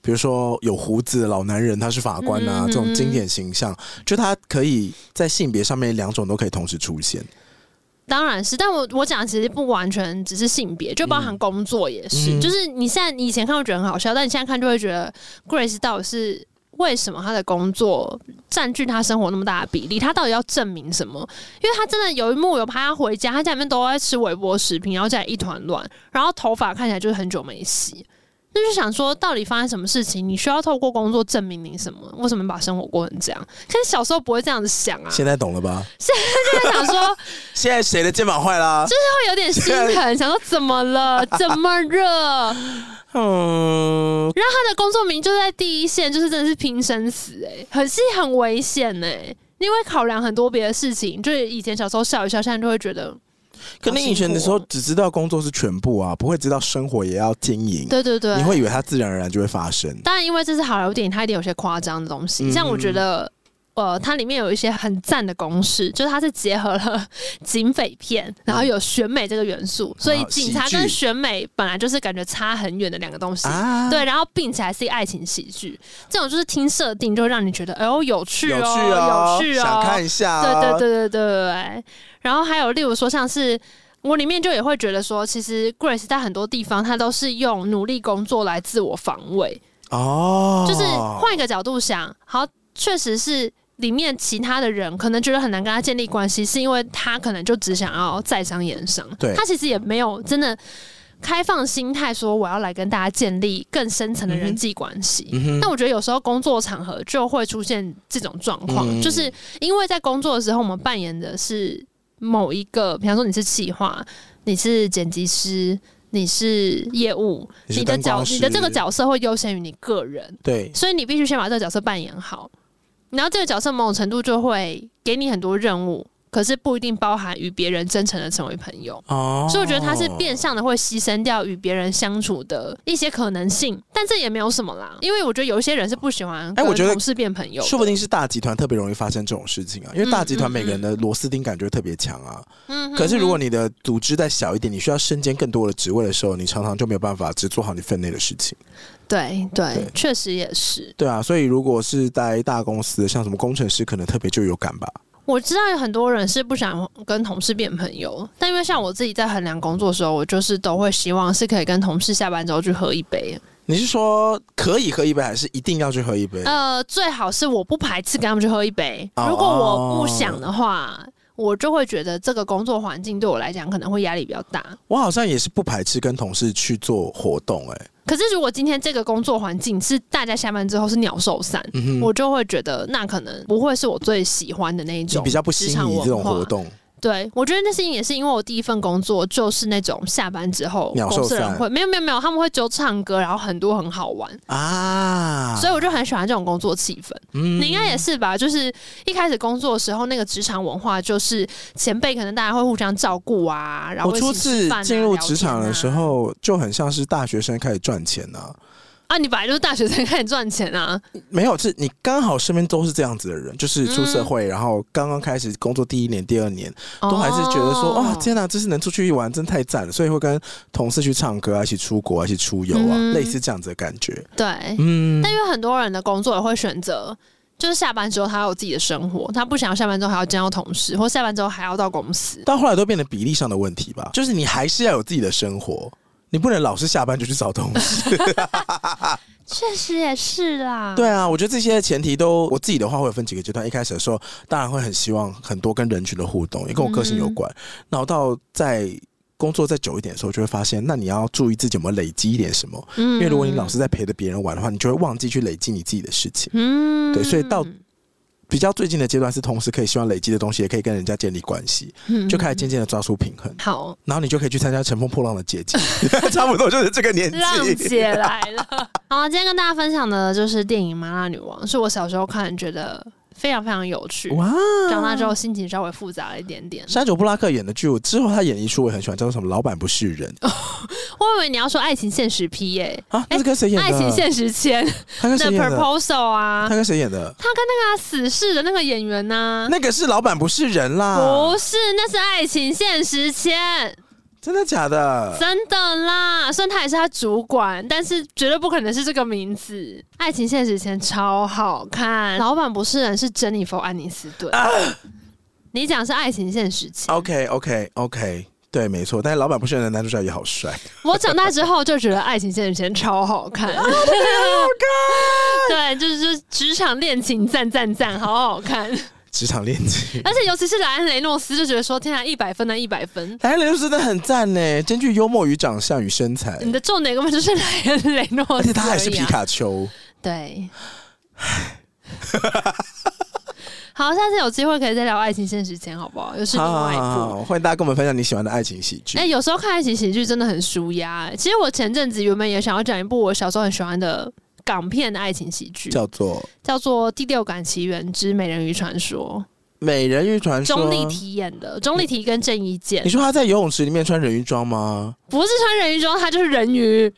Speaker 1: 比如说有胡子的老男人，他是法官啊、
Speaker 2: 嗯嗯嗯
Speaker 1: 这种经典形象，就他可以在性别上面两种都可以同时出现。
Speaker 2: 当然是，但我我讲其实不完全只是性别，就包含工作也是。
Speaker 1: 嗯
Speaker 2: 嗯就是你现在你以前看会觉得很好笑，但你现在看就会觉得 Grace 到底是为什么他的工作占据他生活那么大的比例？他到底要证明什么？因为他真的有一幕有拍他回家，他家里面都在吃微波食品，然后家里一团乱，然后头发看起来就是很久没洗。那就想说，到底发生什么事情？你需要透过工作证明你什么？为什么把生活过成这样？可是小时候不会这样子想啊，
Speaker 1: 现在懂了吧？
Speaker 2: 就想说
Speaker 1: 现在谁的肩膀坏啦？
Speaker 2: 会有点心 疼，想说怎么了？怎么热？
Speaker 1: 哦嗯，
Speaker 2: 然后他的工作名就在第一线，就是真的是拼生死、欸，哎，很是很危险哎、因为考量很多别的事情，就是以前小时候笑一笑，现在就会觉得，
Speaker 1: 可能以前的时
Speaker 2: 哦
Speaker 1: 候只知道工作是全部啊，不会知道生活也要经营。
Speaker 2: 对对对
Speaker 1: 你，会以为它自然而然就会发生。
Speaker 2: 当然因为这是好莱坞电影，它一定有些夸张的东西，
Speaker 1: 嗯
Speaker 2: 像我觉得。呃，它里面有一些很赞的公式，就是它是结合了 警匪片，然后有选美这个元素，所以
Speaker 1: 好
Speaker 2: 警察
Speaker 1: 啊喜剧
Speaker 2: 跟选美本来就是感觉差很远的两个东西，
Speaker 1: 啊
Speaker 2: 对，然后并且还是一爱情喜剧，这种就是听设定就会让你觉得，哎呦有趣哦，
Speaker 1: 有
Speaker 2: 有
Speaker 1: 趣哦，
Speaker 2: 哦，
Speaker 1: 想看一下、
Speaker 2: 对对
Speaker 1: 哦。对，
Speaker 2: 对对对对对。然后还有，例如说像是。我里面就也会觉得说，其实 Grace 在很多地方，她都是用努力工作来自我防卫。
Speaker 1: 哦，
Speaker 2: 就是换一个角度想，好，确实是里面其他的人可能觉得很难跟他建立关系，是因为他可能就只想要在商言商，
Speaker 1: 对
Speaker 2: 他其实也没有真的开放心态，说我要来跟大家建立更深层的人际关系。
Speaker 1: 嗯哼
Speaker 2: 但我觉得有时候工作场合就会出现这种状况，
Speaker 1: 嗯
Speaker 2: 就是因为在工作的时候，我们扮演的是某一个，比方说你是企划，你是剪辑师，你是业务，
Speaker 1: 你是
Speaker 2: 的
Speaker 1: 灯光
Speaker 2: 角你的这个
Speaker 1: 师
Speaker 2: 角色会优先于你个人，
Speaker 1: 对，
Speaker 2: 所以你必须先把这个角色扮演好。然后这个角色某种程度就会给你很多任务，可是不一定包含与别人真诚的成为朋友。
Speaker 1: 哦，
Speaker 2: 所以我觉得他是变相的会牺牲掉与别人相处的一些可能性，但这也没有什么啦，因为我觉得有一些人是不喜欢
Speaker 1: 哎
Speaker 2: 跟
Speaker 1: 我觉得
Speaker 2: 同事变朋友的，
Speaker 1: 说不定是大集团特别容易发生这种事情啊，因为大集团每个人的螺丝钉感觉特别强啊。
Speaker 2: 嗯哼
Speaker 1: 可是如果你的组织再小一点，你需要身兼更多的职位的时候，你常常就没有办法只做好你分内的事情。
Speaker 2: 对对
Speaker 1: 对，
Speaker 2: 确实也是。
Speaker 1: 对啊，所以如果是在大公司，像什么工程师，可能特别就有感吧。
Speaker 2: 我知道有很多人是不想跟同事变朋友，但因为像我自己在衡量工作的时候，我就是都会希望是可以跟同事下班之后去喝一杯，
Speaker 1: 你是说可以喝一杯，还是一定要去喝一杯？
Speaker 2: 呃，最好是我不排斥跟他们去喝一杯。
Speaker 1: 哦
Speaker 2: 如果我不想的话，我就会觉得这个工作环境对我来讲可能会压力比较大。
Speaker 1: 我好像也是不排斥跟同事去做活动、哎，
Speaker 2: 可是如果今天这个工作环境是大家下班之后是鸟兽散，
Speaker 1: 嗯哼，
Speaker 2: 我就会觉得那可能不会是我最喜欢的那一
Speaker 1: 你
Speaker 2: 种，
Speaker 1: 比较不心仪这种活。动，
Speaker 2: 对，我觉得那事情也是因为我第一份工作就是那种下班之后
Speaker 1: 鸟兽
Speaker 2: 公司人
Speaker 1: 散
Speaker 2: 会没有没有没有，他们会就唱歌，然后很多很好玩，
Speaker 1: 啊，
Speaker 2: 所以我就很喜欢这种工作气氛。
Speaker 1: 嗯
Speaker 2: 你应该也是吧？就是一开始工作的时候，那个职场文化就是前辈可能大家会互相照顾啊，然后
Speaker 1: 我
Speaker 2: 会
Speaker 1: 初
Speaker 2: 一起吃
Speaker 1: 次
Speaker 2: 饭啊
Speaker 1: 进入职场的时
Speaker 2: 聊天
Speaker 1: 候，就很像是大学生开始赚钱啊。
Speaker 2: 啊啊，你本来就是大学生开始赚钱啊，
Speaker 1: 没有，是你刚好身边都是这样子的人，就是出社会，然后刚刚开始工作第一年、第二年，
Speaker 2: 哦
Speaker 1: 都还是觉得说，哇、天哪、这是能出去玩，真太赞了！所以会跟同事去唱歌啊，一起出国啊，一起出游啊，
Speaker 2: 嗯
Speaker 1: 类似这样子的感觉。
Speaker 2: 对。
Speaker 1: 嗯，
Speaker 2: 但因为很多人的工作也会选择，就是下班之后他有自己的生活，他不想要下班之后还要见到同事，或下班之后还要到公司。
Speaker 1: 到后来都变成比例上的问题吧，就是你还是要有自己的生活，你不能老是下班就去找东西。
Speaker 2: 确实也是啦，
Speaker 1: 对啊，我觉得这些前提都，我自己的话会有分几个阶段。一开始的时候，当然会很希望很多跟人群的互动，也跟我个性有关。然后到在工作再久一点的时候，就会发现，那你要注意自己有没有累积一点什么，
Speaker 2: 嗯
Speaker 1: 因为如果你老是在陪着别人玩的话，你就会忘记去累积你自己的事情。
Speaker 2: 嗯
Speaker 1: 对所以到比较最近的阶段是，同时可以希望累积的东西，也可以跟人家建立关系，就开始渐渐的抓出平衡，
Speaker 2: 嗯好
Speaker 1: 然后你就可以去参加乘风破浪的捷径， 差不多就是这个年
Speaker 2: 浪
Speaker 1: 纪。
Speaker 2: 姐来 了。好，今天跟大家分享的就是电影《麻辣女王》，是我小时候看觉得非常非常有趣。
Speaker 1: 哇！
Speaker 2: 长大之后心情稍微复杂了一点点。
Speaker 1: 山久布拉克演的剧，我之后他演一出我也很喜欢，叫做什么《老板不是人》
Speaker 2: 哦我以为你要说《爱情现实 P》耶，
Speaker 1: 啊，那是跟谁演的？
Speaker 2: 哎爱情现实签》
Speaker 1: 他 跟
Speaker 2: 的
Speaker 1: 谁演的？
Speaker 2: Proposal 啊
Speaker 1: 他，跟谁演的？
Speaker 2: 他跟那个死侍的那个演员呢、
Speaker 1: 那个是老板不是人啦
Speaker 2: 不，是，那是《爱情现实签》，
Speaker 1: 真的假的？
Speaker 2: 真的啦。虽然他也是他主管，但是绝对不可能是这个名字。《爱情现实签》超好看，老板不是人是珍妮
Speaker 1: 啊
Speaker 2: 佛·安妮斯顿。你讲是爱情现实期，
Speaker 1: OK OK OK，对，没错。但是老板不是人的男主角也好帅，
Speaker 2: 我长大之后就觉得《爱情陷阱前》超好
Speaker 1: 啊
Speaker 2: 看，好看。 对，就是就是职场恋情赞赞赞，好 好看。
Speaker 1: 职场恋情。
Speaker 2: 而且尤其是莱恩·雷诺斯，就觉得说天啊，一百分啊，一百分。
Speaker 1: 莱恩雷诺哎斯真的很赞呢，兼具幽默与长相与身材，
Speaker 2: 你的重点根本就是莱恩·雷诺斯、啊
Speaker 1: 而且他还是皮。卡丘。
Speaker 2: 对。 好，下次有机会可以再聊《爱情现实前》，好不好？又是另外一部。
Speaker 1: 好，啊欢迎大家跟我们分享你喜欢的爱情喜剧。
Speaker 2: 哎、有时候看爱情喜剧真的很舒压、其实我前阵子原本也想要讲一部我小时候很喜欢的港片的爱情喜剧，
Speaker 1: 叫做《
Speaker 2: 叫做《第六感奇缘之美人鱼传说
Speaker 1: 美人鱼传》，说
Speaker 2: 钟》。丽缇演的，钟丽缇跟郑伊健
Speaker 1: 你，说他在游泳池里面穿人鱼装吗？
Speaker 2: 不是穿人鱼装，他就是人鱼，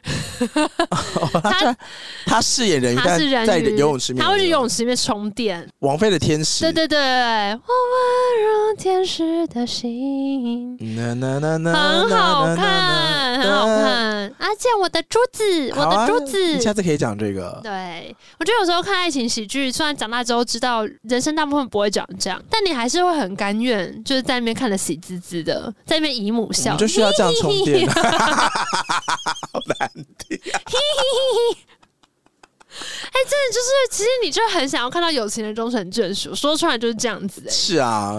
Speaker 1: 哦、 他穿他饰演人鱼，
Speaker 2: 他
Speaker 1: 但
Speaker 2: 是人鱼，
Speaker 1: 在游泳池里面，
Speaker 2: 他会去游泳池里面充电。
Speaker 1: 王菲的天使。
Speaker 2: 对对对，我温柔天使的心。
Speaker 1: 呐呐呐呐呐
Speaker 2: 很
Speaker 1: 呐呐，
Speaker 2: 好看，很好看！啊，见我的珠子，我
Speaker 1: 好啊
Speaker 2: 的珠子，
Speaker 1: 你下次可以讲这个。
Speaker 2: 对，我觉得有时候看爱情喜剧，虽然长大之后知道人生大部分不会长这样，但你还是会很甘愿，就是在那边看得喜滋滋的，在那边姨母
Speaker 1: 我
Speaker 2: 笑
Speaker 1: 们就。需要这样充电。啊
Speaker 2: 对，其实你哎就很想要看到有情人终成眷属，说出来就是这样子、欸。
Speaker 1: 是啊，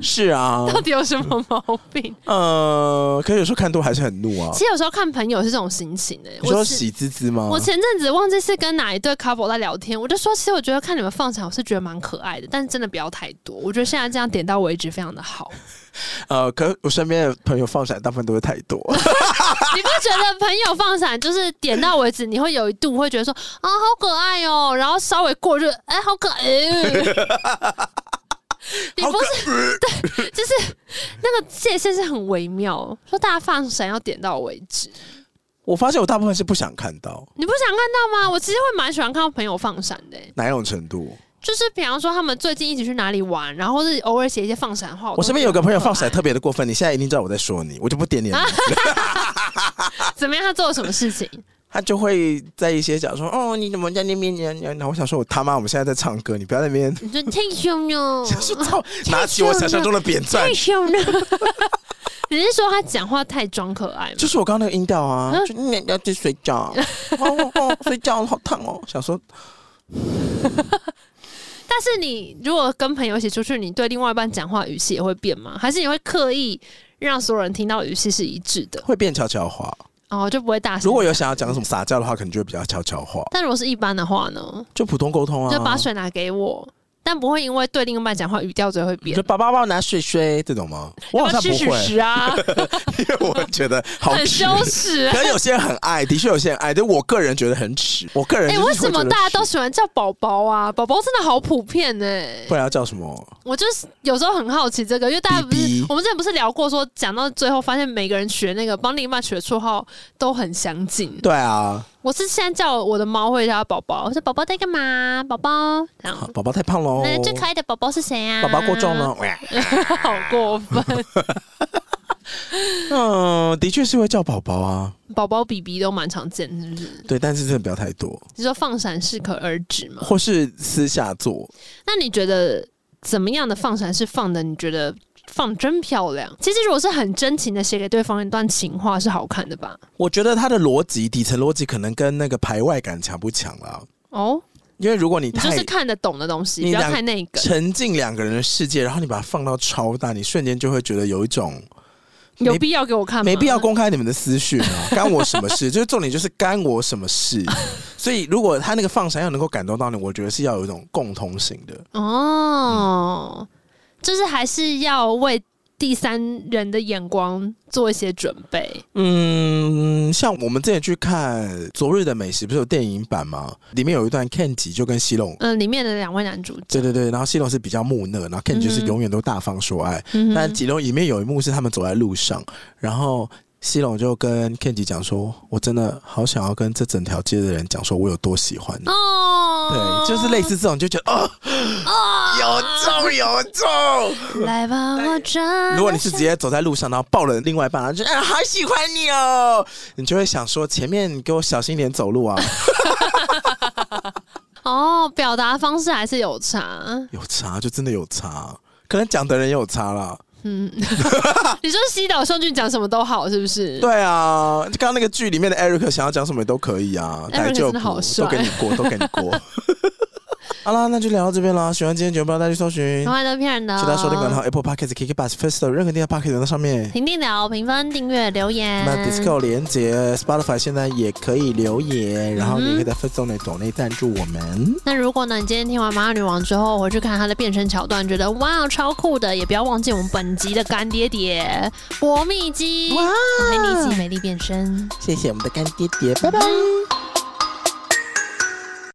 Speaker 1: 是啊，
Speaker 2: 到底有什么毛病？
Speaker 1: 呃，可是有时候看多还是很怒啊。
Speaker 2: 其实有时候看朋友是这种心情诶、
Speaker 1: 你说
Speaker 2: 我是
Speaker 1: 喜滋滋吗？
Speaker 2: 我前阵子忘记是跟哪一对 couple 在聊天，我就说，其实我觉得看你们放闪，我是觉得蛮可爱的，但是真的不要太多。我觉得现在这样点到为止非常 的好。
Speaker 1: 呃，可我身边的朋友放闪大部分都是太多，
Speaker 2: 你不觉得朋友放闪就是点到为止，你会有一度会觉得说啊好可爱哦、然后稍微过就哎、好可爱、 你
Speaker 1: 好
Speaker 2: 不
Speaker 1: 可呃
Speaker 2: 是对，就是那个界限是很微妙，说大家放闪要点到为止。
Speaker 1: 我发现我大部分是不想看到
Speaker 2: 你不想看到吗？我其实会蛮喜欢看到朋友放闪的欸、
Speaker 1: 哪种程度。
Speaker 2: 就是比方说他们最近一起去哪里玩，然后是偶尔写一些放闪话。啊
Speaker 1: 我身边有个朋友放闪
Speaker 2: 特
Speaker 1: 特别的过分，你现在一定知道我在说你，我就不点你了。
Speaker 2: 啊怎么样？他做了什么事情？
Speaker 1: 他就会在一些讲说，哦，你怎么在那边？然后我想说，我他妈，我们现在在唱歌，你不要在那边。
Speaker 2: 你说太凶了，
Speaker 1: 想说操，拿起我想象中的扁钻
Speaker 2: 太，凶了。你是说他讲话太装可爱吗？
Speaker 1: 就是我刚刚那个音调啊
Speaker 2: 嗯，
Speaker 1: 就你要吃水饺， 哦哦哦，水饺好烫哦。想说
Speaker 2: 但是你如果跟朋友一起出去，你对另外一半讲话语气也会变吗？还是你会刻意让所有人听到语气是一致的？
Speaker 1: 会变悄悄话，
Speaker 2: 哦，就不会大声。
Speaker 1: 如果有想要讲什么撒娇的话，可能就会比较悄悄话，
Speaker 2: 但如果是一般的话呢？
Speaker 1: 就普通沟通啊。
Speaker 2: 就把水拿给我，但不会因为对另一半讲话语调就会变
Speaker 1: 就。爸爸帮我拿水水这种吗？我好像
Speaker 2: 要不
Speaker 1: 不
Speaker 2: 要
Speaker 1: 会，
Speaker 2: 吃屎屎啊，
Speaker 1: 因为我觉得好
Speaker 2: 很
Speaker 1: 耻
Speaker 2: 羞。耻啊
Speaker 1: 可！能有些人很爱，的确有些人爱，但我个人觉得很耻。我个人
Speaker 2: 哎、
Speaker 1: 就是
Speaker 2: 为什
Speaker 1: 会觉
Speaker 2: 么
Speaker 1: 得
Speaker 2: 大家
Speaker 1: 耻
Speaker 2: 都喜欢叫宝宝啊？宝宝真的好普遍呢、
Speaker 1: 不然要叫什么？
Speaker 2: 我就是有时候很好奇这个，因为大家不是
Speaker 1: BB
Speaker 2: 我们之前不是聊过说，讲到最后发现每个人取的那个帮另一半取的绰号都很相近。
Speaker 1: 对啊，
Speaker 2: 我是现在叫我的猫会叫它宝宝，我说宝宝在干嘛？宝宝，然后
Speaker 1: 啊宝宝太胖喽，
Speaker 2: 那最可爱的宝宝是谁啊？
Speaker 1: 哦宝宝过重，了。哇
Speaker 2: 好过分！
Speaker 1: 嗯，的确是会叫宝宝啊，
Speaker 2: 宝宝、比比都蛮常见，是不是？
Speaker 1: 对，但是真的不要太多，
Speaker 2: 你说放闪适可而止嘛？
Speaker 1: 或是私下做。
Speaker 2: 那你觉得怎么样的放闪是放的？你觉得放真漂亮？其实如果是很真情的写给对方一段情话，是好看的吧？
Speaker 1: 我觉得他的逻辑底层逻辑可能跟那个排外感强不强啦，
Speaker 2: 哦，
Speaker 1: 因为如果你
Speaker 2: 你就
Speaker 1: 太
Speaker 2: 是看得懂的东西，
Speaker 1: 你
Speaker 2: 不要
Speaker 1: 两
Speaker 2: 太那个。
Speaker 1: 沉浸两个人的世界，然后你把它放到超大，你瞬间就会觉得有一种
Speaker 2: 有
Speaker 1: 没
Speaker 2: 必要给我看吗？
Speaker 1: 没必要公开你们的私讯 啊，干我什么事？就是重点就是干我什么事。所以如果他那个放闪要能够感动到你，我觉得是要有一种共同性的。
Speaker 2: 哦，就是还是要为第三人的眼光做一些准备。
Speaker 1: 嗯，像我们之前去看《昨日的美食》，不是有电影版吗？里面有一段 Ken 吉就跟西龙。
Speaker 2: 嗯，里面的两位男主角，
Speaker 1: 对对对，然后西龙是比较木讷，然后 Ken 就是
Speaker 2: 嗯哼
Speaker 1: 永远都大方说爱，
Speaker 2: 嗯
Speaker 1: 但
Speaker 2: 哼
Speaker 1: 其中里面有一幕是他们走在路上，然后西龙就跟 Kenji 讲说：“我真的好想要跟这整条街的人讲说我有多喜欢你。
Speaker 2: 哦，
Speaker 1: 对，就是类似这种，就觉得哦，有中有中。
Speaker 2: 来吧，我转。
Speaker 1: 如果你是直接走在路上，然后抱了另外一半，然后就啊、好喜欢你哦，你就会想说前面你给我小心一点走路啊，
Speaker 2: 哦，表达方式还是有差。
Speaker 1: 有差就真的有差，可能讲的人也有差啦。
Speaker 2: 嗯， 你说西岛秀俊讲什么都好，是不是？
Speaker 1: 对啊，刚刚那个剧里面的 Eric 想要讲什么都可以啊，
Speaker 2: Eric
Speaker 1: 来就
Speaker 2: 真的好帅
Speaker 1: 都给你 过，都给你过。好啦，那就聊到这边啦。喜欢今天节目，不要再去搜寻
Speaker 2: 从，来都骗人的、哦。
Speaker 1: 其他收听管道 Apple Podcast、KK Bus、First 任何地方 Podcast 都在上面。
Speaker 2: 评定聊、评分、订阅、留言。
Speaker 1: 那 Disco 连接 Spotify 现在也可以留言，然后你也
Speaker 2: 嗯
Speaker 1: 可以在 First Zone 内抖内赞助我们。
Speaker 2: 那如果呢，你今天听完《麻辣女王》之后，回去看她的变身桥段，觉得哇超酷的，也不要忘记我们本集的干爹爹博蜜姬，
Speaker 1: 哇
Speaker 2: 陪你一起美丽变身。
Speaker 1: 谢谢我们的干爹爹，拜拜。
Speaker 2: 嗯